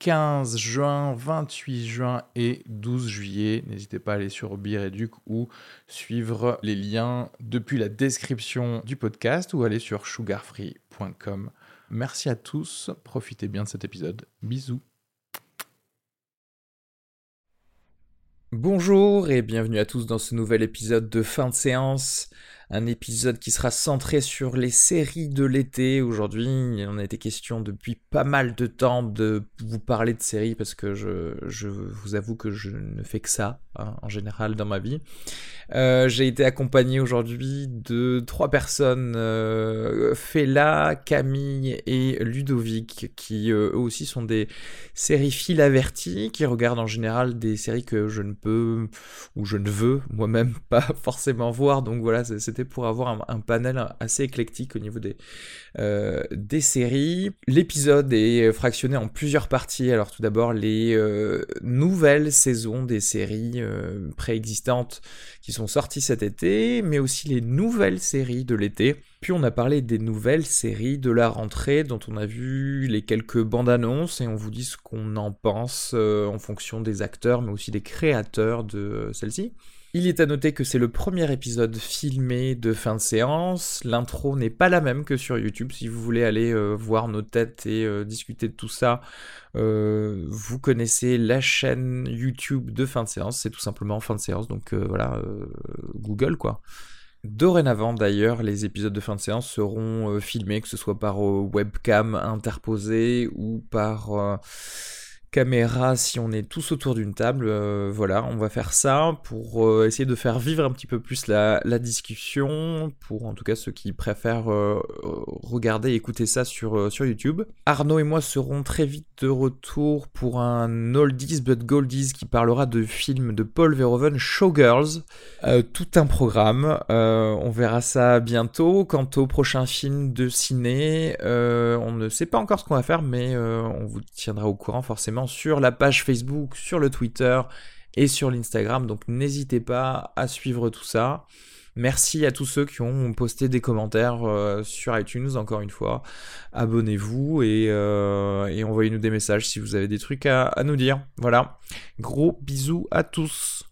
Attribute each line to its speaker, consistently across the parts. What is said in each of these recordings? Speaker 1: 15 juin, 28 juin et 12 juillet. N'hésitez pas à aller sur Bireduc ou suivre les liens depuis la description du podcast ou aller sur sugarfree.com. Merci à tous, profitez bien de cet épisode. Bisous. Bonjour et bienvenue à tous dans ce nouvel épisode de fin de séance. Un épisode qui sera centré sur les séries de l'été. Aujourd'hui, il en a été question depuis pas mal de temps de vous parler de séries parce que je, je vous avoue que je ne fais que ça hein, en général dans ma vie. Euh, J'ai été accompagné aujourd'hui de trois personnes, euh, Fela, Camille et Ludovic, qui euh, eux aussi sont des sériphiles avertis, qui regardent en général des séries que je ne peux ou je ne veux moi-même pas forcément voir. Donc voilà, c'était pour avoir un, un, panel assez éclectique au niveau des, euh, des séries. L'épisode est fractionné en plusieurs parties. Alors tout d'abord les euh, nouvelles saisons des séries euh, préexistantes qui sont sorties cet été, mais aussi les nouvelles séries de l'été. Puis on a parlé des nouvelles séries de la rentrée dont on a vu les quelques bandes annonces et on vous dit ce qu'on en pense euh, en fonction des acteurs mais aussi des créateurs de celles-ci. Il est à noter que c'est le premier épisode filmé de fin de séance. L'intro n'est pas la même que sur YouTube. Si vous voulez aller euh, voir nos têtes et euh, discuter de tout ça, euh, vous connaissez la chaîne YouTube de fin de séance. C'est tout simplement fin de séance. Donc euh, voilà, Google quoi. Dorénavant d'ailleurs, les épisodes de fin de séance seront euh, filmés, que ce soit par euh, webcam interposée ou par euh, caméra si on est tous autour d'une table. Euh, voilà, on va faire ça pour euh, essayer de faire vivre un petit peu plus la, la discussion, pour en tout cas ceux qui préfèrent euh, regarder et écouter ça sur, euh, sur YouTube. Arnaud et moi serons très vite de retour pour un Oldies but Goldies qui parlera de film de Paul Verhoeven, Showgirls. Euh, tout un programme, Euh, on verra ça bientôt. Quant au prochain film de ciné, euh, on ne sait pas encore ce qu'on va faire, mais euh, on vous tiendra au courant forcément sur la page Facebook, sur le Twitter et sur l'Instagram. Donc n'hésitez pas à suivre tout ça. Merci à tous ceux qui ont posté des commentaires euh, sur iTunes, encore une fois. Abonnez-vous et, euh, et envoyez-nous des messages si vous avez des trucs à, à nous dire. Voilà. Gros bisous à tous.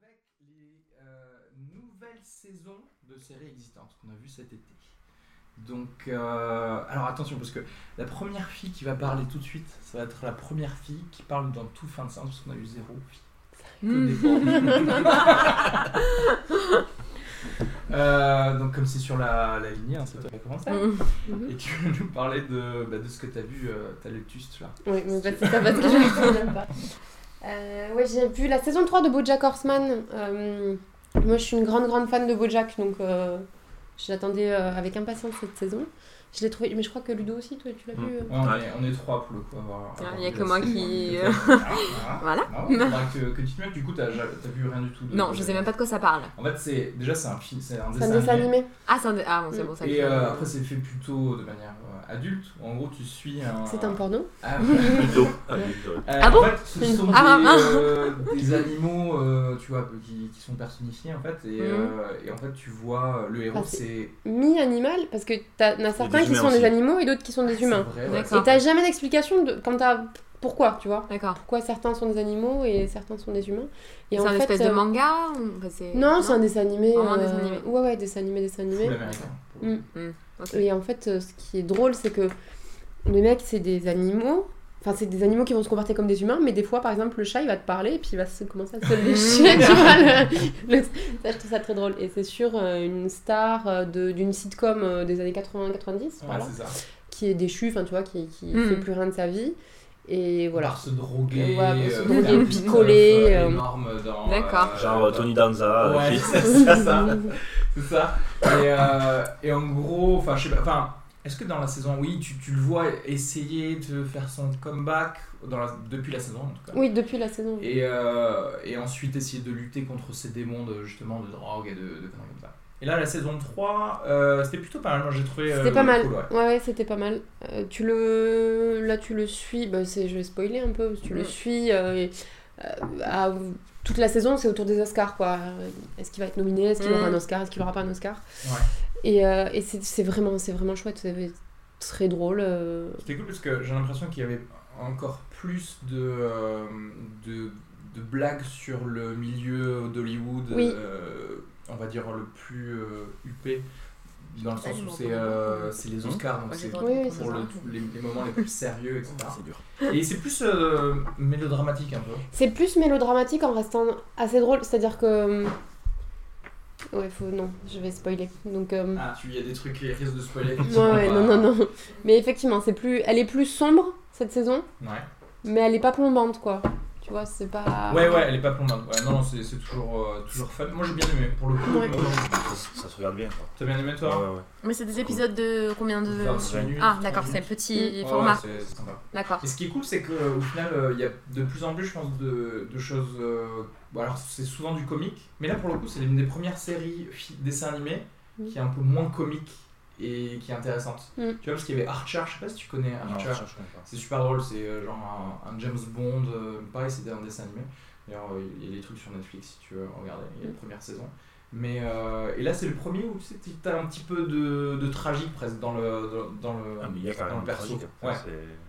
Speaker 1: Avec les euh, nouvelles saisons de séries existantes qu'on a vues cet été. Donc, euh, alors attention, parce que la première fille qui va parler tout de suite, ça va être la première fille qui parle dans tout fin de séance, parce qu'on a eu zéro fille. Que des bons. Euh, donc, comme c'est sur la, la lignée, hein, ça va commencer. Et tu veux nous parler de, bah, de ce que tu as vu, euh, t'as le tuste là.
Speaker 2: Oui, mais bah, c'est ça parce que je ne même pas. Euh, ouais, j'ai vu la saison 3 de Bojack Horseman. Euh, moi, je suis une grande, grande fan de Bojack, donc. euh, Je l'attendais euh, avec impatience cette saison. Je l'ai trouvé, mais je crois que Ludo aussi, toi, tu l'as
Speaker 1: Mmh.
Speaker 2: vu. euh.
Speaker 1: Ouais, on, est, on est trois pour le coup. à avoir-
Speaker 3: Ah,
Speaker 1: à avoir
Speaker 3: il y a
Speaker 1: vu
Speaker 3: que
Speaker 1: la
Speaker 3: moi
Speaker 1: saison.
Speaker 3: qui- euh,
Speaker 1: Ah, ah,
Speaker 3: Voilà.
Speaker 1: ah, faudra que, que tu te mettes, du coup, t'as ja- t'as vu rien du tout. de-
Speaker 3: Non, je sais même pas de quoi ça parle.
Speaker 1: En fait, c'est déjà c'est un film, c'est un
Speaker 2: C'est un
Speaker 1: dessin,
Speaker 2: dessin
Speaker 1: animé.
Speaker 2: animé.
Speaker 3: Ah, c'est un dé- ah, bon, c'est bon, ça
Speaker 1: Et
Speaker 3: je-
Speaker 1: euh, après, c'est fait plutôt de manière euh, adulte. où En gros, tu suis un.
Speaker 2: C'est un porno.
Speaker 1: Ah, ouais.
Speaker 4: Plutôt. Ah, oui, c'est vrai.
Speaker 1: Euh,
Speaker 3: Ah bon
Speaker 1: En fait, ce sont
Speaker 3: Ah,
Speaker 1: des,
Speaker 3: ah,
Speaker 1: euh, des animaux, euh, tu vois, qui, qui sont personnifiés en fait. Et,
Speaker 3: Mhm.
Speaker 1: euh, et en fait, tu vois le héros,
Speaker 2: Ah, c'est-
Speaker 1: c'est.
Speaker 2: Mi-animal, parce que t'as- t'en as certains
Speaker 4: des
Speaker 2: qui
Speaker 4: humains
Speaker 2: sont des
Speaker 4: aussi.
Speaker 2: animaux et d'autres qui sont des humains.
Speaker 1: Ah, C'est vrai, ouais.
Speaker 3: D'accord.
Speaker 2: Et t'as jamais d'explication de quand t'as. Pourquoi, tu vois
Speaker 3: D'accord.
Speaker 2: Pourquoi certains sont des animaux et certains sont des humains. Et
Speaker 3: C'est
Speaker 2: en
Speaker 3: un
Speaker 2: fait,
Speaker 3: espèce de
Speaker 2: euh,
Speaker 3: manga ou... enfin, c'est-
Speaker 2: Non, c'est un dessin animé. euh,
Speaker 3: Vraiment un dessin animé.
Speaker 2: Ouais, ouais, dessin animé, dessin animé.
Speaker 1: Full américain.
Speaker 2: Mm.
Speaker 3: Ok.
Speaker 2: Et en fait, euh, ce qui est drôle, c'est que les mecs, c'est des animaux. Enfin, c'est des animaux qui vont se comporter comme des humains, mais des fois, par exemple, le chat, il va te parler et puis il va se commencer à se lécher, tu vois. le- le- Ça, je trouve ça très drôle. Et c'est sur euh, une star euh, de- d'une sitcom euh, des années 80-90,
Speaker 1: Ouais,
Speaker 2: voilà,
Speaker 1: c'est ça.
Speaker 2: qui est déchue, enfin, tu vois, qui, qui
Speaker 3: Mhm.
Speaker 2: fait plus rien de sa vie. Et voilà.
Speaker 1: Par se droguer,
Speaker 2: Ouais, se
Speaker 1: euh,
Speaker 2: droguer,
Speaker 1: faire une
Speaker 2: picoler,
Speaker 1: teuf, euh,
Speaker 2: euh,
Speaker 1: énorme dans.
Speaker 3: D'accord.
Speaker 1: euh,
Speaker 4: Genre euh, Tony Danza. euh,
Speaker 1: Ouais,
Speaker 4: qui-
Speaker 1: c'est ça, c'est ça. Et, euh, et en gros, enfin, je sais pas, enfin, Est-ce que dans la saison, oui, tu, tu le vois essayer de faire son comeback dans la- depuis la saison en tout cas
Speaker 2: Oui, depuis la saison.
Speaker 1: et, euh, et ensuite essayer de lutter contre ces démons de, justement de drogue et de, de conneries comme ça. Et là, la saison 3, euh, c'était plutôt pas mal. Moi, j'ai trouvé. euh,
Speaker 2: C'était pas mal.
Speaker 1: cool, ouais.
Speaker 2: Ouais, ouais, c'était pas mal. Euh, tu le... Là, tu le suis, bah, c'est... je vais spoiler un peu, tu le
Speaker 3: Mm.
Speaker 2: suis euh, et, euh, à- toute la saison, c'est autour des Oscars, quoi. Euh, Est-ce qu'il va être nominé Est-ce qu'il
Speaker 3: Mm.
Speaker 2: aura un Oscar Est-ce qu'il aura pas un Oscar
Speaker 1: Ouais.
Speaker 2: Et, euh, et c'est, c'est vraiment, c'est vraiment chouette, c'est très drôle. euh.
Speaker 1: C'était cool parce que j'ai l'impression qu'il y avait encore plus de, euh, de, de blagues sur le milieu d'Hollywood,
Speaker 2: Oui.
Speaker 1: euh, on va dire le plus euh, huppé, dans le
Speaker 3: Ah,
Speaker 1: sens
Speaker 3: je
Speaker 1: où
Speaker 3: m'en
Speaker 1: c'est
Speaker 3: rappelle
Speaker 1: euh,
Speaker 3: pas.
Speaker 1: c'est les Oscars, donc
Speaker 3: Moi, j'ai
Speaker 1: c'est
Speaker 3: pas
Speaker 2: Oui,
Speaker 3: entendu
Speaker 2: c'est
Speaker 1: pour
Speaker 3: ça.
Speaker 1: le- les, les moments les plus sérieux, etc.
Speaker 5: C'est dur.
Speaker 1: Et c'est plus euh, mélodramatique un peu.
Speaker 2: C'est plus mélodramatique en restant assez drôle, c'est-à-dire que. euh, Ouais, faut. Non, je vais spoiler. Donc. euh,
Speaker 1: Ah, tu- il y a des trucs qui risquent de spoiler. qui
Speaker 2: Ouais,
Speaker 1: sont
Speaker 2: ouais,
Speaker 1: pas-
Speaker 2: non, non, non. Mais effectivement, c'est plus... elle est plus sombre cette saison,
Speaker 1: Ouais.
Speaker 2: mais elle est pas plombante, quoi. Tu vois, c'est pas.
Speaker 1: Ouais, ouais, elle est pas plombante. Ouais, non, non, c'est c'est toujours, euh, toujours fun. Moi, j'ai bien aimé, pour le coup.
Speaker 2: Ouais.
Speaker 1: moi, j'ai-
Speaker 4: Ça, se- ça se regarde bien, quoi.
Speaker 1: T'as bien aimé, toi
Speaker 4: ouais, ouais.
Speaker 3: Mais c'est des épisodes de combien de.
Speaker 1: 25 minutes,
Speaker 3: Ah, d'accord,
Speaker 1: 30
Speaker 3: c'est
Speaker 1: minutes.
Speaker 3: petit
Speaker 1: Ouais, Oh, ouais,
Speaker 3: format.
Speaker 1: c'est- c'est sympa.
Speaker 3: D'accord.
Speaker 1: Et ce qui est cool, c'est qu'au final, euh, il y a de plus en plus, je pense, de, de choses. euh, bon, alors, c'est souvent du comique, mais là, pour le coup, c'est l'une des premières séries fi- dessins animés
Speaker 2: Oui.
Speaker 1: qui est un peu moins comique et qui est intéressante.
Speaker 2: Mm.
Speaker 1: Tu vois, parce qu'il y avait Archer, je sais pas si tu connais
Speaker 4: Non,
Speaker 1: Archer.
Speaker 4: ça, je connais pas.
Speaker 1: C'est super drôle, c'est euh, genre un, un James Bond, euh, pareil, c'était un dessin animé. D'ailleurs, euh, il y a des trucs sur Netflix si tu veux regarder, il y a la première saison. Mais euh, et là, c'est le premier où tu sais, t'as un petit peu de, de tragique presque dans le, dans, dans le,
Speaker 4: Ah, mais il y a quand
Speaker 1: dans
Speaker 4: même hein.
Speaker 1: le
Speaker 4: un
Speaker 1: perso.
Speaker 4: tragic,
Speaker 1: Ouais.
Speaker 4: après, c'est-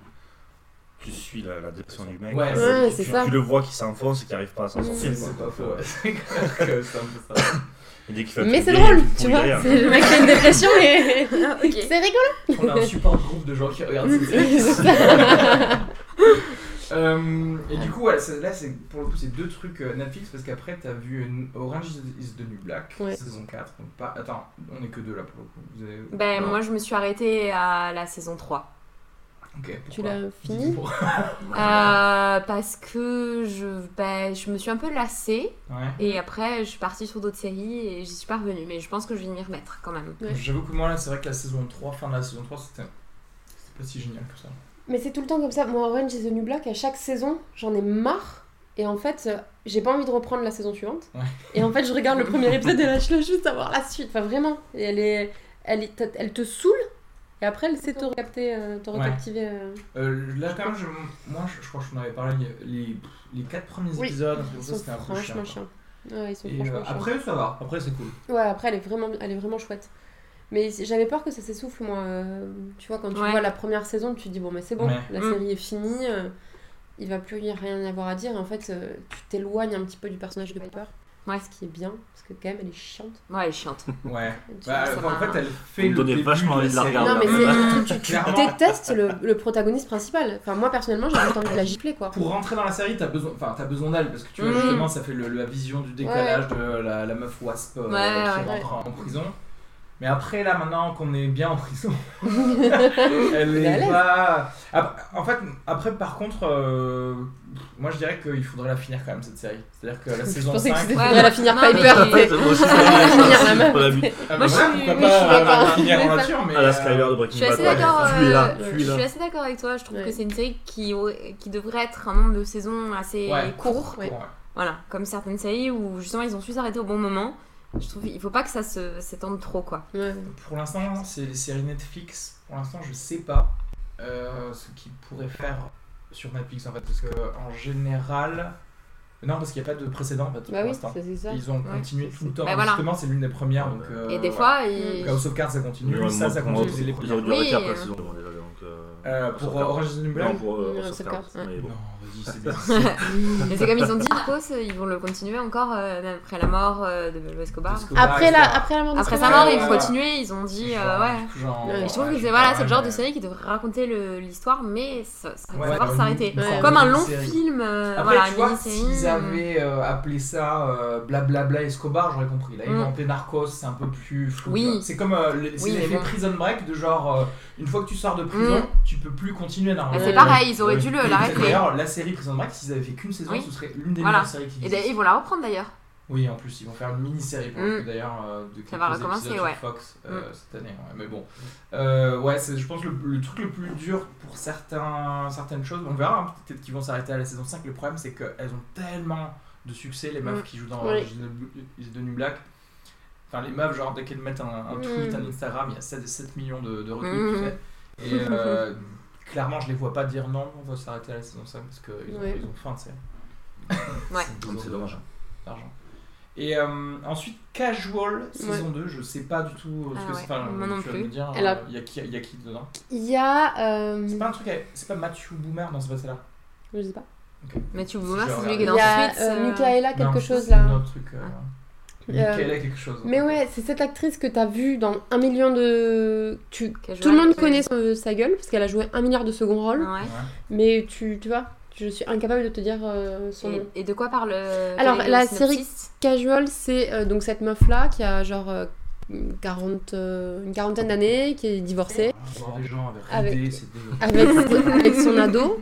Speaker 4: Tu suis la, la dépression du mec.
Speaker 1: Ouais,
Speaker 4: tu-
Speaker 2: Ouais,
Speaker 4: tu-
Speaker 2: c'est
Speaker 4: tu,
Speaker 2: ça.
Speaker 4: tu le vois qui s'enfonce et qui arrive pas à s'en
Speaker 2: Mm.
Speaker 4: sortir.
Speaker 1: C'est
Speaker 4: quoi.
Speaker 1: c'est pas faux, ouais. c'est clair que c'est un peu ça.
Speaker 4: Et dès qu'il fait un
Speaker 2: Mais
Speaker 4: truc
Speaker 2: c'est
Speaker 4: gay,
Speaker 2: drôle,
Speaker 4: il
Speaker 2: tu
Speaker 4: pourrit
Speaker 2: vois.
Speaker 4: derrière.
Speaker 2: C'est le mec qui a une dépression et.
Speaker 3: Ah, ok.
Speaker 2: C'est rigolo.
Speaker 1: On a un support groupe de gens qui regardent cette série.
Speaker 2: C'est ça.
Speaker 1: Euh, et du coup, voilà, c'est- là, c'est pour le coup, c'est deux trucs euh, Netflix parce qu'après, t'as vu une- Orange is the New Black,
Speaker 2: Ouais.
Speaker 1: saison 4. Donc pas... Attends, on est que deux là pour le coup. Vous avez-
Speaker 3: Ben,
Speaker 2: Bah,
Speaker 1: Non.
Speaker 3: moi, je me suis arrêtée à la saison 3.
Speaker 1: Ok,
Speaker 2: tu
Speaker 1: pourquoi
Speaker 2: l'as fini
Speaker 1: Pour-
Speaker 3: Euh, parce que je, ben, je me suis un peu lassée
Speaker 1: Ouais.
Speaker 3: et après je suis partie sur d'autres séries et j'y suis pas revenue mais je pense que je vais m'y remettre quand même.
Speaker 2: Ouais.
Speaker 1: J'avoue que moi là, c'est vrai que la saison 3, fin de la saison 3, c'était c'était pas si génial que ça.
Speaker 2: Mais c'est tout le temps comme ça. Moi, Orange is the New Black, à chaque saison, j'en ai marre. Et en fait, euh, j'ai pas envie de reprendre la saison suivante.
Speaker 1: Ouais.
Speaker 2: Et en fait, je regarde le premier épisode et là, je veux juste savoir la suite. Enfin, vraiment. Et elle, est, elle, est- elle te saoule. Et après, elle sait te recapter, euh, te
Speaker 1: Ouais.
Speaker 2: recaptiver. euh.
Speaker 1: Euh, là quand même, je, moi je, je crois que je m'en avais parlé, les, les 4 premiers
Speaker 2: Oui.
Speaker 1: épisodes,
Speaker 2: Ils
Speaker 1: ça,
Speaker 2: sont
Speaker 1: c'était un peu chiant.
Speaker 2: franchement
Speaker 1: quoi.
Speaker 2: chiants. Ouais, ils sont
Speaker 1: Et, euh,
Speaker 2: franchement chiants.
Speaker 1: après, ça va, après c'est cool.
Speaker 2: Ouais, après, elle est vraiment, elle est vraiment chouette. Mais j'avais peur que ça s'essouffle, moi. euh, Tu vois, quand tu
Speaker 3: Ouais.
Speaker 2: vois la première saison, tu te dis, bon, mais c'est bon,
Speaker 1: Ouais.
Speaker 2: la
Speaker 3: Mm.
Speaker 2: série est finie, euh, il va plus y rien y avoir à dire. Et en fait, euh, tu t'éloignes un petit peu du personnage de Piper.
Speaker 3: Ouais.
Speaker 2: Ce qui est bien, parce que quand même, elle est chiante.
Speaker 3: Ouais, elle est chiante.
Speaker 1: Ouais.
Speaker 2: Tu vois,
Speaker 1: Bah,
Speaker 3: ça
Speaker 1: enfin,
Speaker 3: va.
Speaker 1: en fait, elle fait
Speaker 4: Vous me
Speaker 1: le
Speaker 4: donnez
Speaker 1: début
Speaker 4: vachement envie de la
Speaker 1: série.
Speaker 4: regarder. hein.
Speaker 2: Non, mais c'est surtout, tu, tu
Speaker 1: Clairement.
Speaker 2: détestes le, le protagoniste principal. Enfin, moi, personnellement, j'avais juste envie de la gifler, quoi.
Speaker 1: Pour rentrer dans la série, t'as besoin, enfin, t'as besoin d'elle parce que tu vois
Speaker 3: Mm.
Speaker 1: justement, ça fait le- la vision du décalage de la, la meuf wasp euh,
Speaker 3: Ouais,
Speaker 1: qui
Speaker 3: ouais,
Speaker 1: rentre en prison. Mais après, là, maintenant qu'on est bien en prison, elle
Speaker 2: Elle est à
Speaker 1: est
Speaker 2: l'aise.
Speaker 1: pas. Après- en fait, après, par contre, euh, moi, je dirais qu'il faudrait la finir quand même cette série. C'est-à-dire que la saison
Speaker 2: Je pensais
Speaker 1: 5
Speaker 2: que c'était
Speaker 3: Ouais,
Speaker 2: pour
Speaker 3: non,
Speaker 2: la finir
Speaker 3: non,
Speaker 2: Piper. t'sais.
Speaker 3: mais-
Speaker 4: C'est moi aussi,
Speaker 2: finir la
Speaker 4: c'est
Speaker 2: meuf.
Speaker 4: pas la vie.
Speaker 1: Ah,
Speaker 3: Moi,
Speaker 1: bah,
Speaker 3: je
Speaker 1: voilà,
Speaker 3: suis-
Speaker 1: pourquoi
Speaker 2: oui, je suis
Speaker 1: pas, euh,
Speaker 2: d'accord.
Speaker 1: la finir en
Speaker 2: C'est ça.
Speaker 1: voiture, mais
Speaker 4: À la
Speaker 1: euh,
Speaker 4: Skyler de
Speaker 3: Je
Speaker 4: Breaking
Speaker 3: suis
Speaker 4: Bad.
Speaker 3: assez d'accord.
Speaker 4: Bah, ouais. Fuis-la,
Speaker 3: euh, je
Speaker 4: fuis-la.
Speaker 3: suis assez d'accord avec toi. Je trouve
Speaker 2: Ouais.
Speaker 3: que c'est une série qui, aurait- qui devrait être un nombre de saisons assez
Speaker 1: Ouais.
Speaker 3: court.
Speaker 2: Ouais.
Speaker 4: hein.
Speaker 3: Voilà, comme certaines séries où justement ils ont su s'arrêter au bon moment. Je trouve il faut pas que ça se- s'étende trop quoi.
Speaker 2: Ouais.
Speaker 1: Pour l'instant, c'est les séries Netflix. Pour l'instant, je sais pas euh, ce qu'ils pourraient faire sur Netflix en fait, parce que en général, non, parce qu'il n'y a pas de précédent en fait
Speaker 2: Bah
Speaker 1: pour
Speaker 2: oui,
Speaker 1: l'instant.
Speaker 2: ça, c'est ça.
Speaker 1: Ils ont
Speaker 3: Ouais,
Speaker 1: continué
Speaker 2: c'est-
Speaker 1: tout le temps.
Speaker 3: Bah voilà.
Speaker 1: Justement, c'est l'une des premières. Donc, euh,
Speaker 3: Et des
Speaker 1: ouais.
Speaker 3: fois ils...
Speaker 1: House of Cards, ça continue.
Speaker 4: Ouais,
Speaker 1: ça,
Speaker 4: moi,
Speaker 1: ça
Speaker 4: pour moi,
Speaker 1: continue. c'est les
Speaker 4: Ils
Speaker 1: premières.
Speaker 4: auraient dû arrêter
Speaker 3: Oui,
Speaker 4: après la
Speaker 3: euh.
Speaker 4: saison devant déjà, donc. euh,
Speaker 1: Euh,
Speaker 4: on
Speaker 1: pour
Speaker 4: s'en
Speaker 1: Orange is the New
Speaker 4: Non,
Speaker 1: Black.
Speaker 4: pour
Speaker 2: Non,
Speaker 4: euh, on
Speaker 2: c'est
Speaker 4: s'en perd,
Speaker 2: clair.
Speaker 4: mais bon.
Speaker 1: Non, vas-y, c'est bien.
Speaker 3: Mais c'est comme ils ont dit Narcos, ils vont le continuer encore euh, même après la mort euh, de Pablo Escobar.
Speaker 1: Parce que là,
Speaker 2: Après la,
Speaker 1: ça-
Speaker 2: après la mort de
Speaker 3: Après sa
Speaker 2: Skyler.
Speaker 3: mort,
Speaker 1: Ouais,
Speaker 3: ils
Speaker 1: ouais,
Speaker 3: vont
Speaker 1: ouais.
Speaker 3: continuer, ils ont dit
Speaker 1: genre,
Speaker 3: euh, ouais.
Speaker 1: genre,
Speaker 2: Ouais,
Speaker 3: Et je trouve
Speaker 1: ouais,
Speaker 3: que c'est
Speaker 1: sais
Speaker 3: voilà,
Speaker 1: pas,
Speaker 3: c'est le genre de
Speaker 1: mais-
Speaker 3: série qui devrait raconter le- l'histoire, mais ça, ça
Speaker 1: Ouais,
Speaker 3: va
Speaker 1: dans
Speaker 3: savoir
Speaker 1: une-
Speaker 3: s'arrêter.
Speaker 1: dans
Speaker 2: Ouais.
Speaker 3: Comme un
Speaker 1: une
Speaker 3: long
Speaker 1: série.
Speaker 3: film, euh,
Speaker 1: Après,
Speaker 3: voilà,
Speaker 1: tu
Speaker 3: une
Speaker 1: vois,
Speaker 3: mini-série.
Speaker 1: s'ils
Speaker 3: euh,
Speaker 1: avaient euh, appelé ça euh, blablabla Escobar, j'aurais compris. Là, ils
Speaker 3: Mm.
Speaker 1: ont appelé Narcos, c'est un peu plus flou.
Speaker 3: Oui.
Speaker 1: tu vois. C'est comme euh, les, c'est
Speaker 3: Oui,
Speaker 1: les-
Speaker 3: mais
Speaker 1: les
Speaker 3: bon.
Speaker 1: Prison Break, de genre, euh, une fois que tu sors de prison,
Speaker 3: Mm.
Speaker 1: tu peux plus continuer
Speaker 3: bah,
Speaker 1: normalement.
Speaker 3: c'est
Speaker 2: Ouais.
Speaker 3: pareil, ils auraient
Speaker 1: Ouais.
Speaker 3: dû le-
Speaker 1: Et
Speaker 3: l'arrêter.
Speaker 1: D'ailleurs, la série Prison Break, s'ils avaient fait qu'une saison,
Speaker 3: Oui.
Speaker 1: ce serait l'une des
Speaker 3: Voilà.
Speaker 1: meilleures séries qui
Speaker 3: Et d'ailleurs,
Speaker 1: existent.
Speaker 3: ils vont la reprendre d'ailleurs.
Speaker 1: Oui, en plus, ils vont faire une mini-série pour le
Speaker 3: Mm.
Speaker 1: coup, d'ailleurs euh, de
Speaker 3: Ça va
Speaker 1: quelques
Speaker 3: recommencer,
Speaker 1: épisodes sur
Speaker 3: ouais. Mm.
Speaker 1: Fox euh, cette année. ouais. Mais bon, Euh, ouais, c'est, je pense le, le truc le plus dur pour certains, certaines choses. On verra, hein, peut-être qu'ils vont s'arrêter à la saison 5. Le problème, c'est qu'elles ont tellement de succès, les meufs
Speaker 3: Mm.
Speaker 1: qui jouent dans
Speaker 2: Oui.
Speaker 1: Orange is the New Black. Enfin, les meufs, genre, dès qu'elles mettent un, un tweet,
Speaker 2: Mm.
Speaker 1: un Instagram, il y a 7, 7 millions de, de retenue,
Speaker 3: Mm.
Speaker 1: tu sais. Et euh, clairement, je les vois pas dire non, on va s'arrêter à la saison 5 parce qu'ils ont,
Speaker 2: Ouais.
Speaker 1: ils ont faim, tu sais.
Speaker 3: Ouais.
Speaker 1: Ils ont
Speaker 4: C'est
Speaker 1: besoin
Speaker 4: dommage.
Speaker 1: d'argent. hein, Et euh, ensuite, Casual, saison 2, je sais pas du tout euh, ce
Speaker 3: Ah
Speaker 1: que c'est.
Speaker 3: ouais,
Speaker 1: Enfin,
Speaker 3: moi
Speaker 1: tu
Speaker 3: non
Speaker 1: vas
Speaker 3: plus.
Speaker 1: me dire,
Speaker 2: Elle a-
Speaker 1: il y, a qui- y a qui dedans
Speaker 2: Il y a. euh,
Speaker 1: C'est pas un truc, avec- c'est pas Matthew Boomer, non, c'est pas celle-là.
Speaker 2: Je sais pas.
Speaker 3: Mathieu Boomer, c'est celui qui
Speaker 1: Et
Speaker 2: Il
Speaker 3: est dans
Speaker 2: y a
Speaker 3: Suits,
Speaker 2: euh,
Speaker 3: euh,
Speaker 2: Michaela
Speaker 1: Non,
Speaker 2: quelque
Speaker 1: c'est
Speaker 2: chose
Speaker 1: un
Speaker 2: là.
Speaker 1: autre truc. euh,
Speaker 2: Euh,
Speaker 1: Michaela quelque chose.
Speaker 2: Mais ouais, c'est cette actrice que t'as vue dans un million de. Tu...
Speaker 3: Casual,
Speaker 2: Tout le monde
Speaker 3: ouais.
Speaker 2: connaît son- euh, sa gueule parce qu'elle a joué un milliard de seconds rôles.
Speaker 3: Ouais.
Speaker 2: Mais tu, tu vois, je suis incapable de te dire euh, son nom.
Speaker 3: Et, et de quoi parle euh,
Speaker 2: Alors,
Speaker 3: quel est
Speaker 2: la
Speaker 3: le synopsis
Speaker 2: Casual, c'est euh, donc cette meuf là qui a genre euh, 40, euh, une quarantaine d'années, qui est divorcée
Speaker 1: Ah, Voir des gens avec,
Speaker 2: Avec-
Speaker 1: des idées, c'est dégueulasse.
Speaker 2: avec, avec son ado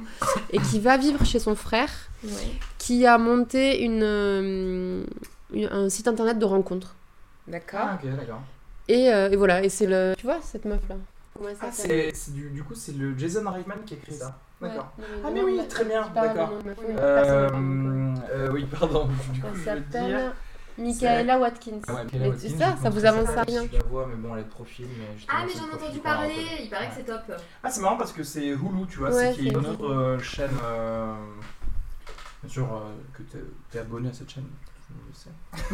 Speaker 2: et qui va vivre chez son frère qui a monté une, euh, une- un site internet de rencontres.
Speaker 1: Ah,
Speaker 3: D'accord.
Speaker 1: ok, d'accord.
Speaker 2: Et, euh, et voilà, et c'est le. Tu vois, cette meuf là. Comment elle
Speaker 1: Ah,
Speaker 2: s'appelle
Speaker 1: c'est, c'est du, du coup, c'est le Jason Reitman qui a écrit ça. D'accord.
Speaker 2: Ouais,
Speaker 1: Ah, mais oui, très bien,
Speaker 2: je parle
Speaker 1: d'accord.
Speaker 2: de meuf, oui,
Speaker 1: Euh,
Speaker 2: personne.
Speaker 1: euh, oui, pardon, du coup,
Speaker 2: Elle
Speaker 1: je vais te dire.
Speaker 2: s'appelle Michaela Watkins.
Speaker 1: Ah ouais, Michaela
Speaker 2: mais
Speaker 1: Watkins,
Speaker 2: tu sais,
Speaker 1: je
Speaker 2: ça,
Speaker 1: te
Speaker 2: ça vous
Speaker 1: montrerai
Speaker 2: avance à
Speaker 1: si
Speaker 2: rien.
Speaker 1: Tu la vois, mais bon, elle est de profil. Mais je te
Speaker 3: Ah, mais
Speaker 1: montrerai
Speaker 3: j'en ai
Speaker 1: le
Speaker 3: entendu
Speaker 1: profil par
Speaker 3: parler,
Speaker 1: rapport.
Speaker 3: il paraît que c'est top.
Speaker 1: Ah, c'est marrant parce que c'est Hulu, tu vois,
Speaker 2: Ouais,
Speaker 1: c'est qui est
Speaker 2: c'est
Speaker 1: une
Speaker 2: Hulu.
Speaker 1: autre euh, chaîne. euh, Bien sûr euh, que t'es, t'es abonné à cette chaîne. je le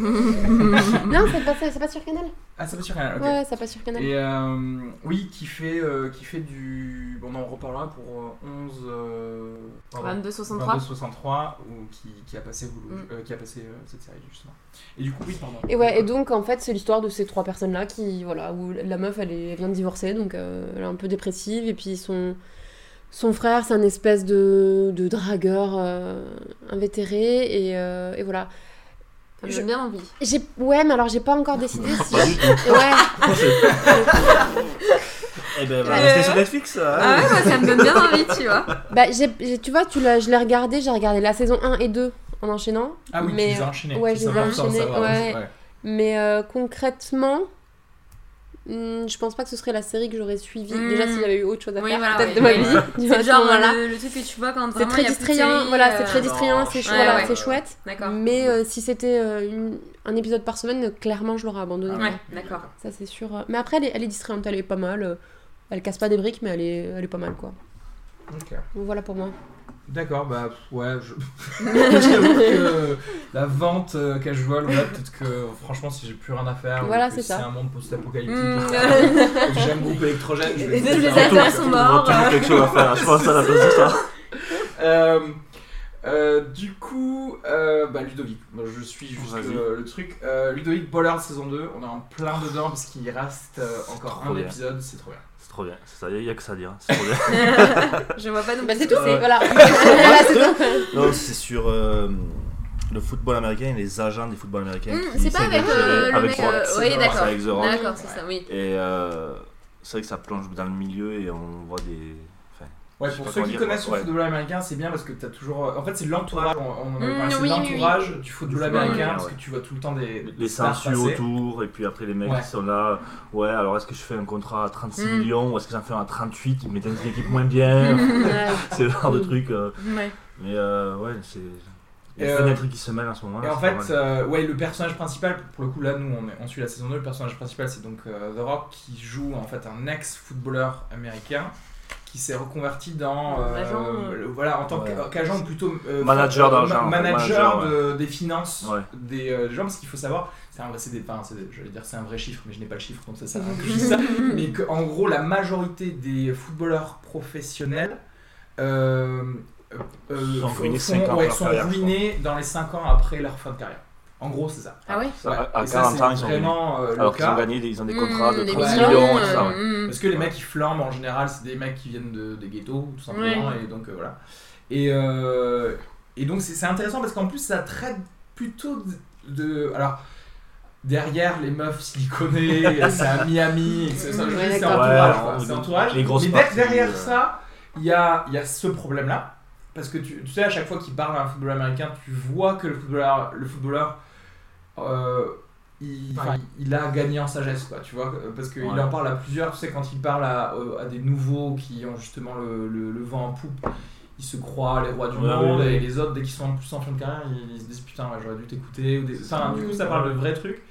Speaker 1: sais.
Speaker 2: Non, c'est pas, ça ça passe sur Canal.
Speaker 1: Ah, ça va sur Canal, ok.
Speaker 2: Ouais, ça passe sur Canal.
Speaker 1: Et euh, oui, qui fait, euh, qui fait du. On en reparlera pour euh, 11. euh, pardon,
Speaker 3: 2263.
Speaker 1: 22-63, ou qui, qui a passé, Hulu,
Speaker 3: Mm.
Speaker 1: euh, qui a passé euh, cette série, justement. Et du coup, oui, pardon.
Speaker 2: Et ouais, et donc en fait, c'est l'histoire de ces trois personnes-là qui, voilà, où la meuf, elle, est- elle vient de divorcer, donc euh, elle est un peu dépressive, et puis son, son frère, c'est un espèce de, de dragueur euh, invétéré, et, euh, et voilà.
Speaker 3: Ça me
Speaker 2: Je-
Speaker 3: donne bien envie.
Speaker 2: J'ai, ouais, mais alors j'ai pas encore décidé si.
Speaker 4: Pas du tout.
Speaker 2: Ouais,
Speaker 4: Eh ben,
Speaker 3: Euh.
Speaker 4: voilà, c'était sur Netflix, ça. hein.
Speaker 3: Ah ouais, moi ça me donne bien envie, tu vois.
Speaker 2: bah j'ai, j'ai- tu vois, tu l'as, je l'ai regardé, j'ai regardé la saison 1 et 2 en enchaînant,
Speaker 1: Ah oui,
Speaker 2: Mais,
Speaker 1: tu les as enchaînés.
Speaker 2: ouais,
Speaker 1: c'est
Speaker 2: je les ai
Speaker 1: important de
Speaker 2: enchaînés,
Speaker 1: savoir,
Speaker 2: ouais. mais euh, concrètement. hmm, Je pense pas que ce serait la série que j'aurais suivie.
Speaker 3: Hmm.
Speaker 2: Déjà, s'il y avait eu autre chose à
Speaker 3: Oui,
Speaker 2: faire,
Speaker 3: voilà,
Speaker 2: peut-être
Speaker 3: oui,
Speaker 2: de ma
Speaker 3: oui.
Speaker 2: vie. tu vois, à
Speaker 3: C'est
Speaker 2: ce
Speaker 3: genre
Speaker 2: moment-là.
Speaker 3: le, le truc que tu vois quand
Speaker 2: C'est
Speaker 3: vraiment
Speaker 2: très
Speaker 3: y a plus de
Speaker 2: distrayant,
Speaker 3: série,
Speaker 2: voilà,
Speaker 3: euh,
Speaker 2: c'est très
Speaker 1: Ah non,
Speaker 2: distrayant, c'est
Speaker 1: je-
Speaker 2: chou-
Speaker 3: ouais,
Speaker 2: voilà,
Speaker 3: ouais.
Speaker 2: c'est chouette.
Speaker 3: D'accord.
Speaker 2: Mais euh, si c'était euh, une- un épisode par semaine, euh, clairement je l'aurais abandonné.
Speaker 3: Ouais, d'accord.
Speaker 2: Ça c'est sûr. Mais après elle est, elle est distrayante, elle est pas mal. euh, Elle casse pas des briques, mais elle est, elle est pas mal quoi.
Speaker 1: Ok.
Speaker 2: Donc, Voilà pour moi.
Speaker 1: D'accord, bah ouais, je. J'avoue que la vente euh, casual, ouais, peut-être que franchement, si j'ai plus rien à faire, ou
Speaker 2: Voilà,
Speaker 1: que
Speaker 2: c'est ça.
Speaker 1: un monde post-apocalyptique,
Speaker 3: Mm.
Speaker 1: que j'aime groupe électrogène, je vais
Speaker 3: Les
Speaker 1: faire
Speaker 3: les
Speaker 1: un
Speaker 4: acteurs
Speaker 1: truc.
Speaker 3: acteurs sont morts.
Speaker 4: Toujours quelque chose à faire, je pense, à la place de ça.
Speaker 1: Euh, euh, du coup, euh, bah, Ludovic, Moi, je suis juste
Speaker 4: Vas-y.
Speaker 1: euh, le truc. Euh, Ludovic Bollard saison 2, on est en plein dedans parce qu'il reste euh, encore
Speaker 4: trop
Speaker 1: un
Speaker 4: bien.
Speaker 1: épisode, c'est trop bien.
Speaker 4: C'est trop bien, c'est ça, il n'y a que ça à dire. hein. C'est trop bien.
Speaker 3: Je vois pas non
Speaker 2: Bah
Speaker 3: plus.
Speaker 2: c'est tout,
Speaker 4: Ouais.
Speaker 2: c'est
Speaker 4: c'est-
Speaker 2: voilà.
Speaker 4: Non, c'est sur euh, le football américain et les agents du football américain.
Speaker 3: Hum,
Speaker 4: qui
Speaker 3: c'est pas
Speaker 4: essaient de
Speaker 3: avec
Speaker 4: gérer-
Speaker 3: euh, le
Speaker 4: avec
Speaker 3: mec.
Speaker 4: Rock.
Speaker 3: euh,
Speaker 1: c'est
Speaker 3: Oui,
Speaker 1: dans-
Speaker 4: C'est
Speaker 3: d'accord.
Speaker 4: avec The Rock.
Speaker 3: D'accord, c'est ça, oui.
Speaker 4: Et euh, c'est vrai que ça plonge dans le milieu et on voit des. enfin,
Speaker 1: Ouais,
Speaker 4: Je sais
Speaker 1: pour
Speaker 4: pas
Speaker 1: ceux
Speaker 4: comment
Speaker 1: qui
Speaker 4: dire,
Speaker 1: connaissent
Speaker 4: ouais.
Speaker 1: le football américain, c'est bien parce que t'as toujours. euh, En fait, c'est l'entourage, on, on en avait
Speaker 3: Mm,
Speaker 1: parlé, c'est
Speaker 3: oui,
Speaker 1: l'entourage du football
Speaker 4: Du football
Speaker 1: américain
Speaker 4: américain,
Speaker 1: parce
Speaker 4: ouais.
Speaker 1: que tu vois tout le temps des. des
Speaker 4: les
Speaker 1: stars
Speaker 4: sensus
Speaker 1: passer.
Speaker 4: autour, et puis après les mecs
Speaker 1: Ouais.
Speaker 4: qui sont là. euh, Ouais, alors est-ce que je fais un contrat à 36
Speaker 3: Mm.
Speaker 4: millions ou est-ce que j'en fais un à 38 Mais dans une équipe moins bien. c'est le genre de truc. euh,
Speaker 3: Ouais.
Speaker 4: Mais euh, ouais, c'est. Il y
Speaker 1: Et,
Speaker 4: a
Speaker 1: euh,
Speaker 4: plein de trucs qui se mêlent en ce moment.
Speaker 1: Et en fait, euh, ouais, le personnage principal, pour le coup, là, nous, on, est- on suit la saison 2, le personnage principal, c'est donc euh, The Rock qui joue en fait un ex-footballeur américain qui s'est reconverti dans. euh,
Speaker 3: Agent, euh,
Speaker 1: le- voilà, en tant
Speaker 4: Ouais.
Speaker 1: qu'a- qu'agent, ou plutôt. euh,
Speaker 4: Manager
Speaker 1: ma-
Speaker 4: d'argent, en fait,
Speaker 1: Manager,
Speaker 4: manager,
Speaker 1: de- des finances
Speaker 4: Ouais.
Speaker 1: des, euh, des gens, parce qu'il faut savoir, c'est un vrai, c'est des, enfin, c'est des- j'allais dire c'est un vrai chiffre, mais je n'ai pas le chiffre, donc ça sert à rien que je dise ça. Mais que, en gros, la majorité des footballeurs professionnels. euh, euh,
Speaker 4: Sont
Speaker 1: font-
Speaker 4: ruinés
Speaker 1: font-
Speaker 4: cinq ans après
Speaker 1: ouais,
Speaker 4: leur
Speaker 1: sont
Speaker 4: carrière, je
Speaker 1: ruinés dans les 5 ans après leur fin de carrière. En gros, c'est ça.
Speaker 3: Ah ouais
Speaker 1: Ouais,
Speaker 4: à,
Speaker 1: et ça,
Speaker 4: 40 ans,
Speaker 1: c'est
Speaker 4: ils sont gagnés.
Speaker 1: vraiment euh,
Speaker 4: Alors
Speaker 1: le
Speaker 4: qu'ils ont
Speaker 1: cas.
Speaker 4: gagné, des- ils ont des contrats de
Speaker 3: Des
Speaker 4: 30
Speaker 1: millions,
Speaker 4: millions et tout ça.
Speaker 3: Mmh, euh,
Speaker 4: ouais.
Speaker 3: hum.
Speaker 1: Parce que les
Speaker 4: Ouais.
Speaker 1: mecs qui flambent en général, c'est des mecs qui viennent de, des ghettos, tout simplement, et donc euh, voilà. Et, euh, et donc c'est c'est intéressant parce qu'en plus ça traite plutôt de. de- alors, derrière les meufs siliconées, c'est à Miami, c'est c'est-
Speaker 2: Ouais,
Speaker 1: c'est
Speaker 2: d'accord.
Speaker 1: entourage.
Speaker 4: Ouais,
Speaker 1: quoi,
Speaker 4: on-
Speaker 1: c'est entourage.
Speaker 4: les grosses
Speaker 1: Mais de-
Speaker 4: parties,
Speaker 1: derrière
Speaker 4: euh,
Speaker 1: ça, il y a, il y a ce problème-là. Parce que tu, tu sais, à chaque fois qu'il parle à un footballeur américain, tu vois que le footballeur, le footballeur euh, il, enfin, il- il a gagné en sagesse, quoi, tu vois, euh, parce qu'il
Speaker 4: Ouais.
Speaker 1: en parle à plusieurs, tu sais, quand il parle à, euh, à des nouveaux qui ont justement le, le- le vent en poupe, ils se croient les rois du
Speaker 4: Ouais,
Speaker 1: monde,
Speaker 4: ouais, ouais.
Speaker 1: et les autres, dès qu'ils sont en plus en fin de carrière, ils, ils se disent putain, ouais, j'aurais dû t'écouter, ou des- enfin, du coup, ça parle de vrais trucs.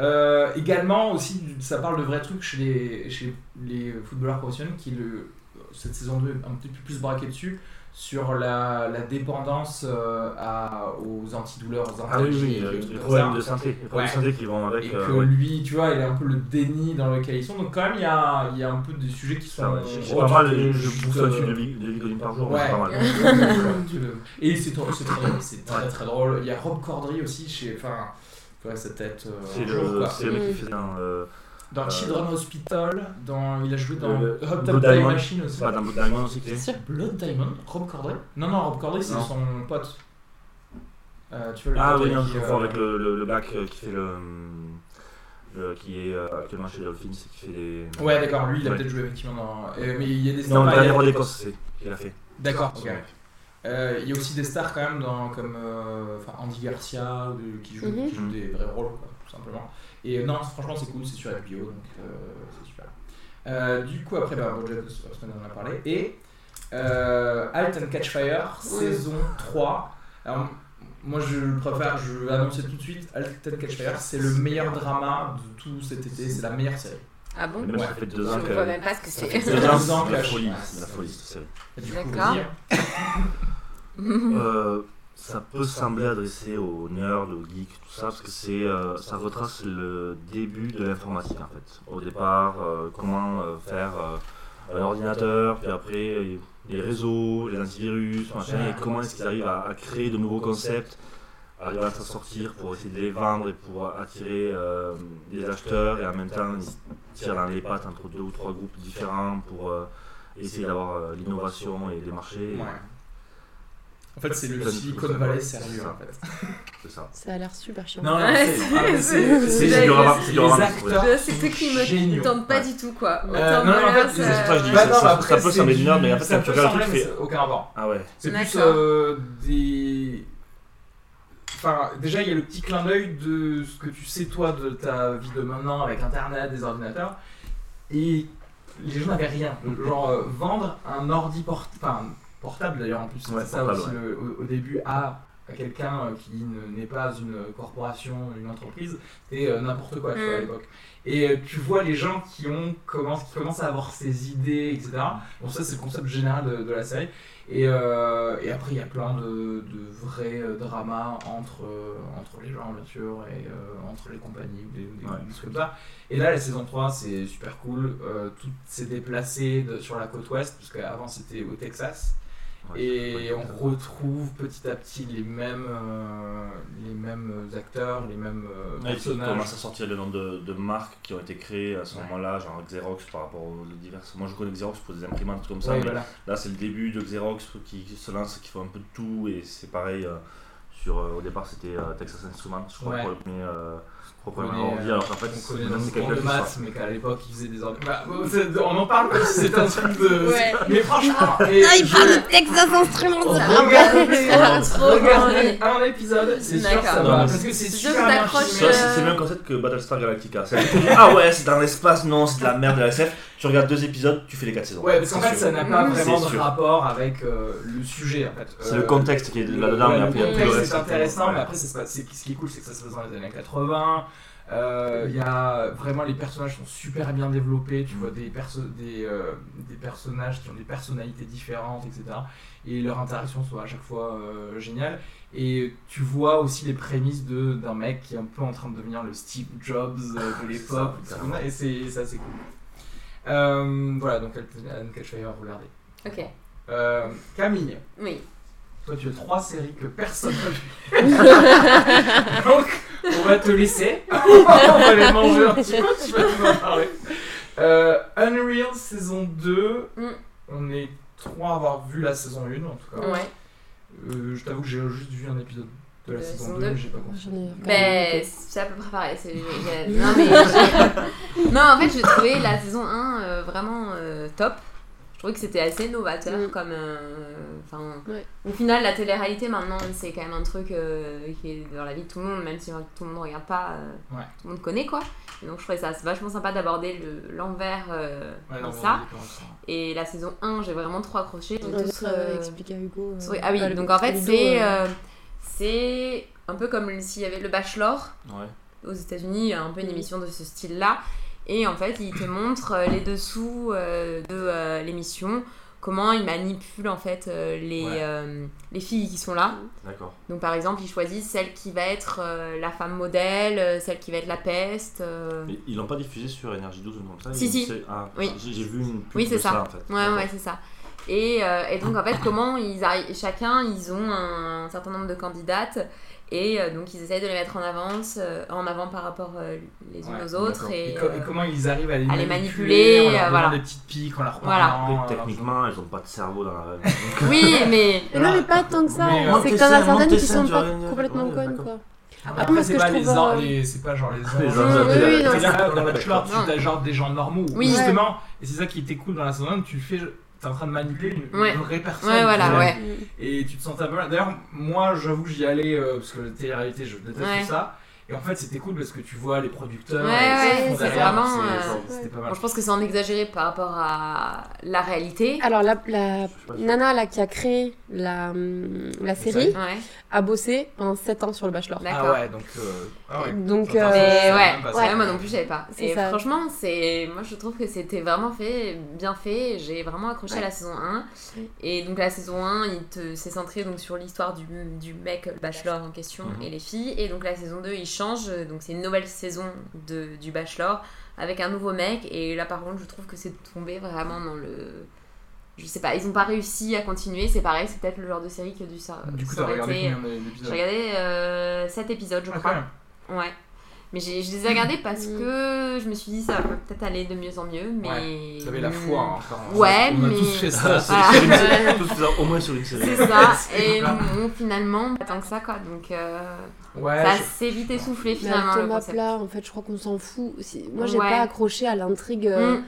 Speaker 1: Euh, également, aussi, du- ça parle de vrais trucs chez les, chez les footballeurs professionnels qui, le, cette saison 2, un petit peu plus braqué dessus, sur la, la dépendance euh, à, aux antidouleurs, aux
Speaker 4: Ah oui, oui,
Speaker 1: antalgiques,
Speaker 4: euh,
Speaker 1: aux
Speaker 4: les problèmes de
Speaker 1: antalgiques
Speaker 4: santé. Les problèmes
Speaker 1: Ouais.
Speaker 4: de santé qui vont
Speaker 1: et
Speaker 4: avec.
Speaker 1: que
Speaker 4: euh, ouais.
Speaker 1: lui, tu vois, il est un peu le déni dans lequel ils sont. Donc, quand même, il y a, il y a un peu des sujets qui sont.
Speaker 4: Ça, ouais, je- je-
Speaker 1: Oh,
Speaker 4: pas
Speaker 1: tu
Speaker 4: mal,
Speaker 1: te- tu
Speaker 4: je- je bouffe
Speaker 1: te-
Speaker 4: là-dessus de Vic- de Vicodine par jour,
Speaker 1: euh, Ouais.
Speaker 4: c'est pas mal.
Speaker 1: Tu le- Et c'est trop- c'est très, c'est très, très drôle. Il y a Rob Corddry aussi, chez. Enfin, ouais, sa tête. euh,
Speaker 4: C'est
Speaker 1: un
Speaker 4: le,
Speaker 1: jour, quoi.
Speaker 4: c'est le mec qui
Speaker 2: Mm.
Speaker 4: faisait dans, euh,
Speaker 1: Dans
Speaker 4: euh,
Speaker 1: Children's Hospital, dans, il a joué dans
Speaker 4: le-
Speaker 1: Hot Tub
Speaker 4: Blood
Speaker 1: Time
Speaker 4: Diamond.
Speaker 1: Machine aussi.
Speaker 4: pas dans Blood Diamond aussi, tu sais.
Speaker 2: Sûr.
Speaker 1: Blood Diamond Rob Corddry Non, non, Rob Corddry, c'est
Speaker 4: Non.
Speaker 1: son pote. Euh, tu vois, le
Speaker 4: Ah
Speaker 1: pote
Speaker 4: oui, non,
Speaker 1: avec
Speaker 4: je
Speaker 1: qui,
Speaker 4: confonds
Speaker 1: euh,
Speaker 4: avec le, le, le bac euh, qui fait le, le- qui est euh, actuellement chez les Dolphins et qui fait des.
Speaker 1: Ouais, d'accord, lui, il a
Speaker 4: Ouais.
Speaker 1: peut-être joué effectivement dans. euh, mais il y a des
Speaker 4: Non,
Speaker 1: sympas,
Speaker 4: le
Speaker 1: il y
Speaker 4: dernier
Speaker 1: a-
Speaker 4: roi d'Écosse, c'est qu'il a fait.
Speaker 1: D'accord, ok.
Speaker 4: Ouais.
Speaker 1: Euh, Il y a aussi des stars quand même dans, comme euh, enfin, Andy Garcia ou de- qui, joue,
Speaker 2: Mhm.
Speaker 1: qui joue des vrais rôles quoi, tout simplement. Et euh, non, franchement c'est cool, c'est sur HBO donc euh, c'est super. Euh, du coup après bah, Bojack Horseman on en a parlé et euh, Halt and Catch Fire saison 3. Alors moi je préfère, je vais annoncer tout de suite, Halt and Catch Fire c'est le meilleur drama de tout cet été, c'est la meilleure série.
Speaker 3: Ah
Speaker 4: Mais
Speaker 3: bon
Speaker 4: même
Speaker 1: Ouais.
Speaker 4: ça fait deux ans
Speaker 3: Je
Speaker 4: que.
Speaker 3: vois même pas ce que c'est.
Speaker 1: fait
Speaker 4: Deux ans,
Speaker 1: Deux ans
Speaker 4: c'est la
Speaker 1: que-
Speaker 4: folie, c'est la folie cette série.
Speaker 1: Du coup,
Speaker 3: D'accord.
Speaker 1: vas-y.
Speaker 4: Euh, ça peut sembler adressé aux nerds, aux geeks, tout ça, parce que c'est, euh, ça retrace le début de l'informatique en fait. Au départ, euh, comment euh, faire euh, un ordinateur, puis après euh, les réseaux, les antivirus, machin, et comment est-ce qu'ils arrivent à, à créer de nouveaux concepts, arriver à s'en sortir pour essayer de les vendre et pour attirer euh, des acheteurs, et en même temps ils se tirent dans les pattes entre deux ou trois groupes différents pour euh, essayer d'avoir euh, l'innovation et des marchés.
Speaker 1: Ouais. En fait c'est le
Speaker 4: Plein de
Speaker 1: Silicon
Speaker 4: trucs.
Speaker 1: Valley sérieux en fait.
Speaker 4: C'est ça.
Speaker 2: Ça a l'air super chiant.
Speaker 1: Non, non,
Speaker 3: Ouais,
Speaker 1: c'est-
Speaker 3: c'est-
Speaker 1: ah, mais
Speaker 3: c'est-
Speaker 1: c'est-
Speaker 3: c'est-
Speaker 1: c'est-
Speaker 3: c'est
Speaker 1: les
Speaker 3: dur à
Speaker 4: voir, c'est dur à voir.
Speaker 1: acteurs
Speaker 3: C'est
Speaker 1: sont
Speaker 3: ce qui me
Speaker 1: géniaux.
Speaker 3: tente pas
Speaker 4: Ouais.
Speaker 3: du tout quoi. En
Speaker 1: Euh,
Speaker 3: tant
Speaker 1: non,
Speaker 3: que
Speaker 1: en
Speaker 3: malade,
Speaker 1: fait,
Speaker 3: ça-
Speaker 4: c'est pour ça que je dis
Speaker 1: bah
Speaker 4: ça-
Speaker 1: non,
Speaker 4: ça-
Speaker 1: après,
Speaker 4: ça peut
Speaker 1: c'est
Speaker 4: sembler
Speaker 1: du-
Speaker 4: bizarre, mais après,
Speaker 1: ça
Speaker 4: quand
Speaker 1: peut
Speaker 4: tu regardes le
Speaker 1: sembler,
Speaker 4: truc,
Speaker 1: mais c'est aucun rapport.
Speaker 4: Ah ouais.
Speaker 1: C'est plus
Speaker 3: D'accord.
Speaker 1: euh, des. Enfin, déjà, il y a le petit clin d'œil de ce que tu sais, toi, de ta vie de maintenant avec Internet, des ordinateurs. Et les gens n'avaient rien. Genre, euh, vendre un ordi port- enfin, portable, d'ailleurs, en plus,
Speaker 4: Ouais,
Speaker 1: c'est ça
Speaker 4: portable,
Speaker 1: aussi le- au, au début, à, à quelqu'un euh, qui ne- n'est pas une corporation, une entreprise, et euh, n'importe quoi, tu vois, à
Speaker 3: Mm.
Speaker 1: l'époque. Et euh, tu vois les gens qui, ont, commencent, qui commencent à avoir ces idées, etc. Bon, ça, c'est le concept général de, de la série. Et, euh, et après, il y a plein de, de vrais euh, dramas entre, euh, entre les gens, bien sûr, et euh, entre les compagnies, ou des, ou des-
Speaker 4: Ouais.
Speaker 1: des trucs comme ça. Et là, la saison 3, c'est super cool. Euh, tout s'est déplacé de- sur la côte ouest, parce qu'avant, c'était au Texas.
Speaker 4: Ouais,
Speaker 1: Et
Speaker 4: ouais.
Speaker 1: on retrouve petit à petit les mêmes, euh, les mêmes acteurs, les mêmes euh,
Speaker 4: Et puis, on
Speaker 1: personnages.
Speaker 4: commence à sortir le nom de, de marques qui ont été créées à ce
Speaker 1: Ouais.
Speaker 4: moment-là, genre Xerox par rapport aux divers. Moi je connais Xerox pour des imprimantes comme ça,
Speaker 1: Ouais,
Speaker 4: mais
Speaker 1: voilà.
Speaker 4: là c'est le début de Xerox qui se lance, qui font un peu de tout, et c'est pareil. euh, sur, euh, au départ c'était euh, Texas Instruments, je crois,
Speaker 1: Ouais.
Speaker 4: pour le premier, euh, pour le premier
Speaker 1: Connais,
Speaker 4: ordi,
Speaker 1: euh,
Speaker 4: alors qu'en fait
Speaker 1: On
Speaker 4: c'est
Speaker 1: connaît dans
Speaker 4: maintenant,
Speaker 1: le
Speaker 4: c'est
Speaker 1: cours
Speaker 4: quelqu'un
Speaker 1: de
Speaker 4: qui
Speaker 1: maths, mais qu'à l'époque ils faisaient des ordres. Bah, euh, c'est- on en parle comme si c'était un truc de.
Speaker 3: Ouais.
Speaker 1: Mais franchement, et
Speaker 6: Ah, il
Speaker 1: je-
Speaker 6: parle de Texas Instruments
Speaker 1: on
Speaker 6: ça.
Speaker 1: regarde-
Speaker 3: Ah, trop
Speaker 1: regardez un épisode, c'est sûr
Speaker 3: D'accord.
Speaker 1: ça
Speaker 4: Non,
Speaker 1: va.
Speaker 4: mais
Speaker 1: Parce que c'est
Speaker 3: Je euh,
Speaker 1: super bien
Speaker 3: t'accroche,
Speaker 1: filmé.
Speaker 4: Ça, c'est c'est le même concept que Battlestar Galactica. C'est- ah ouais, c'est dans l'espace, non, c'est de la merde de la SF. Tu regardes deux épisodes, tu fais les quatre saisons.
Speaker 1: Ouais, parce qu'en
Speaker 4: C'est
Speaker 1: fait,
Speaker 4: sûr.
Speaker 1: ça n'a pas
Speaker 4: Mmh.
Speaker 1: vraiment
Speaker 4: C'est
Speaker 1: de
Speaker 4: sûr.
Speaker 1: rapport avec euh, le sujet en fait.
Speaker 4: C'est
Speaker 1: Euh,
Speaker 4: le contexte qui est là-dedans,
Speaker 1: Ouais,
Speaker 4: mais
Speaker 1: le
Speaker 4: après il y a tout le
Speaker 1: contexte,
Speaker 4: reste.
Speaker 1: C'est intéressant,
Speaker 4: Ouais.
Speaker 1: mais après, c'est pas- c'est- ce qui est cool, c'est que ça se passe dans les années 80. Euh, Il y a vraiment les personnages sont super bien développés. Tu vois des, perso- des, euh, des personnages qui ont des personnalités différentes, etc. Et leurs interactions sont à chaque fois euh, géniales. Et tu vois aussi les prémices de- d'un mec qui est un peu en train de devenir le Steve Jobs euh, de l'époque.
Speaker 4: C'est ça,
Speaker 1: etc. et c'est ça, c'est cool. Euh, voilà, donc Anne Catchfire, regardez.
Speaker 3: Ok,
Speaker 1: Euh, Camille.
Speaker 3: oui.
Speaker 1: Toi, tu as trois séries que personne n'a vues. Donc, on va te laisser. on va les manger un petit peu, tu vas nous en parler. Euh, Unreal saison 2.
Speaker 3: Mm.
Speaker 1: On est trois à avoir vu la saison 1 en tout cas.
Speaker 3: Ouais.
Speaker 1: Euh, je t'avoue que j'ai juste vu un épisode de la
Speaker 3: De la
Speaker 1: saison,
Speaker 3: saison
Speaker 1: 2,
Speaker 3: deux.
Speaker 1: j'ai pas compris.
Speaker 2: J'en ai regardé.
Speaker 3: Ben, c'est à peu près pareil. c'est- j'ai- Non, mais. j'ai- non, en fait, j'ai trouvé la saison 1 euh, vraiment euh, top. Je trouvais que c'était assez novateur
Speaker 2: Mm.
Speaker 3: comme. euh, Enfin.
Speaker 2: Ouais.
Speaker 3: Au final, la télé-réalité maintenant, c'est quand même un truc euh, qui est dans la vie de tout le monde, même si tout le monde ne regarde pas, euh,
Speaker 1: Ouais.
Speaker 3: tout le monde connaît quoi. Et donc je trouvais ça vachement sympa d'aborder le- l'envers euh,
Speaker 1: Ouais,
Speaker 3: dans
Speaker 1: non,
Speaker 3: ça.
Speaker 1: on est d'accord.
Speaker 3: Et la saison 1, j'ai vraiment trop accroché. J'ai
Speaker 2: On va
Speaker 3: tous,
Speaker 2: dire,
Speaker 3: euh,
Speaker 2: euh, expliquer à Hugo. euh,
Speaker 3: oui, Ah oui,
Speaker 2: à
Speaker 3: donc en fait,
Speaker 2: Ludo,
Speaker 3: c'est
Speaker 2: euh,
Speaker 3: euh, c'est un peu comme s'il y avait le Bachelor
Speaker 4: Ouais.
Speaker 3: aux États-Unis, un peu une
Speaker 2: Mhm.
Speaker 3: émission de ce style-là. Et en fait, il te montre euh, les dessous euh, de euh, l'émission, comment il manipule en fait euh, les,
Speaker 1: Ouais.
Speaker 3: euh, les filles qui sont là.
Speaker 2: Mm.
Speaker 4: D'accord.
Speaker 3: Donc par exemple, ils choisissent celle qui va être euh, la femme modèle, euh, celle qui va être la peste. euh.
Speaker 4: Mais ils l'ont pas diffusé sur Energy 12 ou comme ça
Speaker 3: Si,
Speaker 4: ils-
Speaker 3: si.
Speaker 4: c'est- ah,
Speaker 3: Oui.
Speaker 4: J'ai j'ai vu une pub
Speaker 3: Oui, c'est
Speaker 4: de ça.
Speaker 3: ça.
Speaker 4: en fait.
Speaker 3: Ouais, ouais, c'est ça. Et, euh, et donc, en fait, comment ils arrivent, chacun, ils ont un, certain nombre de candidates et euh, donc ils essayent de les mettre en avance, euh, en avant par rapport euh, les unes
Speaker 1: Ouais,
Speaker 3: aux autres.
Speaker 4: d'accord.
Speaker 1: Et,
Speaker 3: Et,
Speaker 1: co-
Speaker 3: euh,
Speaker 1: et comment ils arrivent à les
Speaker 3: à les
Speaker 1: manipuler,
Speaker 3: manipuler,
Speaker 1: en leur
Speaker 3: euh, voilà.
Speaker 1: donnant des petites piques, en leur
Speaker 3: Voilà.
Speaker 1: parlant. en
Speaker 4: Après,
Speaker 1: leur
Speaker 4: techniquement, ils ont pas de cerveau dans la veine.
Speaker 3: oui, mais
Speaker 2: mais Non, mais pas tant que ça.
Speaker 1: Mais, euh,
Speaker 2: c'est
Speaker 4: Montez
Speaker 2: que t'en as
Speaker 4: ça,
Speaker 2: certaines
Speaker 4: montez
Speaker 2: qui
Speaker 4: ça,
Speaker 2: sont
Speaker 4: tu
Speaker 2: pas
Speaker 4: vas gagner.
Speaker 2: complètement
Speaker 4: Ouais,
Speaker 2: connes,
Speaker 4: euh, d'accord.
Speaker 2: quoi.
Speaker 3: Ah
Speaker 1: Après,
Speaker 2: Après, ce
Speaker 1: c'est
Speaker 2: que
Speaker 1: pas,
Speaker 2: je
Speaker 1: les
Speaker 2: trouve,
Speaker 1: an-
Speaker 2: euh,
Speaker 1: les- c'est pas genre les anges.
Speaker 4: Les
Speaker 2: anges Oui, oui, non,
Speaker 1: C'est-à-dire
Speaker 2: c'est-
Speaker 1: que dans le bachelor, tu
Speaker 3: Non.
Speaker 1: as genre des gens normaux. où
Speaker 3: Oui.
Speaker 1: Justement, et c'est ça qui était cool dans la saison 1, tu fais, t'es en train de manipuler une, une
Speaker 3: Ouais.
Speaker 1: vraie personne.
Speaker 3: Ouais,
Speaker 1: tu
Speaker 3: voilà,
Speaker 1: vois.
Speaker 3: ouais.
Speaker 2: Mm.
Speaker 1: Et tu te sens un peu mal. D'ailleurs, moi, j'avoue, j'y allais euh, parce que la télé-réalité, je déteste
Speaker 3: Ouais.
Speaker 1: tout ça. Et en fait, c'était cool parce que tu vois les producteurs.
Speaker 3: Ouais,
Speaker 1: euh, ce
Speaker 2: ouais,
Speaker 1: qu'ils font
Speaker 2: c'est
Speaker 1: derrière,
Speaker 3: vraiment,
Speaker 1: c'est-
Speaker 2: euh,
Speaker 1: C'était pas
Speaker 3: bon,
Speaker 1: mal.
Speaker 3: je pense que c'est en exagéré par rapport à la réalité.
Speaker 2: Alors, la, la
Speaker 4: Je sais pas si-
Speaker 2: nana là, qui a créé la, hum, la série
Speaker 3: Ouais,
Speaker 2: a bossé pendant 7 ans sur le Bachelor.
Speaker 1: Ah
Speaker 3: d'accord.
Speaker 1: ouais, donc. euh, ah ouais.
Speaker 2: Donc,
Speaker 1: Attends,
Speaker 2: euh,
Speaker 3: Mais
Speaker 1: c'est
Speaker 3: ouais,
Speaker 1: même pas ça.
Speaker 3: ouais, moi non plus, je savais pas.
Speaker 2: C'est
Speaker 3: Et
Speaker 2: ça.
Speaker 3: franchement, c'est moi je trouve que c'était vraiment fait, bien fait. J'ai vraiment accroché à la saison 1.
Speaker 2: Oui.
Speaker 3: Et donc la saison 1, il te s'est centré donc sur l'histoire du, du mec le bachelor en question
Speaker 4: Mhm.
Speaker 3: et les filles. Et donc la saison 2, il change. Donc c'est une nouvelle saison de, du bachelor avec un nouveau mec. Et là par contre, je trouve que c'est tombé vraiment dans le je sais pas, ils ont pas réussi à continuer, c'est pareil, c'est peut-être le genre de série qui a dû s'ar-
Speaker 1: Du coup, t'as regardé
Speaker 3: s'arrêter.
Speaker 1: combien d'épisodes
Speaker 3: euh, J'ai regardé 7 épisodes, je
Speaker 1: Ah,
Speaker 3: crois.
Speaker 1: quand même.
Speaker 3: Ouais. Mais j'ai- je les ai regardés parce
Speaker 2: Mm.
Speaker 3: que je me suis dit ça peut peut-être aller de mieux en mieux, mais. mm.
Speaker 1: Vous avez la foi hein, encore.
Speaker 3: Ouais,
Speaker 1: on a
Speaker 3: mais-
Speaker 1: tous fait ça. c'est-
Speaker 3: Voilà.
Speaker 4: Tous faisant au moins sur une série.
Speaker 3: C'est ça, et bon, finalement, pas tant que ça quoi, donc euh,
Speaker 1: Ouais,
Speaker 3: ça
Speaker 1: je-
Speaker 3: s'est vite essoufflé
Speaker 2: mais
Speaker 3: finalement
Speaker 2: elle
Speaker 3: le
Speaker 2: tombe à
Speaker 3: concept.
Speaker 2: plat, en fait, je crois qu'on s'en fout. C'est- Moi, j'ai
Speaker 3: Ouais.
Speaker 2: pas accroché à l'intrigue. euh,
Speaker 3: Mm.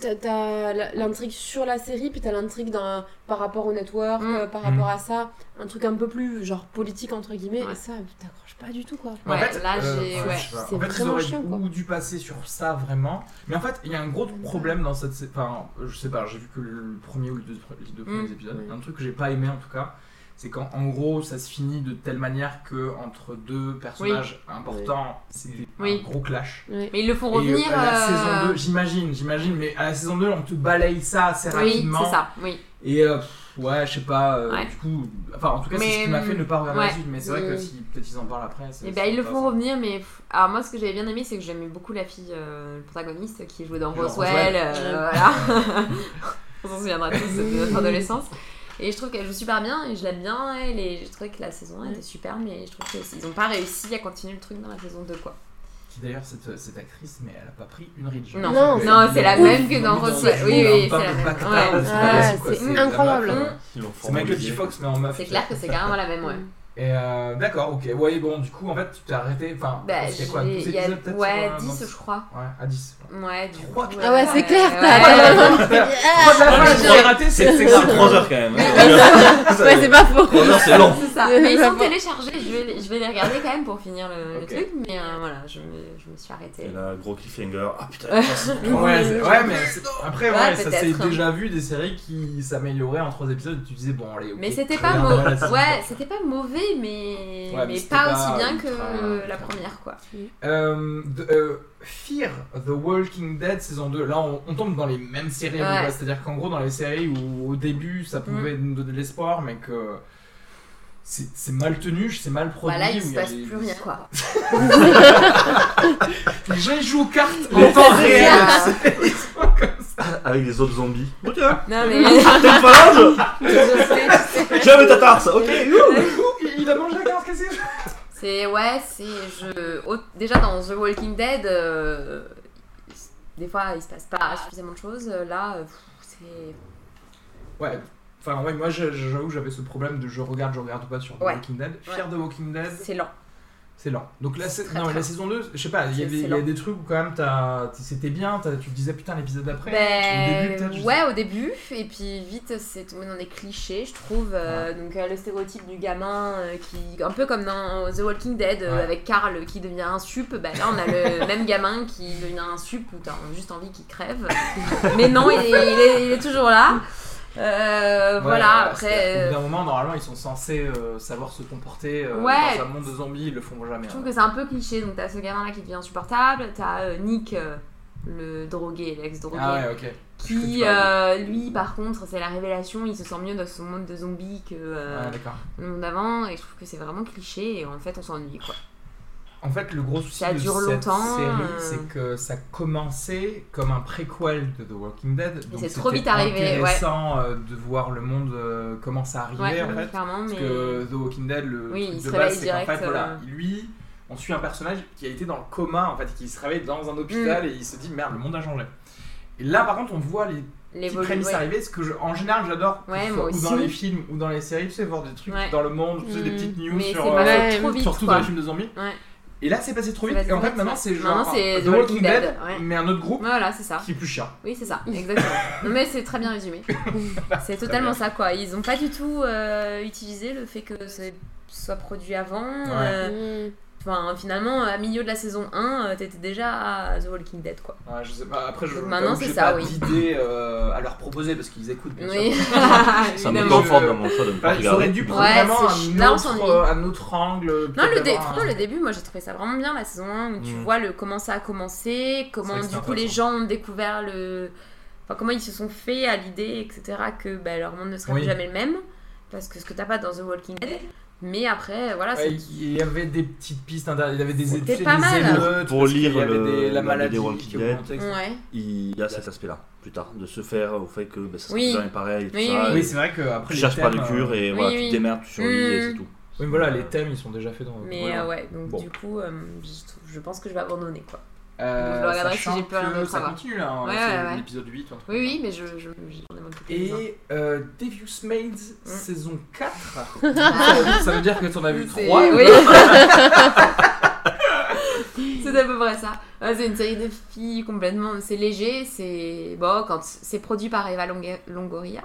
Speaker 2: T'as- T'as la- l'intrigue sur la série, puis t'as l'intrigue dans- par rapport au network,
Speaker 3: Mm.
Speaker 2: euh, par
Speaker 1: Mm.
Speaker 2: rapport à ça, un truc un peu plus genre politique entre guillemets,
Speaker 3: Ouais.
Speaker 2: et ça t'accroches pas du tout quoi.
Speaker 3: Ouais, là,
Speaker 1: euh,
Speaker 3: j'ai- ouais.
Speaker 1: je sais pas.
Speaker 2: C'est
Speaker 1: En fait, ils
Speaker 2: vraiment
Speaker 1: auraient
Speaker 2: chiant,
Speaker 1: dû-
Speaker 2: quoi.
Speaker 1: ou dû passer sur ça vraiment. Mais en fait, il y a un gros problème dans cette. sé- Enfin, je sais pas, j'ai vu que le premier ou les deux, les deux premiers
Speaker 3: Mm.
Speaker 1: épisodes.
Speaker 2: Ouais.
Speaker 1: Un truc que j'ai pas aimé en tout cas, c'est quand en gros ça se finit de telle manière que entre deux personnages importants, c'est
Speaker 3: Oui.
Speaker 1: un gros clash.
Speaker 2: Ouais.
Speaker 3: Mais ils le font
Speaker 1: Et, euh,
Speaker 3: revenir.
Speaker 1: à la
Speaker 3: euh,
Speaker 1: saison 2, j'imagine, j'imagine, mais à la saison 2, on te balaye ça assez
Speaker 3: Oui,
Speaker 1: rapidement.
Speaker 3: c'est ça, oui.
Speaker 1: Et euh, pff, ouais, je sais pas, euh,
Speaker 3: Ouais.
Speaker 1: du coup, enfin en tout cas, c'est
Speaker 3: Mais,
Speaker 1: ce qui m'a fait
Speaker 3: hum,
Speaker 1: ne pas regarder
Speaker 3: ouais.
Speaker 1: la suite, mais c'est vrai que
Speaker 2: Mm.
Speaker 1: si peut-être ils en parlent après. c'est-
Speaker 3: Et
Speaker 1: c'est
Speaker 3: ben ils le
Speaker 1: intéressant.
Speaker 3: font revenir, mais pff, alors moi ce que j'avais bien aimé, c'est que j'aimais beaucoup la fille, euh, le protagoniste qui jouait dans
Speaker 1: Genre
Speaker 3: Roswell,
Speaker 1: Roswell.
Speaker 3: euh, voilà. On s'en souviendra tous de notre adolescence. Et je trouve qu'elle joue super bien et je l'aime bien elle et je trouvais que la saison 1 était super mais je trouve qu'ils n'ont pas réussi à continuer le truc dans la saison 2
Speaker 1: Ah,
Speaker 3: quoi.
Speaker 1: Qui d'ailleurs, cette, cette actrice, mais elle a pas pris une ride.
Speaker 3: Non.
Speaker 2: Non,
Speaker 1: Elle-
Speaker 3: non,
Speaker 1: elle-
Speaker 3: c'est la
Speaker 1: elle-
Speaker 3: même que
Speaker 1: elle-
Speaker 3: dans
Speaker 1: elle-
Speaker 3: Roswell.
Speaker 1: elle-
Speaker 3: Oui,
Speaker 1: elle-
Speaker 3: oui,
Speaker 1: elle-
Speaker 3: c'est la même.
Speaker 1: Bacta,
Speaker 3: Ouais.
Speaker 1: c'est
Speaker 2: Ouais,
Speaker 1: pas possible, quoi,
Speaker 2: c'est
Speaker 1: la
Speaker 2: incroyable.
Speaker 1: meuf,
Speaker 3: Mm.
Speaker 1: euh,
Speaker 4: Ils l'ont
Speaker 1: C'est Michael J.
Speaker 4: formalisé.
Speaker 1: Fox, mais en meuf.
Speaker 3: C'est clair que c'est carrément la même ouais.
Speaker 2: Mm.
Speaker 1: Et euh, d'accord, ok. Ouais, bon, du coup, en fait, tu t'es arrêté. Enfin,
Speaker 3: Bah,
Speaker 1: Ah, c'était quoi
Speaker 3: j'ai-
Speaker 1: 12
Speaker 3: il y a
Speaker 1: épisodes peut-être
Speaker 3: ouais,
Speaker 1: sur, euh,
Speaker 3: 10
Speaker 1: dans-
Speaker 3: je crois.
Speaker 1: Ouais, à 10.
Speaker 3: Ouais, du
Speaker 1: Trois,
Speaker 3: coup,
Speaker 1: putain.
Speaker 2: Ah ouais, c'est clair,
Speaker 3: ouais,
Speaker 2: t'as
Speaker 3: ouais.
Speaker 2: t'as vraiment- Ah,
Speaker 1: Trois de la fin,
Speaker 3: Ouais,
Speaker 1: j'ai
Speaker 3: j'ai-
Speaker 1: raté, c'est c'est
Speaker 4: C'est
Speaker 1: grave.
Speaker 4: 3 heures quand même.
Speaker 2: Ouais, c'est pas faux.
Speaker 4: 3 heures, c'est long.
Speaker 3: C'est ça.
Speaker 2: C'est
Speaker 3: Mais ils sont
Speaker 2: vraiment-
Speaker 3: téléchargés, je vais, je vais les regarder quand même pour finir le, le
Speaker 1: Ok.
Speaker 3: truc. Mais euh, voilà, je, me- je me suis arrêtée.
Speaker 4: Et là, gros cliffhanger. Ah putain, c'est trop long.
Speaker 1: Ouais, c'est- ouais, mais c'est- après,
Speaker 3: Ouais,
Speaker 1: ouais, ça
Speaker 3: peut-être,
Speaker 1: s'est
Speaker 3: hein.
Speaker 1: déjà vu des séries qui s'amélioraient en 3 épisodes. Tu disais, bon, allez, ok.
Speaker 3: Mais c'était
Speaker 1: je
Speaker 3: pas,
Speaker 1: regarde la
Speaker 3: mauvais.
Speaker 1: saison.
Speaker 3: ouais, c'était pas mauvais, mais,
Speaker 1: Ouais, mais
Speaker 3: mais
Speaker 1: c'était
Speaker 3: pas,
Speaker 1: pas
Speaker 3: aussi bien que
Speaker 1: ultra-
Speaker 3: euh, la
Speaker 1: ultra.
Speaker 3: première, quoi.
Speaker 1: Euh, de- euh, Fear the Walking Dead saison 2. Là, on, on tombe dans les mêmes séries. à peu
Speaker 3: Ouais. Mm.
Speaker 1: près. C'est-à-dire qu'en gros, dans les séries où au début ça pouvait nous donner de l'espoir, mais que c'est c'est mal tenu, c'est mal produit.
Speaker 3: Voilà, Bah là, il
Speaker 1: où
Speaker 3: se
Speaker 1: y a
Speaker 3: passe
Speaker 1: des-
Speaker 3: plus rien, quoi.
Speaker 1: Les gens ils jouent aux cartes en temps réel. Ils sont comme ça.
Speaker 4: Avec les autres zombies. Oh tiens,
Speaker 3: non, mais.
Speaker 4: t'es pas l'ange
Speaker 3: c'est-
Speaker 4: Jamais ta tarse, ok.
Speaker 1: Ouh, Il a mangé la carte, qu'est-ce que c'est
Speaker 3: c'est. Ouais, c'est. Je... au- Déjà, dans The Walking Dead, euh, des fois, il se passe pas suffisamment de choses. Là, euh, pff, c'est.
Speaker 1: Ouais. Enfin, ouais, moi je- je- j'avoue, j'avais ce problème de je regarde, je regarde pas sur The
Speaker 3: Ouais.
Speaker 1: Walking Dead. Fear the Walking Dead,
Speaker 3: C'est lent.
Speaker 1: C'est lent. Donc la, sa-
Speaker 3: Très,
Speaker 1: non,
Speaker 3: très
Speaker 1: la
Speaker 3: lent.
Speaker 1: saison 2, je sais pas, il y,
Speaker 3: C'est-
Speaker 1: avait-
Speaker 3: c'est
Speaker 1: il y a
Speaker 3: lent.
Speaker 1: des trucs où quand même t'as- t- c'était bien, t'as- tu te disais putain l'épisode d'après. au début,
Speaker 3: Ben,
Speaker 1: peut-être, je sais
Speaker 3: ouais, au début, et puis vite, c'est tombé dans des clichés, je trouve. euh, Donc, euh, le stéréotype du gamin, euh, qui, un peu comme dans The Walking Dead, euh,
Speaker 1: Ouais.
Speaker 3: avec Carl qui devient un sup, bah là, on a le même gamin qui devient un sup où t'as juste envie qu'il crève. Mais non, il est, il est- il est toujours là. Euh,
Speaker 1: Ouais,
Speaker 3: voilà,
Speaker 1: euh, c'est-à-dire qu'au
Speaker 3: après.
Speaker 1: bout
Speaker 3: euh,
Speaker 1: d'un moment, normalement, ils sont censés euh, savoir se comporter euh,
Speaker 3: Ouais.
Speaker 1: dans un monde de zombies, ils le font jamais.
Speaker 3: Je trouve
Speaker 1: hein.
Speaker 3: que c'est un peu cliché, donc t'as ce gamin là qui devient insupportable, t'as euh, Nick, euh, le drogué, l'ex-drogué,
Speaker 1: Ah ouais, ok. Je crois que tu
Speaker 3: qui, euh, lui, par contre, c'est la révélation, il se sent mieux dans son monde de zombies que euh,
Speaker 1: Ouais, Ah, d'accord.
Speaker 3: le monde d'avant, et je trouve que c'est vraiment cliché, et en fait, on s'ennuie, quoi.
Speaker 1: En fait, le gros souci
Speaker 3: Ça
Speaker 1: de
Speaker 3: dure
Speaker 1: cette
Speaker 3: longtemps,
Speaker 1: série,
Speaker 3: euh.
Speaker 1: c'est que ça commençait comme un préquel de The Walking Dead. donc
Speaker 3: c'est trop
Speaker 1: c'était
Speaker 3: vite arrivé, ouais.
Speaker 1: intéressant euh, de voir le monde euh, comment ça arrivait
Speaker 3: Ouais,
Speaker 1: en fait.
Speaker 3: clairement, mais...
Speaker 1: Parce que The Walking Dead, le
Speaker 3: Oui,
Speaker 1: truc
Speaker 3: il
Speaker 1: de
Speaker 3: se
Speaker 1: base,
Speaker 3: réveille
Speaker 1: c'est qu'en fait,
Speaker 3: direct,
Speaker 1: voilà,
Speaker 3: euh.
Speaker 1: lui, on suit un personnage qui a été dans le coma, en fait, et qui se réveille dans un
Speaker 3: Mm.
Speaker 1: hôpital et il se dit merde, le monde a changé. Et là, par contre, on voit les
Speaker 3: les
Speaker 1: petites
Speaker 3: volumes,
Speaker 1: prémices
Speaker 3: ouais.
Speaker 1: arriver, ce que je, en général, j'adore, que
Speaker 3: Ouais,
Speaker 1: ce
Speaker 3: moi
Speaker 1: soit ou dans
Speaker 3: aussi.
Speaker 1: les films ou dans les séries, tu sais, voir des trucs
Speaker 3: Ouais.
Speaker 1: dans le monde, tu sais, des
Speaker 2: Mm,
Speaker 1: petites news
Speaker 3: Mais c'est
Speaker 1: sur.
Speaker 3: passé
Speaker 1: euh,
Speaker 2: Ouais,
Speaker 3: trop vite,
Speaker 1: Surtout
Speaker 3: quoi.
Speaker 1: dans les films de zombies.
Speaker 3: Ouais.
Speaker 1: Et là, c'est passé trop
Speaker 3: C'est
Speaker 1: vite.
Speaker 3: passé
Speaker 1: Et en
Speaker 3: trop
Speaker 1: fait,
Speaker 3: vite,
Speaker 1: maintenant,
Speaker 3: ouais.
Speaker 1: c'est genre
Speaker 3: Maintenant, c'est
Speaker 1: The
Speaker 3: The
Speaker 1: Walking
Speaker 3: Walking
Speaker 1: Dead,
Speaker 3: Dead, ouais.
Speaker 1: mais un autre groupe
Speaker 3: Voilà, c'est ça.
Speaker 1: qui est plus chiant.
Speaker 3: Oui, c'est ça, exactement. non, mais c'est très bien résumé. c'est totalement ça, quoi. Ils ont pas du tout euh, utilisé le fait que ce soit produit avant.
Speaker 1: Ouais.
Speaker 3: euh,
Speaker 2: Mm.
Speaker 3: Enfin, finalement, à milieu de la saison 1, euh, t'étais déjà à The Walking Dead, quoi.
Speaker 1: Ouais, je sais pas. Après, je
Speaker 3: Donc
Speaker 1: t'avoue
Speaker 3: maintenant,
Speaker 1: que
Speaker 3: c'est
Speaker 1: j'ai
Speaker 3: ça,
Speaker 1: pas
Speaker 3: oui.
Speaker 1: d'idée euh, à leur proposer parce qu'ils écoutent bien sûr.
Speaker 3: Oui. ah,
Speaker 4: Ça
Speaker 1: Mais
Speaker 4: me
Speaker 1: non,
Speaker 3: Évidemment.
Speaker 4: conforte
Speaker 1: je-
Speaker 4: dans mon choix de ne pas
Speaker 1: Bah, ils auraient dû prendre
Speaker 3: Ouais,
Speaker 1: vraiment
Speaker 3: c'est
Speaker 1: un,
Speaker 3: ch- là, on
Speaker 1: autre,
Speaker 3: s'ennuie.
Speaker 1: euh, un autre angle.
Speaker 3: Non,
Speaker 1: peut-être
Speaker 3: le, dé-
Speaker 1: avoir un-
Speaker 3: franchement, le début, moi j'ai trouvé ça vraiment bien la saison 1 où tu
Speaker 4: Mm.
Speaker 3: vois le, comment ça a commencé, comment
Speaker 1: C'est vrai que
Speaker 3: du
Speaker 1: c'est
Speaker 3: coup les
Speaker 1: intéressant.
Speaker 3: gens ont découvert le. Enfin, comment ils se sont fait à l'idée, etc., que bah, leur monde ne serait
Speaker 1: Oui.
Speaker 3: plus jamais le même. Parce que ce que t'as pas dans The Walking Dead. Mais après, voilà,
Speaker 1: Ouais,
Speaker 3: c'est.
Speaker 1: il y avait des petites pistes, intéressantes, il y avait des
Speaker 3: C'était
Speaker 1: études,
Speaker 3: pas
Speaker 1: des
Speaker 3: mal.
Speaker 1: émeutes,
Speaker 4: Pour
Speaker 1: parce qu'il
Speaker 4: lire
Speaker 1: y avait
Speaker 4: le-
Speaker 1: des-
Speaker 4: la
Speaker 1: la maladie
Speaker 4: BD Walking
Speaker 1: qui
Speaker 4: Dead.
Speaker 1: augmentait, etc.
Speaker 3: Ouais.
Speaker 4: Il y a cet aspect-là, plus tard, de se faire au fait que ben, ça sera
Speaker 3: Oui.
Speaker 4: jamais pareil et tout
Speaker 3: Oui,
Speaker 4: ça.
Speaker 3: oui.
Speaker 4: et
Speaker 1: Oui, c'est vrai que après
Speaker 4: tu
Speaker 1: les
Speaker 4: cherches Euh, pas
Speaker 1: thèmes,
Speaker 4: le cure
Speaker 1: euh,
Speaker 4: et
Speaker 3: euh,
Speaker 4: voilà,
Speaker 3: oui,
Speaker 4: tu
Speaker 3: oui. Mm.
Speaker 4: te démerdes, tu survis et c'est tout.
Speaker 1: Oui, voilà, les thèmes ils sont déjà faits dans.
Speaker 3: Mais
Speaker 1: voilà.
Speaker 3: euh, ouais, donc
Speaker 1: Bon.
Speaker 3: du coup, euh, je, je pense que je vais abandonner quoi.
Speaker 1: Euh,
Speaker 3: je le regarderai si
Speaker 1: sachant
Speaker 3: j'ai plus rien
Speaker 1: que
Speaker 3: d'autre à
Speaker 1: Ça
Speaker 3: voir.
Speaker 1: continue là, hein,
Speaker 3: Ouais,
Speaker 1: c'est
Speaker 3: ouais, ouais.
Speaker 1: l'épisode 8 ou un truc
Speaker 3: Oui,
Speaker 1: comme ça.
Speaker 3: oui, mais je. je, je j'en ai même plus quelques-uns.
Speaker 1: Et euh, Devious Maids
Speaker 3: Mm.
Speaker 1: saison 4.
Speaker 3: Ah,
Speaker 1: ça veut dire que t'en as vu
Speaker 3: c'est-
Speaker 1: 3.
Speaker 3: oui. c'est à peu près ça. Ouais, c'est une série de filles complètement. C'est léger, c'est. Bon, quand c'est produit par Eva Longa- Longoria.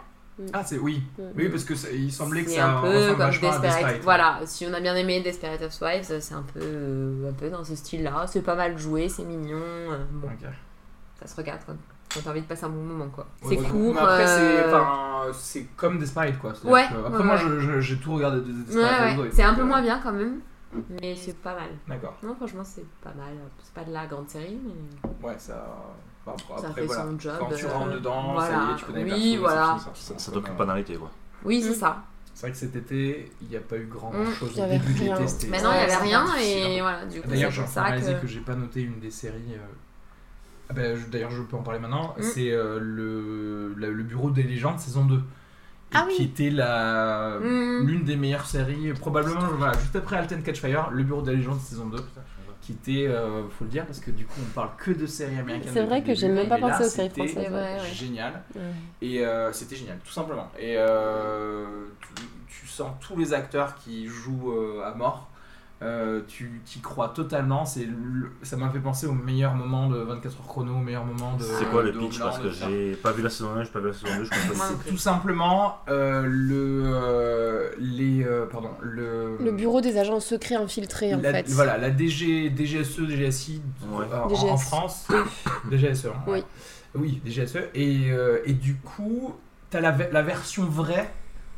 Speaker 1: Ah, c'est oui. Oui, parce que ça- il semblait que
Speaker 3: Mm. c'est
Speaker 1: ça
Speaker 3: un peu
Speaker 1: ressemble
Speaker 3: comme
Speaker 1: vachement à
Speaker 3: Desperate.
Speaker 1: Desperate.
Speaker 3: Voilà, si on a bien aimé Desperate Housewives, c'est un peu, euh, un peu dans ce style-là. C'est pas mal joué, c'est mignon. euh, bon,
Speaker 1: Ok.
Speaker 3: ça se regarde quand, quand t'as envie de passer un bon moment quoi.
Speaker 1: Ouais,
Speaker 3: C'est
Speaker 1: ouais.
Speaker 3: court.
Speaker 1: Mais après, c'est-
Speaker 3: euh,
Speaker 1: enfin, c'est comme Desperate quoi. C'est-à-dire
Speaker 3: Ouais,
Speaker 1: que-
Speaker 3: ouais,
Speaker 1: Après, moi,
Speaker 3: ouais.
Speaker 1: je- je- j'ai tout regardé de de
Speaker 3: Ouais,
Speaker 1: Desperate.
Speaker 3: ouais,
Speaker 1: Housewives,
Speaker 3: c'est un
Speaker 1: donc,
Speaker 3: peu
Speaker 1: euh, Mm.
Speaker 3: moins bien quand même, mais c'est pas mal.
Speaker 1: D'accord.
Speaker 3: Non, franchement, c'est pas mal. C'est pas de la grande série, mais
Speaker 1: Ouais, ça. bah, après,
Speaker 3: ça
Speaker 1: après,
Speaker 3: fait
Speaker 1: voilà.
Speaker 3: son job.
Speaker 1: Quand tu
Speaker 3: euh,
Speaker 1: rentres dedans, ça y
Speaker 3: voilà.
Speaker 1: est, tu connais les
Speaker 3: Oui,
Speaker 1: persos,
Speaker 3: voilà.
Speaker 1: c'est fini,
Speaker 4: Ça, ça
Speaker 1: Comme,
Speaker 4: t'occupe
Speaker 1: euh,
Speaker 4: pas d'un été, quoi.
Speaker 3: Oui, c'est
Speaker 2: Mm.
Speaker 3: ça.
Speaker 1: C'est vrai que cet été, il n'y a pas eu grand
Speaker 3: Mm.
Speaker 1: chose.
Speaker 2: Il y
Speaker 1: Au
Speaker 2: avait
Speaker 1: début de
Speaker 2: rien.
Speaker 1: l'été, c'était-
Speaker 3: Maintenant, il y
Speaker 1: Ouais,
Speaker 3: avait
Speaker 1: c'était
Speaker 3: rien,
Speaker 1: difficile.
Speaker 3: et voilà, du coup,
Speaker 1: D'ailleurs,
Speaker 3: c'est
Speaker 1: j'ai
Speaker 3: pour
Speaker 1: enfin
Speaker 3: ça
Speaker 1: réalisé que,
Speaker 3: que.
Speaker 1: j'ai pas noté une des séries. euh, ah ben, je- D'ailleurs, je peux en parler maintenant.
Speaker 3: Mm.
Speaker 1: C'est euh, le, la- le Bureau des légendes, saison 2. et
Speaker 2: Ah oui.
Speaker 1: Qui était la.
Speaker 3: Mm.
Speaker 1: L'une des meilleures séries, euh, probablement voilà, juste après Alten Catch Fire, Le Bureau des légendes saison 2, qui était, euh, faut le dire, parce que du coup on parle que de séries américaines.
Speaker 2: C'est vrai
Speaker 1: depuis le
Speaker 2: que j'ai
Speaker 1: début,
Speaker 2: même pas
Speaker 1: mais là,
Speaker 2: pensé aux séries
Speaker 1: c'était
Speaker 2: françaises.
Speaker 3: Ouais, ouais.
Speaker 1: Génial.
Speaker 2: Ouais.
Speaker 1: Et euh, c'était génial, tout simplement. Et euh, tu, tu sens tous les acteurs qui jouent euh, à mort. Euh, tu t'y crois totalement. C'est le- ça m'a fait penser au meilleur moment de 24 heures chrono, au meilleur moment de.
Speaker 4: C'est quoi le
Speaker 1: de
Speaker 4: pitch
Speaker 1: Homeland,
Speaker 4: Parce que
Speaker 1: etc.
Speaker 4: j'ai pas vu la saison 1, j'ai pas vu la saison 2, je comprends
Speaker 3: Moi
Speaker 4: pas.
Speaker 3: non plus.
Speaker 1: Tout simplement, euh, le euh, les euh, pardon le
Speaker 2: Le bureau des agents secrets infiltrés, en
Speaker 1: la-
Speaker 2: fait.
Speaker 1: Voilà, la DG, DGSE, DGSI
Speaker 4: Ouais.
Speaker 1: euh, en- En,
Speaker 2: DGS.
Speaker 1: France. DGSE. hein,
Speaker 2: E. Oui.
Speaker 1: ouais. Oui, DGSE. Et, euh, et du coup, t'as la, ve- la version vraie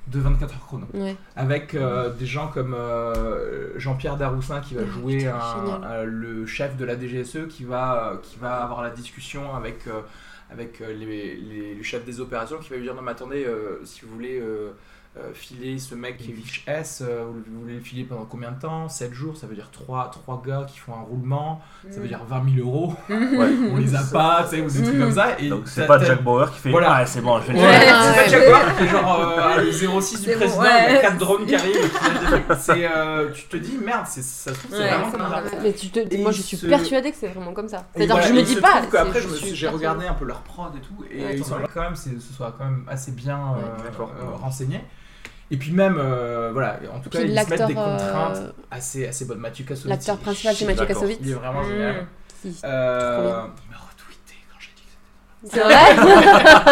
Speaker 1: de 24 heures chrono.
Speaker 2: Ouais.
Speaker 1: Avec euh, des gens comme euh, Jean-Pierre Daroussin qui va
Speaker 2: Ah,
Speaker 1: jouer
Speaker 2: putain,
Speaker 1: un-
Speaker 2: génial.
Speaker 1: un- le chef de la DGSE E qui va, euh, qui va avoir la discussion avec, euh, avec euh, les, les- le chef des opérations qui va lui dire non mais attendez euh, si vous voulez euh, euh, filer ce mec qui est riche S, euh, vous, vous voulez le filer pendant combien de temps 7 jours, ça veut dire 3, trois gars qui font un roulement,
Speaker 2: Mm.
Speaker 1: ça veut dire 20 000 euros, on les a pas, tu sais, ou des trucs comme ça. Et
Speaker 4: Donc
Speaker 1: t'as-
Speaker 4: c'est pas
Speaker 1: t'as-
Speaker 4: Jack Bauer qui fait
Speaker 1: Voilà.
Speaker 4: Ah, c'est bon, je vais le
Speaker 1: Ouais,
Speaker 4: faire.
Speaker 3: Ouais,
Speaker 1: c'est
Speaker 3: ouais.
Speaker 1: ça, Jaguar, qui est genre euh, le 06 du
Speaker 3: C'est bon,
Speaker 1: président,
Speaker 3: ouais.
Speaker 1: il y a 4 drones qui arrivent. et qui lâchent des trucs. C'est, euh, tu te dis, merde, c'est- ça se trouve, c'est
Speaker 3: Ouais,
Speaker 1: vraiment
Speaker 3: c'est
Speaker 1: comme ça.
Speaker 3: marrant.
Speaker 2: Mais tu te...
Speaker 1: Et
Speaker 2: Moi, je suis
Speaker 1: ce-
Speaker 2: persuadée que c'est vraiment comme ça.
Speaker 1: Et
Speaker 2: C'est-à-dire
Speaker 1: voilà,
Speaker 2: que je me
Speaker 1: il se
Speaker 2: dis pas.
Speaker 1: trouve qu'après,
Speaker 2: c'est-
Speaker 1: je me suis-
Speaker 2: suis
Speaker 1: j'ai
Speaker 2: persuadée.
Speaker 1: regardé un peu leur prod et tout, et
Speaker 3: Ouais,
Speaker 1: ils sont
Speaker 3: attends.
Speaker 1: quand même, c'est- ce soit quand même assez bien euh,
Speaker 4: D'accord.
Speaker 1: euh, renseigné. Et puis même, euh, voilà, en tout
Speaker 2: Puis
Speaker 1: cas, ils se mettent
Speaker 2: l'acteur,
Speaker 1: des contraintes
Speaker 2: euh,
Speaker 1: assez, assez bonnes. Mathieu Kassovitz.
Speaker 2: l'acteur
Speaker 1: il est
Speaker 2: principal, c'est
Speaker 1: chic,
Speaker 2: Mathieu Mm.
Speaker 4: d'accord.
Speaker 2: Kassovitz.
Speaker 1: Il est vraiment génial.
Speaker 2: qui-
Speaker 1: Euh,
Speaker 2: Trop bien.
Speaker 1: il m'a retweeté quand j'ai dit que c'était-
Speaker 3: C'est vrai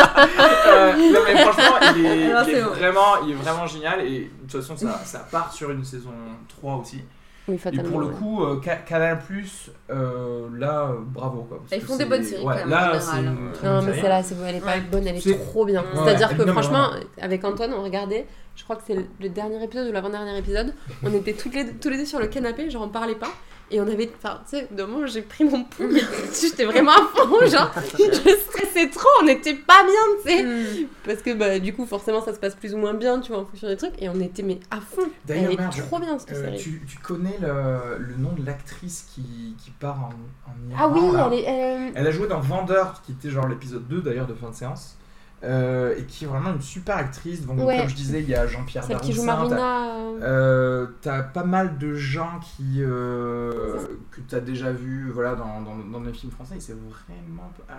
Speaker 1: Euh, non, mais franchement, il est,
Speaker 3: Non,
Speaker 1: il est
Speaker 3: c'est bon.
Speaker 1: vraiment, il est vraiment génial. Et de toute façon, ça, ça part sur une saison 3 aussi.
Speaker 2: Oui,
Speaker 1: Et
Speaker 2: fatalement.
Speaker 1: pour le
Speaker 2: ouais.
Speaker 1: coup, euh, Ca- Canal Plus, là, euh, bravo quoi. parce
Speaker 3: Ils
Speaker 1: que
Speaker 3: font des
Speaker 1: c'est-
Speaker 3: bonnes séries,
Speaker 1: ouais,
Speaker 3: quand même, en
Speaker 1: là, c'est
Speaker 3: général.
Speaker 1: une très
Speaker 2: Non,
Speaker 1: bonne
Speaker 2: mais
Speaker 1: série.
Speaker 2: celle-là, c'est bon, elle est pas
Speaker 3: Ouais.
Speaker 2: bonne, elle est,
Speaker 1: C'est-
Speaker 2: trop bien.
Speaker 1: Ouais,
Speaker 2: C'est-à-dire que
Speaker 1: non, mais
Speaker 2: franchement, avec Antoine, on regardait, je crois que c'est le dernier épisode ou l'avant-dernier épisode, on était toutes les, tous les deux sur le canapé, genre on parlait pas, et on avait, enfin, tu sais, de moment j'ai pris mon pouls, mais j'étais vraiment à fond, genre, je stressais trop, on n'était pas bien, tu
Speaker 1: Mm.
Speaker 2: sais. Parce que bah, du coup, forcément, ça se passe plus ou moins bien, tu vois, en fonction des trucs, et on était, mais à fond.
Speaker 1: D'ailleurs,
Speaker 2: elle est
Speaker 1: merde,
Speaker 2: trop bien, cette
Speaker 1: euh,
Speaker 2: série.
Speaker 1: tu, tu connais le, le nom de l'actrice qui, qui part en, en
Speaker 2: Ah oui,
Speaker 1: Iran, là
Speaker 2: elle est. euh,
Speaker 1: Elle a joué dans Vendeur, qui était genre l'épisode 2 d'ailleurs de fin de séance, euh, et qui est vraiment une super actrice. Donc,
Speaker 2: Ouais.
Speaker 1: Comme je disais, il y a Jean-Pierre
Speaker 2: Celle qui joue
Speaker 1: Daroussin, t'as-
Speaker 2: Marina. euh,
Speaker 1: euh, T'as pas mal de gens qui, euh, que t'as déjà vu voilà, dans, dans, dans les films français, et c'est vraiment. Ah,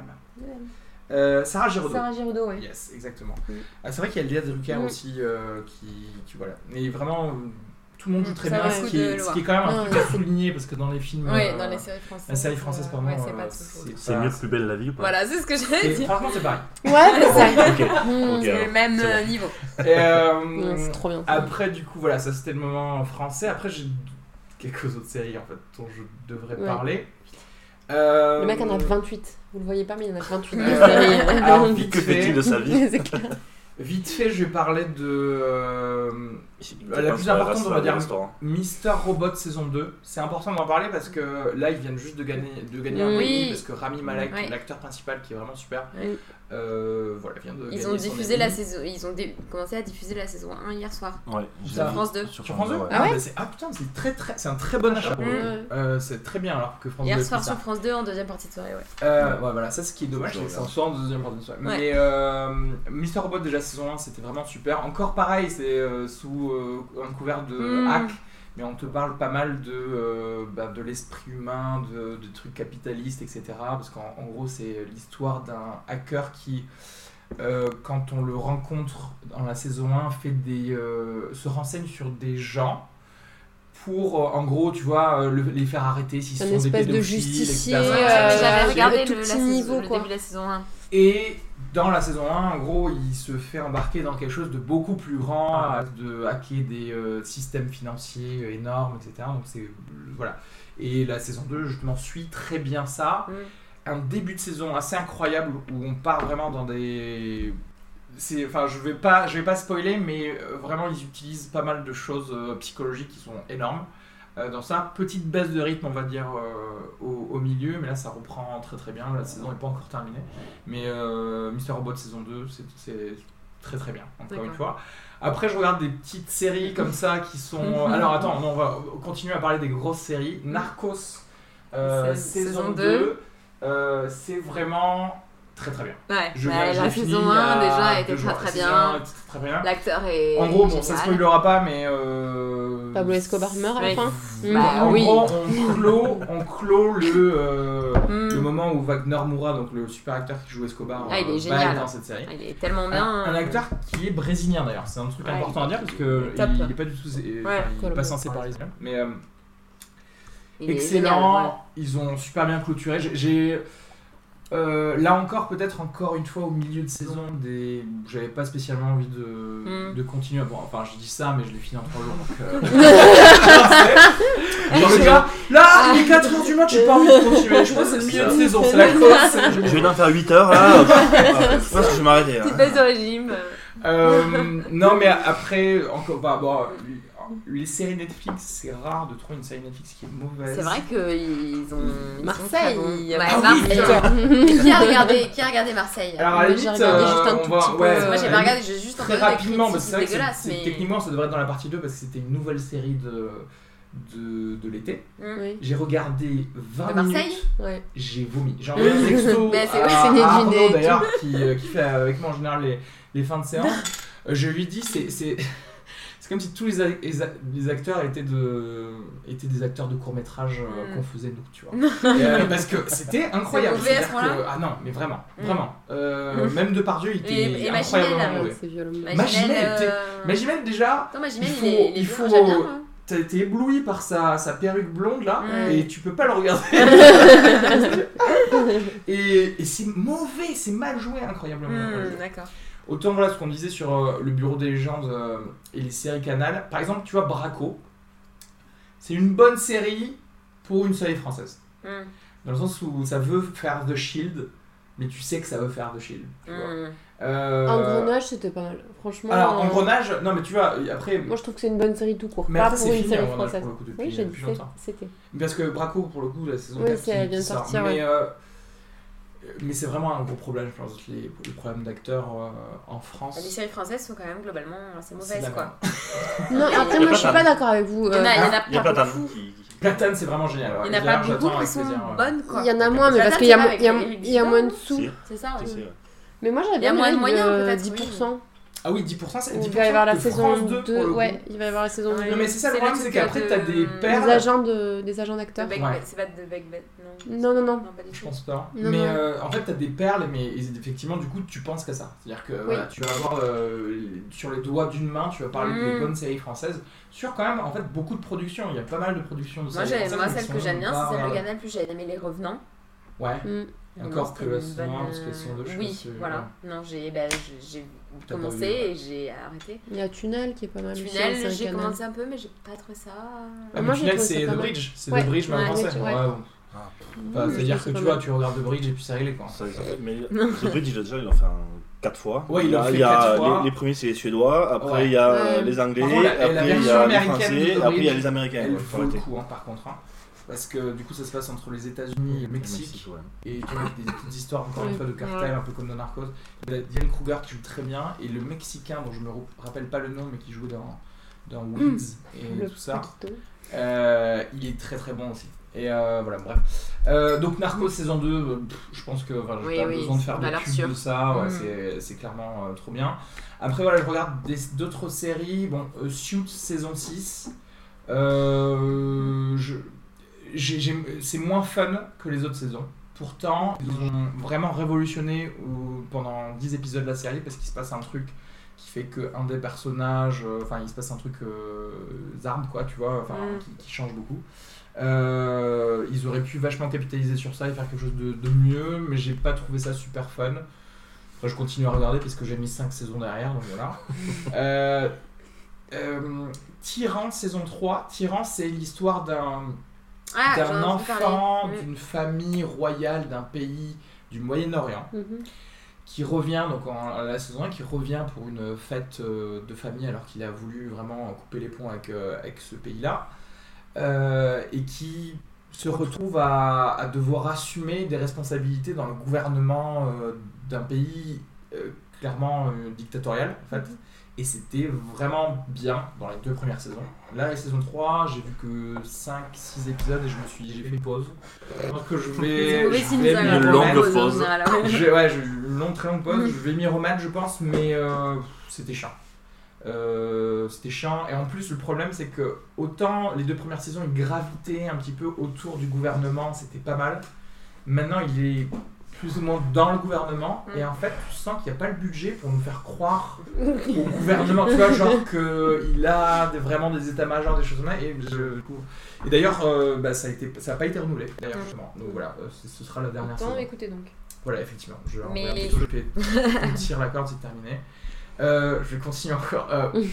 Speaker 1: merde. Euh, Sarah Giraudot.
Speaker 2: Sarah Giraudot, ouais.
Speaker 1: Yes, exactement.
Speaker 2: Oui.
Speaker 1: Ah, c'est vrai qu'il y a Léa Drucker
Speaker 2: Oui.
Speaker 1: aussi euh, qui, qui. Voilà. Et vraiment, euh, tout le monde joue
Speaker 3: Mm,
Speaker 1: très
Speaker 3: ça
Speaker 1: bien,
Speaker 3: va,
Speaker 1: ce
Speaker 3: coup
Speaker 1: qui,
Speaker 3: de
Speaker 1: est, ce
Speaker 3: loi.
Speaker 1: qui est quand même un
Speaker 2: Non,
Speaker 1: truc à souligner parce que dans les films.
Speaker 3: Ouais,
Speaker 1: euh,
Speaker 3: dans les séries françaises.
Speaker 1: la série française,
Speaker 3: euh,
Speaker 1: pardon,
Speaker 3: Ouais, c'est
Speaker 1: euh,
Speaker 3: pas toujours.
Speaker 4: C'est mieux plus belle la vie ou pas
Speaker 3: Voilà, c'est ce que j'allais
Speaker 1: Et
Speaker 3: dire.
Speaker 1: Franchement, c'est pareil.
Speaker 2: Ouais, c'est ça.
Speaker 4: Ok.
Speaker 2: Mmh.
Speaker 4: Ok.
Speaker 3: C'est le même
Speaker 4: C'est bon.
Speaker 3: euh, niveau.
Speaker 1: Et, euh,
Speaker 2: Ouais, C'est trop bien.
Speaker 1: Après, du coup, voilà, ça c'était le moment français. Après, j'ai quelques autres séries en fait dont je devrais
Speaker 2: Ouais.
Speaker 1: parler. Euh,
Speaker 2: Le mec en a 28. Vous le voyez pas, mais il y en a 28.
Speaker 1: Euh,
Speaker 2: des séries.
Speaker 1: alors, vite
Speaker 4: Que fait-il de sa vie
Speaker 2: C'est clair.
Speaker 1: Vite fait, je vais parler de euh,
Speaker 4: Il
Speaker 1: la
Speaker 4: passe
Speaker 1: plus
Speaker 4: dans un
Speaker 1: importante, on va dire.
Speaker 4: restaurant.
Speaker 1: Mister Robot saison 2. C'est important d'en parler parce que là, ils viennent juste de gagner, de gagner un
Speaker 2: Oui.
Speaker 1: Emmy parce que Rami Malek,
Speaker 3: Ouais.
Speaker 1: l'acteur principal qui est vraiment super,
Speaker 3: Oui.
Speaker 1: euh, voilà, vient de
Speaker 3: Ils
Speaker 1: gagner
Speaker 3: ont
Speaker 1: son
Speaker 3: diffusé la
Speaker 1: Emmy.
Speaker 3: saison. Ils ont dé- commencé à diffuser la saison 1 hier soir.
Speaker 4: Ouais, je
Speaker 1: Ça
Speaker 4: l'ai
Speaker 1: va.
Speaker 3: Sur France 2.
Speaker 4: vu sur
Speaker 1: Sur France 2
Speaker 4: ouais.
Speaker 2: Ah ouais
Speaker 1: bah c'est- ah, putain, c'est très, très, c'est un très bon achat.
Speaker 2: Ouais.
Speaker 1: Euh, c'est très bien alors que France 2
Speaker 3: Ah, Hier
Speaker 1: fait
Speaker 3: soir
Speaker 1: ça.
Speaker 3: sur France 2 en deuxième partie de soirée, ouais.
Speaker 1: Euh, ouais, voilà, ça ce qui est dommage,
Speaker 4: Je
Speaker 1: c'est que c'est
Speaker 4: regarde.
Speaker 1: en soir en deuxième partie de soirée.
Speaker 3: Ouais.
Speaker 1: Mais euh, Mister Robot déjà saison 1, c'était vraiment super. Encore pareil, c'est euh, sous euh, un couvert de
Speaker 3: Mm.
Speaker 2: Hmm.
Speaker 1: hack, mais on te parle pas mal de, euh, bah, de l'esprit humain, de, de trucs capitalistes, etc. Parce qu'en en gros, c'est l'histoire d'un hacker qui, euh, quand on le rencontre dans la saison 1, fait des, euh, se renseigne sur des gens pour, euh, en gros, tu vois, euh, le- les faire arrêter s'ils
Speaker 2: Un
Speaker 1: sont des
Speaker 2: espèce de
Speaker 1: pédophiles,
Speaker 2: justicier,
Speaker 1: etc.
Speaker 2: Euh,
Speaker 3: J'avais- J'avais
Speaker 2: avec
Speaker 3: regardé
Speaker 2: tout
Speaker 3: le,
Speaker 2: petit
Speaker 3: la saison-
Speaker 2: niveau,
Speaker 3: le
Speaker 2: quoi.
Speaker 3: début de la saison 1.
Speaker 1: Et dans la saison 1, en gros, il se fait embarquer dans quelque chose de beaucoup plus grand, à- de hacker des euh, systèmes financiers euh, énormes, etc. Donc c'est voilà. Et la saison 2, justement, suit très bien ça.
Speaker 3: Mm.
Speaker 1: Un début de saison assez incroyable où on part vraiment dans des c'est enfin je vais pas je vais pas spoiler mais euh, vraiment ils utilisent pas mal de choses euh, psychologiques qui sont énormes euh, dans ça petite baisse de rythme on va dire euh, au, au milieu mais là ça reprend très très bien la saison est pas encore terminée mais euh, Mister Robot saison 2 c'est- c'est très très bien encore
Speaker 3: D'accord.
Speaker 1: une fois après je regarde des petites séries comme ça qui sont
Speaker 3: Mhm.
Speaker 1: alors attends non, on va continuer à parler des grosses séries Narcos euh,
Speaker 3: Saison-
Speaker 1: saison,
Speaker 3: saison
Speaker 1: 2, euh, c'est vraiment très très bien
Speaker 3: Ouais,
Speaker 1: je
Speaker 3: Ouais,
Speaker 1: viens de
Speaker 3: la
Speaker 1: finir
Speaker 3: saison
Speaker 1: il y
Speaker 3: 1
Speaker 1: a
Speaker 3: déjà
Speaker 1: deux
Speaker 3: était
Speaker 1: jours.
Speaker 3: très très
Speaker 1: La saison un
Speaker 3: bien.
Speaker 1: était très, très bien.
Speaker 3: L'acteur est.
Speaker 1: En gros, bon, ça
Speaker 3: génial.
Speaker 1: spoilera pas, mais. euh,
Speaker 2: Pablo Escobar meurt à la
Speaker 3: Ouais.
Speaker 2: fin. Mmh.
Speaker 3: Bah
Speaker 1: en
Speaker 3: oui.
Speaker 1: gros, on clôt, on clôt le, euh,
Speaker 3: Mm.
Speaker 1: le moment où Wagner Moura, donc le super acteur qui joue Escobar,
Speaker 3: Ah, il est
Speaker 1: euh, va
Speaker 3: génial.
Speaker 1: être dans cette série.
Speaker 3: Ah, Il est tellement bien.
Speaker 1: Un, un acteur qui est brésilien d'ailleurs, c'est un truc
Speaker 3: Ouais,
Speaker 1: important à dire parce que
Speaker 3: Top.
Speaker 1: il n'est pas du tout, euh, enfin, il est
Speaker 2: Colombien.
Speaker 1: pas censé parler espagnol, mais euh,
Speaker 3: Il est
Speaker 1: excellent.
Speaker 3: génial, ouais.
Speaker 1: Ils ont super bien clôturé. J'ai- J'ai euh, là encore peut-être encore une fois au milieu de saison des, j'avais pas spécialement envie de,
Speaker 3: Mm.
Speaker 1: de continuer. Bon, enfin je dis ça, mais je l'ai fini en trois jours. Donc, euh, je sais. Genre, le gars, là, il est 4 heures du match, j'ai pas envie de continuer. Ah. Je pense que c'est le milieu de saison, c'est la cause. c'est le
Speaker 4: Je
Speaker 1: jeu.
Speaker 4: vais d'en faire 8 heures là. Ah, Je pense que je vais m'arrêter.
Speaker 3: Petite
Speaker 4: hein.
Speaker 3: baisse de régime.
Speaker 1: Euh, non, mais après, encore, bah, bon, les séries Netflix, c'est rare de trouver une série Netflix qui est mauvaise.
Speaker 3: C'est vrai qu'ils ont. ils sont très
Speaker 2: Marseille.
Speaker 3: bons. Ouais,
Speaker 1: Ah oui,
Speaker 3: Marseille.
Speaker 1: putain.
Speaker 3: Mais qui a regardé, qui a regardé Marseille
Speaker 1: Alors à la
Speaker 2: Moi,
Speaker 1: limite,
Speaker 2: j'ai regardé
Speaker 1: euh,
Speaker 2: juste un
Speaker 1: on
Speaker 2: tout
Speaker 1: va-
Speaker 2: petit peu.
Speaker 1: ouais,
Speaker 3: Moi
Speaker 1: à la
Speaker 3: j'ai pas
Speaker 1: limite,
Speaker 3: regardé, j'ai juste entendu
Speaker 1: très
Speaker 3: des
Speaker 1: rapidement, parce que c'est
Speaker 3: critiques
Speaker 1: vrai que c'est-
Speaker 3: dégueulasses,
Speaker 1: c'est-
Speaker 3: mais-
Speaker 1: techniquement ça devrait être dans la partie 2 parce que c'était une nouvelle série de, de, de l'été.
Speaker 3: Mm.
Speaker 2: Oui.
Speaker 1: J'ai regardé 20
Speaker 3: De Marseille
Speaker 1: minutes,
Speaker 2: Ouais.
Speaker 1: j'ai vomi. J'ai envoyé un texto
Speaker 3: Mais c'est-
Speaker 1: à,
Speaker 3: oui,
Speaker 2: c'est Nedjid
Speaker 1: à Arnaud,
Speaker 2: et tout.
Speaker 1: d'ailleurs qui, euh, qui fait avec moi en général les, les fins de séance. Euh, Je lui dis c'est c'est- c'est C'est comme si tous les, a- les a- les acteurs étaient, de, étaient des acteurs de court-métrage euh,
Speaker 3: Mm.
Speaker 1: qu'on faisait nous, tu vois. Et, euh, parce que c'était incroyable.
Speaker 3: C'est mauvais à
Speaker 1: C'est-à-dire
Speaker 3: ce point-là
Speaker 1: que- ah non, mais vraiment,
Speaker 3: Mm.
Speaker 1: vraiment. Euh,
Speaker 3: Mm.
Speaker 1: Même Depardieu, il
Speaker 3: Et-
Speaker 1: était
Speaker 3: et hein. Machinelle,
Speaker 1: incroyablement
Speaker 3: là,
Speaker 1: mauvais.
Speaker 2: Ah, C'est violent.
Speaker 1: Magimel,
Speaker 3: Magimel,
Speaker 1: t'es-
Speaker 3: euh,
Speaker 1: Mais j'imagine déjà,
Speaker 3: Attends, Magimel,
Speaker 1: il
Speaker 3: il est-
Speaker 1: faut-
Speaker 3: il est
Speaker 1: il
Speaker 3: bien,
Speaker 1: faut-
Speaker 3: j'aime bien, hein. moi.
Speaker 1: t'as été ébloui par sa, sa perruque blonde là,
Speaker 3: Mm.
Speaker 1: et tu peux pas le regarder. et et c'est mauvais, c'est mal joué incroyablement.
Speaker 3: Hmm, D'accord.
Speaker 1: Autant voilà ce qu'on disait sur euh, le bureau des légendes euh, et les séries Canal. Par exemple, tu vois Braco, c'est une bonne série pour une série française.
Speaker 3: Hmm,
Speaker 1: Dans le sens où ça veut faire The Shield, mais tu sais que ça veut faire The Shield. tu vois.
Speaker 3: hmm.
Speaker 1: Euh,
Speaker 2: Engrenage, c'était pas mal. Franchement.
Speaker 1: Alors,
Speaker 2: euh,
Speaker 1: Engrenage, non mais tu vois, après.
Speaker 2: Moi, je trouve que c'est une bonne série tout court.
Speaker 1: mais
Speaker 2: pas
Speaker 1: après,
Speaker 2: pour
Speaker 1: c'est
Speaker 2: une
Speaker 1: fini,
Speaker 2: série
Speaker 1: Engrenage,
Speaker 2: française.
Speaker 1: pour le coup, depuis, euh,
Speaker 2: Oui, j'ai
Speaker 1: depuis
Speaker 2: dit
Speaker 1: longtemps.
Speaker 2: c'était.
Speaker 1: Parce que Braco, pour le coup, la saison
Speaker 2: Oui,
Speaker 1: 4
Speaker 2: c'est- elle
Speaker 1: qui-
Speaker 2: vient
Speaker 1: qui
Speaker 2: de
Speaker 1: sort.
Speaker 2: sortir,
Speaker 1: Mais,
Speaker 2: ouais.
Speaker 1: euh, mais c'est vraiment un gros problème, je pense, les, les problèmes d'acteurs euh, en France.
Speaker 3: Les séries françaises sont quand même globalement assez
Speaker 1: C'est
Speaker 3: mauvaises,
Speaker 1: la
Speaker 3: quoi.
Speaker 2: Non, après, moi, je suis pas d'accord avec vous. euh.
Speaker 3: Il y en a, il y en a
Speaker 4: Il y a
Speaker 3: pas
Speaker 4: Platane
Speaker 3: beaucoup.
Speaker 4: qui- qui-
Speaker 1: Platane, c'est vraiment génial. ouais.
Speaker 3: Il y en a
Speaker 1: D'ailleurs,
Speaker 3: pas
Speaker 1: j'attends
Speaker 3: beaucoup qui
Speaker 1: avec euh,
Speaker 3: sont
Speaker 1: plaisir, ouais.
Speaker 3: bonnes, quoi.
Speaker 2: Il y en a moins, mais parce qu'il y a, mo- il y a- il y a moins de sous.
Speaker 4: Si,
Speaker 3: C'est ça, ouais.
Speaker 4: si, si, ouais.
Speaker 2: Mais moi, j'avais
Speaker 3: Il y a
Speaker 2: bien
Speaker 3: moins de
Speaker 2: aimé
Speaker 3: moyens,
Speaker 2: le
Speaker 3: peut-être,
Speaker 2: 10%.
Speaker 1: Ah oui, 10%, c'est 10%
Speaker 2: Il va y avoir la
Speaker 1: de
Speaker 2: saison
Speaker 1: France 2.
Speaker 2: 2.
Speaker 1: pour le coup. Ah,
Speaker 2: ouais, il va y avoir la saison
Speaker 3: Ouais.
Speaker 2: 2.
Speaker 1: Non, mais c'est ça
Speaker 3: C'est
Speaker 1: le problème,
Speaker 3: le
Speaker 1: c'est
Speaker 3: truc
Speaker 1: qu'après,
Speaker 3: de-
Speaker 1: t'as des
Speaker 3: Les
Speaker 2: Des
Speaker 1: perles.
Speaker 2: agents de- des agents
Speaker 3: De
Speaker 2: d'acteurs.
Speaker 3: Beck-
Speaker 1: Ouais.
Speaker 3: C'est pas de Beckbet, non.
Speaker 2: Non, non, non.
Speaker 3: pas du
Speaker 1: Je
Speaker 3: tout.
Speaker 1: pense pas.
Speaker 2: Non,
Speaker 1: mais
Speaker 2: non.
Speaker 1: euh, en fait, t'as des perles, mais effectivement, du coup, tu penses qu'à ça. C'est-à-dire que voilà, tu vas avoir euh, sur les doigts d'une main, tu vas parler des
Speaker 3: Mm.
Speaker 1: bonnes séries françaises. Sur quand même, en fait, beaucoup de productions. Il y a pas mal de productions de
Speaker 3: Moi,
Speaker 1: séries
Speaker 3: j'ai-
Speaker 1: françaises.
Speaker 3: moi,
Speaker 1: qui
Speaker 3: celle que
Speaker 1: sont
Speaker 3: j'aime bien,
Speaker 1: pas
Speaker 3: c'est celle de
Speaker 1: regardables.
Speaker 3: Canal+, plus j'ai aimé Les Revenants.
Speaker 1: Ouais,
Speaker 2: Mm.
Speaker 1: encore
Speaker 3: C'était
Speaker 1: que la
Speaker 3: une
Speaker 1: saison
Speaker 3: bonne, euh,
Speaker 1: 1, parce que la saison 2, je
Speaker 3: Oui,
Speaker 1: pense que-
Speaker 3: voilà. Non, j'ai bah, j'ai- j'ai
Speaker 1: T'as pas
Speaker 3: commencé
Speaker 1: vu, ouais.
Speaker 3: et j'ai arrêté.
Speaker 2: Il y a Tunnel qui est pas mal. aussi, c'est un
Speaker 3: Tunnel, j'ai
Speaker 2: canal.
Speaker 3: commencé un peu, mais j'ai pas trouvé ça...
Speaker 1: Ah,
Speaker 2: Moi,
Speaker 1: mais
Speaker 2: j'ai
Speaker 1: Tunnel,
Speaker 2: trouvé ça
Speaker 1: c'est
Speaker 2: pas
Speaker 1: The
Speaker 2: mal.
Speaker 1: Bridge. C'est
Speaker 2: Ouais,
Speaker 1: The Bridge, mais en
Speaker 2: ouais,
Speaker 1: français.
Speaker 2: ouais.
Speaker 1: Ouais, bon. Enfin,
Speaker 2: je
Speaker 1: Bah, C'est-à-dire
Speaker 2: trouve
Speaker 1: que
Speaker 2: ça
Speaker 1: tu
Speaker 2: Mmh, pas
Speaker 1: vois,
Speaker 2: mal.
Speaker 1: tu regardes The Bridge et puis c'est réglé, quoi.
Speaker 4: Ça, ça- Mais The Bridge, il a déjà, il en fait un 4 fois.
Speaker 1: Ouais, il
Speaker 4: y
Speaker 1: en
Speaker 4: a-
Speaker 1: fait
Speaker 4: y a
Speaker 1: quatre fois.
Speaker 4: Les, les premiers, c'est les Suédois. Après,
Speaker 1: Ouais.
Speaker 4: il y a euh,
Speaker 2: Ouais.
Speaker 4: les Anglais.
Speaker 1: Par contre, la- la
Speaker 4: après, il y
Speaker 1: version
Speaker 4: a les
Speaker 1: américaine de
Speaker 4: Français.
Speaker 1: The
Speaker 4: Après, il y a
Speaker 1: Bridge,
Speaker 4: les Américains.
Speaker 1: Elle
Speaker 4: ouais, faut
Speaker 1: vaut le
Speaker 4: arrêter.
Speaker 1: coup, hein, par contre. hein. Parce que du coup, ça se passe entre les États-Unis et le Mexique.
Speaker 4: ouais.
Speaker 1: Et tu vois, des petites histoires, encore une
Speaker 2: Ouais.
Speaker 1: fois, de cartel, un peu comme dans Narcos. Il y a Diane Kruger qui joue très bien. Et le Mexicain, dont je me rappelle pas le nom, mais qui joue dans, dans Weeds et
Speaker 2: Hmm. Le
Speaker 1: tout ça.
Speaker 2: Paquito.
Speaker 1: Euh, il est très très bon aussi. Et euh, voilà, bref. Euh, donc Narcos saison 2, euh, pff, je pense que enfin, j'ai
Speaker 3: Oui,
Speaker 1: pas
Speaker 3: oui,
Speaker 1: besoin de
Speaker 3: c'est
Speaker 1: faire
Speaker 3: une
Speaker 1: de
Speaker 3: valeur
Speaker 1: pub
Speaker 3: sûre.
Speaker 1: de ça, ouais,
Speaker 3: Mm.
Speaker 1: c'est- c'est clairement euh, trop bien. Après voilà, je regarde des- d'autres séries, bon, euh, Suits saison 6, euh, je- j'ai- j'aime- c'est moins fun que les autres saisons. Pourtant, ils ont vraiment révolutionné euh, pendant 10 épisodes de la série parce qu'il se passe un truc qui fait que un des personnages, euh, enfin il se passe un truc euh, arbre quoi, tu vois, enfin
Speaker 3: Mm.
Speaker 1: qui, qui change beaucoup. Euh, ils auraient pu vachement capitaliser sur ça et faire quelque chose de, de mieux, mais j'ai pas trouvé ça super fun. Enfin, je continue à regarder parce que j'ai mis 5 saisons derrière, donc voilà. euh, euh, Tyran saison 3. Tyran, c'est l'histoire d'un
Speaker 3: Ah, j'en ai
Speaker 1: d'un
Speaker 3: entendu parler.
Speaker 1: enfant,
Speaker 3: Mm.
Speaker 1: d'une famille royale d'un pays du Moyen-Orient
Speaker 2: Mhm.
Speaker 1: qui revient donc en à la saison 1 qui revient pour une fête euh, de famille alors qu'il a voulu vraiment couper les ponts avec, euh, avec ce pays là et qui se retrouve à, à devoir assumer des responsabilités dans le gouvernement euh, d'un pays euh, clairement euh, dictatorial en fait et c'était vraiment bien dans les deux premières saisons là la saison 3 j'ai vu que 5 6 épisodes et je me suis j'ai fait une pause je pense que je
Speaker 3: C'est
Speaker 1: vais,
Speaker 3: mauvais
Speaker 1: je
Speaker 3: signe,
Speaker 1: vais
Speaker 3: ça,
Speaker 1: m'y
Speaker 3: la
Speaker 4: Une longue
Speaker 1: remettre.
Speaker 3: pause,
Speaker 4: pause.
Speaker 3: en général, hein. ouais.
Speaker 1: Je- ouais, j'ai eu une longue, très longue pause.
Speaker 3: Mm.
Speaker 1: Je vais m'y remettre, je pense, mais euh, c'était chiant. Euh, c'était chiant. Et en plus, le problème, c'est que autant les deux premières saisons, ils gravitaient un petit peu autour du gouvernement, c'était pas mal. Maintenant, il est plus ou moins dans le gouvernement.
Speaker 3: Mm.
Speaker 1: Et en fait, tu sens qu'il n'y a pas le budget pour nous faire croire au gouvernement. tu vois, genre qu'il a des- vraiment des états-majors, des choses comme ça. Et, je trouve- et d'ailleurs, euh, bah, ça n'a pas été renouvelé. D'ailleurs,
Speaker 3: Mm.
Speaker 1: justement. Donc voilà, euh, ce ce sera la dernière
Speaker 2: Attends,
Speaker 1: saison.
Speaker 2: écoutez donc.
Speaker 1: Voilà, effectivement. Je
Speaker 3: Mais-
Speaker 1: regarde plutôt, je tire la corde, c'est terminé. Euh, je vais continuer encore. euh,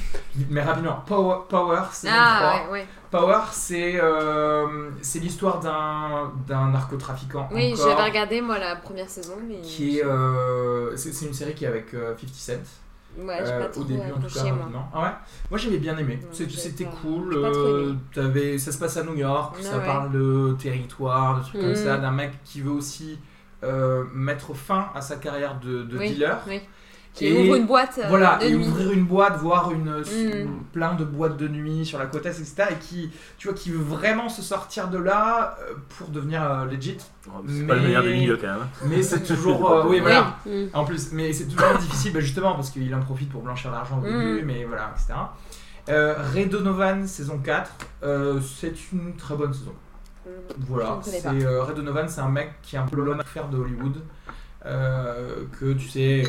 Speaker 1: mais rapidement, Power, Power saison
Speaker 3: Ah,
Speaker 1: 3.
Speaker 3: ouais, ouais.
Speaker 1: Power, c'est euh, c'est l'histoire d'un d'un narcotrafiquant.
Speaker 3: Oui,
Speaker 1: encore,
Speaker 3: j'avais regardé, moi, la première saison, mais...
Speaker 1: Qui est, euh, c'est c'est une série qui est avec euh, 50 Cent.
Speaker 3: Ouais, j'ai
Speaker 1: euh,
Speaker 3: pas trop
Speaker 1: au début, en tout cas,
Speaker 3: accroché, moi.
Speaker 1: rapidement. Ah ouais Moi, j'avais bien aimé.
Speaker 3: Ouais,
Speaker 1: C'est-
Speaker 3: j'ai
Speaker 1: C'était
Speaker 3: pas-
Speaker 1: cool.
Speaker 3: j'ai pas trop
Speaker 1: euh,
Speaker 3: aimé.
Speaker 1: t'avais- ça se passe à New York,
Speaker 3: Ouais,
Speaker 1: ça
Speaker 3: ouais.
Speaker 1: parle de territoire, de trucs comme
Speaker 2: Mm.
Speaker 1: ça, d'un mec qui veut aussi euh, mettre fin à sa carrière de, de
Speaker 3: Oui,
Speaker 1: dealer.
Speaker 3: oui. Qui
Speaker 1: Et
Speaker 3: ouvre une boîte euh,
Speaker 1: voilà,
Speaker 3: de
Speaker 1: et
Speaker 3: nuit. Mm.
Speaker 1: ouvrir une boîte, voir une, une- plein de boîtes de nuit sur la côte est, etc. Et qui, tu vois, qui veut vraiment se sortir de là euh, pour devenir euh, legit.
Speaker 4: C'est pas le meilleur
Speaker 1: Mais-
Speaker 4: des milieux quand même.
Speaker 1: Mais c'est toujours, euh, oui,
Speaker 4: Oui.
Speaker 1: voilà.
Speaker 2: Mm.
Speaker 1: En plus, mais c'est toujours difficile, bah, justement, parce qu'il en profite pour blanchir l'argent au
Speaker 3: Mm.
Speaker 1: début, mais voilà, etc. Euh, Ray Donovan, saison 4, euh, c'est une très bonne saison.
Speaker 3: Mm.
Speaker 1: Voilà,
Speaker 3: Je ne connais
Speaker 1: c'est euh, Ray Donovan, c'est un mec qui est un peu l'homme à faire de Hollywood. euh, que tu sais,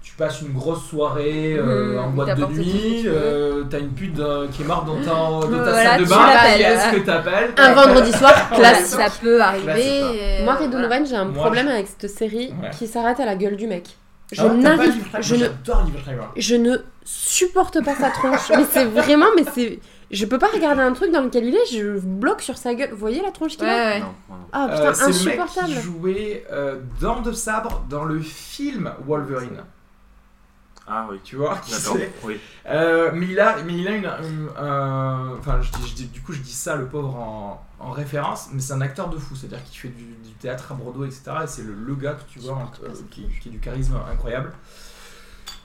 Speaker 1: tu passes une grosse soirée euh,
Speaker 3: Mhm,
Speaker 1: en
Speaker 3: il
Speaker 1: boîte de
Speaker 3: t'apporte tout ce que
Speaker 1: nuit,
Speaker 3: tu veux.
Speaker 1: euh, t'as une pute d'un- qui est morte dans ta, dans ta
Speaker 3: Voilà,
Speaker 1: salle de
Speaker 3: tu
Speaker 1: bain,
Speaker 3: l'appelles.
Speaker 1: qu'est-ce que t'appelles
Speaker 2: Un vendredi soir, classique.
Speaker 3: Ça peut arriver.
Speaker 1: Classique, hein.
Speaker 3: euh,
Speaker 2: Moi, Ray
Speaker 3: voilà.
Speaker 2: Donovan, j'ai un
Speaker 1: Moi,
Speaker 2: problème avec cette série
Speaker 1: Ouais.
Speaker 2: qui s'arrête à la gueule du mec. Je
Speaker 1: Ah ouais, t'as pas
Speaker 2: n'arrive,
Speaker 1: Liv Tyler
Speaker 2: je ne,
Speaker 1: J'adore Liv Tyler.
Speaker 2: je ne supporte pas sa tronche. mais c'est vraiment, mais c'est, je peux pas regarder un truc dans lequel il est. Je bloque sur sa gueule. Vous voyez la tronche qu'il a
Speaker 3: Ouais, ouais.
Speaker 4: Non, moi non.
Speaker 2: Ah
Speaker 1: Euh,
Speaker 2: putain,
Speaker 1: c'est le mec
Speaker 2: insupportable.
Speaker 1: qui jouait euh, dans de sabre dans le film Wolverine,
Speaker 4: Ah oui, tu
Speaker 1: tu vois qui
Speaker 4: D'accord,
Speaker 1: c'est
Speaker 4: oui.
Speaker 1: Euh, mais il a, mais il a une, une- un- enfin, je dis- je dis- du coup, je dis ça le pauvre en, en référence, mais c'est un acteur de fou, c'est-à-dire qu'il fait du, du théâtre à Broadway, etc. Et c'est le, le gars que tu vois, hein, euh, qui, qui a du charisme incroyable.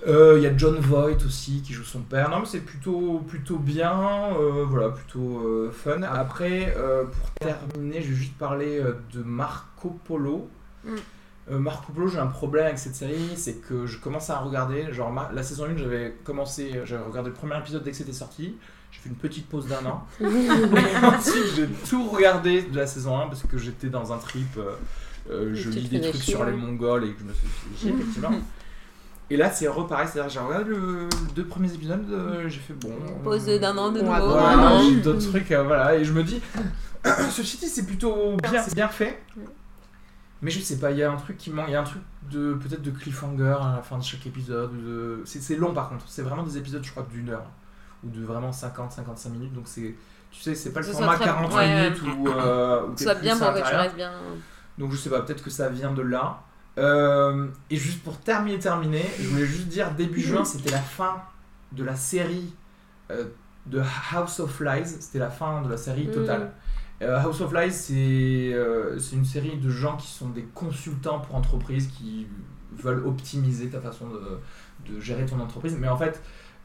Speaker 1: Euh, Il y a John Voight aussi qui joue son père. Non, mais c'est plutôt, plutôt bien, euh, voilà, plutôt euh, fun. Après, euh, pour terminer, je vais juste parler euh, de Marco Polo.
Speaker 3: Mm.
Speaker 1: Euh, Marco Polo, j'ai un problème avec cette série, c'est que je commence à regarder. Genre, ma- la saison 1, j'avais commencé, j'avais regardé le premier épisode dès que c'était sorti. J'ai fait une petite pause d'un an. Et ensuite, j'ai tout regardé de la saison 1 parce que j'étais dans un trip. euh, euh, je
Speaker 2: Tu
Speaker 1: lis
Speaker 2: te fais
Speaker 1: des
Speaker 2: des
Speaker 1: trucs
Speaker 2: films.
Speaker 3: hein.
Speaker 1: sur les Mongols et que je me suis fait chier,
Speaker 3: Mm.
Speaker 1: effectivement. Et là, c'est repareil, c'est-à-dire que j'ai regardé le- les deux premiers épisodes, euh, j'ai fait bon.
Speaker 3: Pause
Speaker 1: euh,
Speaker 3: d'un an de
Speaker 2: Ouais,
Speaker 3: nouveau.
Speaker 1: voilà,
Speaker 2: d'un an.
Speaker 1: j'ai d'autres trucs, euh, voilà, et je me dis, ceci dit, c'est plutôt bien, c'est bien fait. Mais je sais pas, il y a un truc qui manque, il y a un truc de peut-être de cliffhanger à la fin de chaque épisode. ou de- C'est c'est long par contre, c'est vraiment des épisodes, je crois, d'une heure ou de vraiment 50-55 minutes, donc c'est. Tu sais, c'est pas le
Speaker 3: Que ce
Speaker 1: format
Speaker 3: soit très-
Speaker 1: 40
Speaker 3: ouais,
Speaker 1: minutes ou euh, où t'es
Speaker 3: Soit
Speaker 1: plus
Speaker 3: bien
Speaker 1: à
Speaker 3: pour que tu
Speaker 1: l'intérieur.
Speaker 3: restes bien.
Speaker 1: Donc je sais pas, peut-être que ça vient de là. Euh, et juste pour terminer, terminer, je voulais juste dire début juin, c'était la fin de la série euh, de House of Lies. C'était la fin de la série totale. Euh, House of Lies, c'est euh, c'est une série de gens qui sont des consultants pour entreprises qui veulent optimiser ta façon de, de gérer ton entreprise, mais en fait,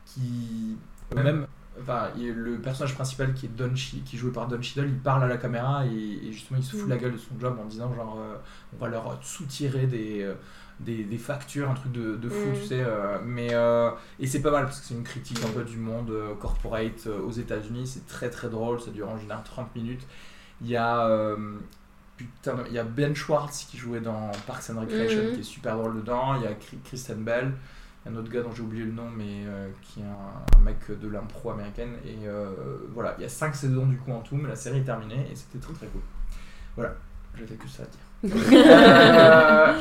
Speaker 1: qui même. Enfin, il- le personnage principal qui est Don Shi- qui est joué par Don Cheadle, il parle à la caméra et, et justement il se fout
Speaker 2: Mm.
Speaker 1: la gueule de son job en disant genre euh, on va leur soutirer des, euh, des, des factures, un truc de, de fou,
Speaker 3: Mm.
Speaker 1: tu sais. euh, mais euh, et c'est pas mal parce que c'est une critique un peu du monde euh, corporate euh, aux États-Unis. C'est très très drôle, ça dure en général 30 minutes. Il y a euh, putain, non, il y a Ben Schwartz qui jouait dans Parks and Recreation
Speaker 2: Mhm.
Speaker 1: qui est super drôle dedans. Il y a Cri- Kristen Bell, il y a un autre gars dont j'ai oublié le nom mais euh, qui est un, un mec de l'impro américaine. Et euh, voilà, il y a 5 saisons du coup en tout, mais la série est terminée et c'était très très cool. Voilà, j'avais que ça à dire. Euh,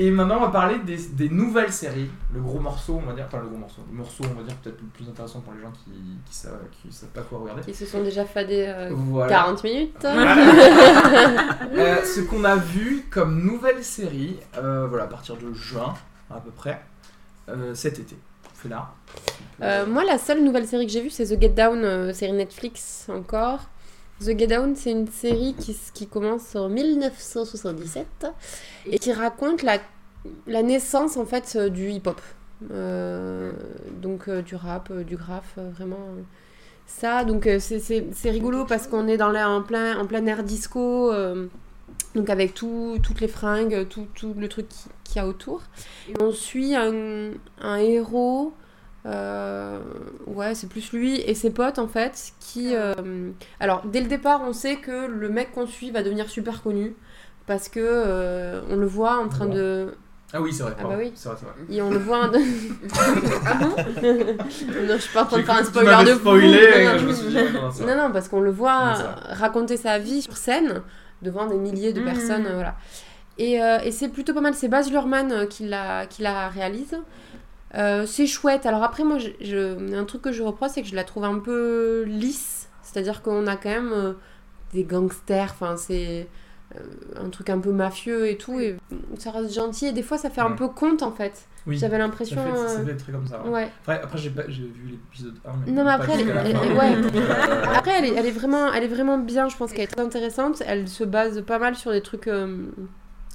Speaker 1: et maintenant, on va parler des, des nouvelles séries. Le gros morceau, on va dire, enfin le gros morceau, le morceau, on va dire peut-être le plus intéressant pour les gens qui, qui, savent, qui savent pas quoi regarder.
Speaker 2: Ils se sont déjà fadés euh,
Speaker 1: Voilà. Ah,
Speaker 2: 40 minutes.
Speaker 1: Euh, ce qu'on a vu comme nouvelle série, euh, voilà, à partir de juin à peu près, euh, cet été. C'est là.
Speaker 2: Euh, moi, la seule nouvelle série que j'ai vue, c'est The Get Down, euh, série Netflix encore. The Get Down, c'est une série qui, s- qui commence en 1977 et qui raconte la, la naissance en fait euh, du hip-hop. Euh, donc euh, du rap, euh, du graphe, euh, vraiment euh, ça. Donc euh, c'est- c'est c'est rigolo parce qu'on est dans l'air en plein, en plein air disco, euh, donc avec tout, toutes les fringues, tout, tout le truc qui- qu'il y a autour. Et on suit un, un héros. Euh, ouais, c'est plus lui et ses potes en fait qui. euh, alors dès le départ, on sait que le mec qu'on suit va devenir super connu parce que euh, on le voit en train
Speaker 1: Ouais.
Speaker 2: de.
Speaker 1: Ah oui, c'est vrai.
Speaker 2: Ah
Speaker 1: pardon.
Speaker 2: bah oui.
Speaker 1: C'est vrai, c'est vrai.
Speaker 2: Et on le voit. un- ah bon Non, je suis pas en train de
Speaker 1: J'ai cru
Speaker 2: faire un
Speaker 1: que tu m'avais
Speaker 2: spoiler de fou.
Speaker 1: spoilé, euh,
Speaker 2: Non, non.
Speaker 1: je me suis dit, non, c'est vrai.
Speaker 2: Non, non, parce qu'on le voit
Speaker 1: Non, c'est vrai.
Speaker 2: raconter sa vie sur scène devant des milliers de
Speaker 1: Mmh.
Speaker 3: Mhm.
Speaker 2: personnes, euh, voilà. Et, euh, et c'est plutôt pas mal, c'est Baz Luhrmann euh, qui la, qui la réalise. Euh, c'est chouette. Alors après, moi, je, je- un truc que je reproche, c'est que je la trouve un peu lisse. C'est-à-dire qu'on a quand même euh, des gangsters, enfin, c'est euh, un truc un peu mafieux et tout, et ça reste gentil. Et des fois, ça fait un
Speaker 1: Mhm.
Speaker 2: peu compte, en fait.
Speaker 1: Oui, ça
Speaker 2: J'avais
Speaker 1: fait,
Speaker 2: l'impression...
Speaker 1: ça
Speaker 2: euh,
Speaker 1: fait très comme ça. ouais.
Speaker 2: Ouais.
Speaker 1: Après, après, j'ai, pas, j'ai vu l'épisode 1. Mais
Speaker 2: Non, mais
Speaker 1: pas
Speaker 2: après,
Speaker 1: jusqu'à
Speaker 2: elle-
Speaker 1: la
Speaker 2: elle-
Speaker 1: fin.
Speaker 2: ouais.
Speaker 1: Euh,
Speaker 2: Après, elle est, elle est vraiment, elle est vraiment bien. Je pense qu'elle est très intéressante. Elle se base pas mal sur des trucs, euh,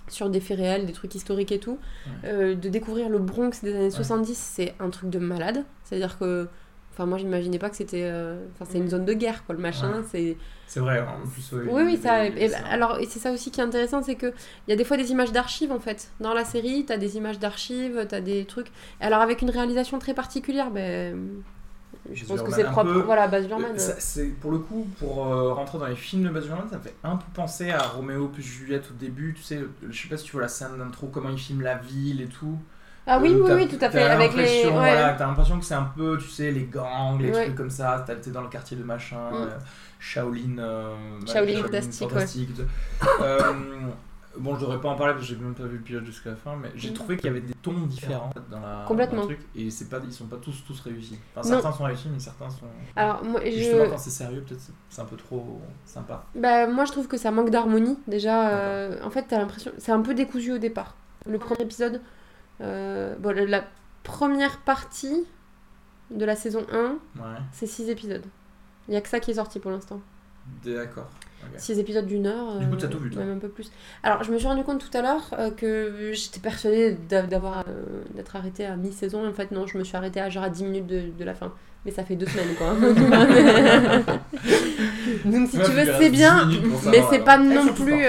Speaker 2: sur des faits réels, des trucs historiques et tout.
Speaker 1: Ouais.
Speaker 2: Euh, de découvrir le Bronx des années 70, c'est un truc de malade. C'est-à-dire que, enfin, moi, j'imaginais pas que c'était, euh, enfin, c'est une zone de guerre, quoi. Le machin,
Speaker 1: Ouais.
Speaker 2: c'est.
Speaker 1: c'est vrai, en plus.
Speaker 2: Oui, oui, ça.
Speaker 1: il-
Speaker 2: et- bah, ben,
Speaker 1: c'est-
Speaker 2: alors, et c'est ça aussi qui est intéressant, c'est que il y a des fois des images d'archives en fait. Dans la série, t'as des images d'archives, t'as des trucs. Alors avec une réalisation très particulière, ben, Je
Speaker 1: Baz
Speaker 2: pense que
Speaker 1: Luhrmann
Speaker 2: c'est
Speaker 1: un
Speaker 2: propre.
Speaker 1: peu.
Speaker 2: Voilà, Baz Luhrmann.
Speaker 1: Euh, ça- c'est- pour le coup, pour euh, rentrer dans les films de Baz Luhrmann, ça me fait un peu penser à Roméo plus Juliette au début. Tu sais, je sais pas si tu vois la scène d'intro, comment il filme la ville et tout.
Speaker 2: Ah oui,
Speaker 1: Euh,
Speaker 2: oui,
Speaker 1: t'as-
Speaker 2: oui, tout à fait.
Speaker 1: t'as
Speaker 2: Avec les.
Speaker 1: l'impression,
Speaker 2: Ouais.
Speaker 1: voilà, T'as l'impression que c'est un peu, tu sais, les gangs, les
Speaker 2: Ouais.
Speaker 1: trucs comme ça. t'as- T'es dans le quartier de machin,
Speaker 2: Mm.
Speaker 1: euh, Shaolin, euh,
Speaker 2: Shaolin fantastique,
Speaker 1: tout- euh, bon, je devrais pas en parler parce que j'ai même pas vu le pilote jusqu'à la fin, mais j'ai trouvé qu'il y avait des tons différents dans, la,
Speaker 2: Mm. Complètement.
Speaker 1: dans le truc et c'est pas, ils sont pas tous, tous réussis. Enfin,
Speaker 2: Non.
Speaker 1: certains sont réussis, mais certains sont.
Speaker 2: Alors, moi,
Speaker 1: Et Justement,
Speaker 2: je.
Speaker 1: quand c'est sérieux, peut-être c'est- c'est un peu trop sympa.
Speaker 2: Bah, moi, je trouve que ça manque d'harmonie. Déjà, euh, en fait, t'as l'impression. C'est un peu décousu au départ. Le premier épisode. euh, bon, la- la première partie de la saison 1,
Speaker 1: Ouais,
Speaker 2: c'est 6 épisodes. Il n'y a que ça qui est sorti pour l'instant.
Speaker 1: d'accord. Ok.
Speaker 2: 6 épisodes d'une heure.
Speaker 1: Du coup,
Speaker 2: euh,
Speaker 1: t'as tout vu, toi.
Speaker 2: Même un peu plus. Alors, je me suis rendu compte tout à l'heure euh, que j'étais persuadée d'a- d'avoir euh, d'être arrêtée à mi-saison. En fait, non, je me suis arrêtée à genre à 10 minutes de, de la fin. Mais ça fait deux semaines, quoi. Donc, si
Speaker 1: Ouais,
Speaker 2: tu veux,
Speaker 1: il reste
Speaker 2: c'est
Speaker 1: 10
Speaker 2: bien.
Speaker 1: minutes pour
Speaker 2: Mais
Speaker 1: savoir,
Speaker 2: c'est
Speaker 1: alors.
Speaker 2: pas
Speaker 1: Eh, ça,
Speaker 2: non
Speaker 1: c'est
Speaker 2: plus.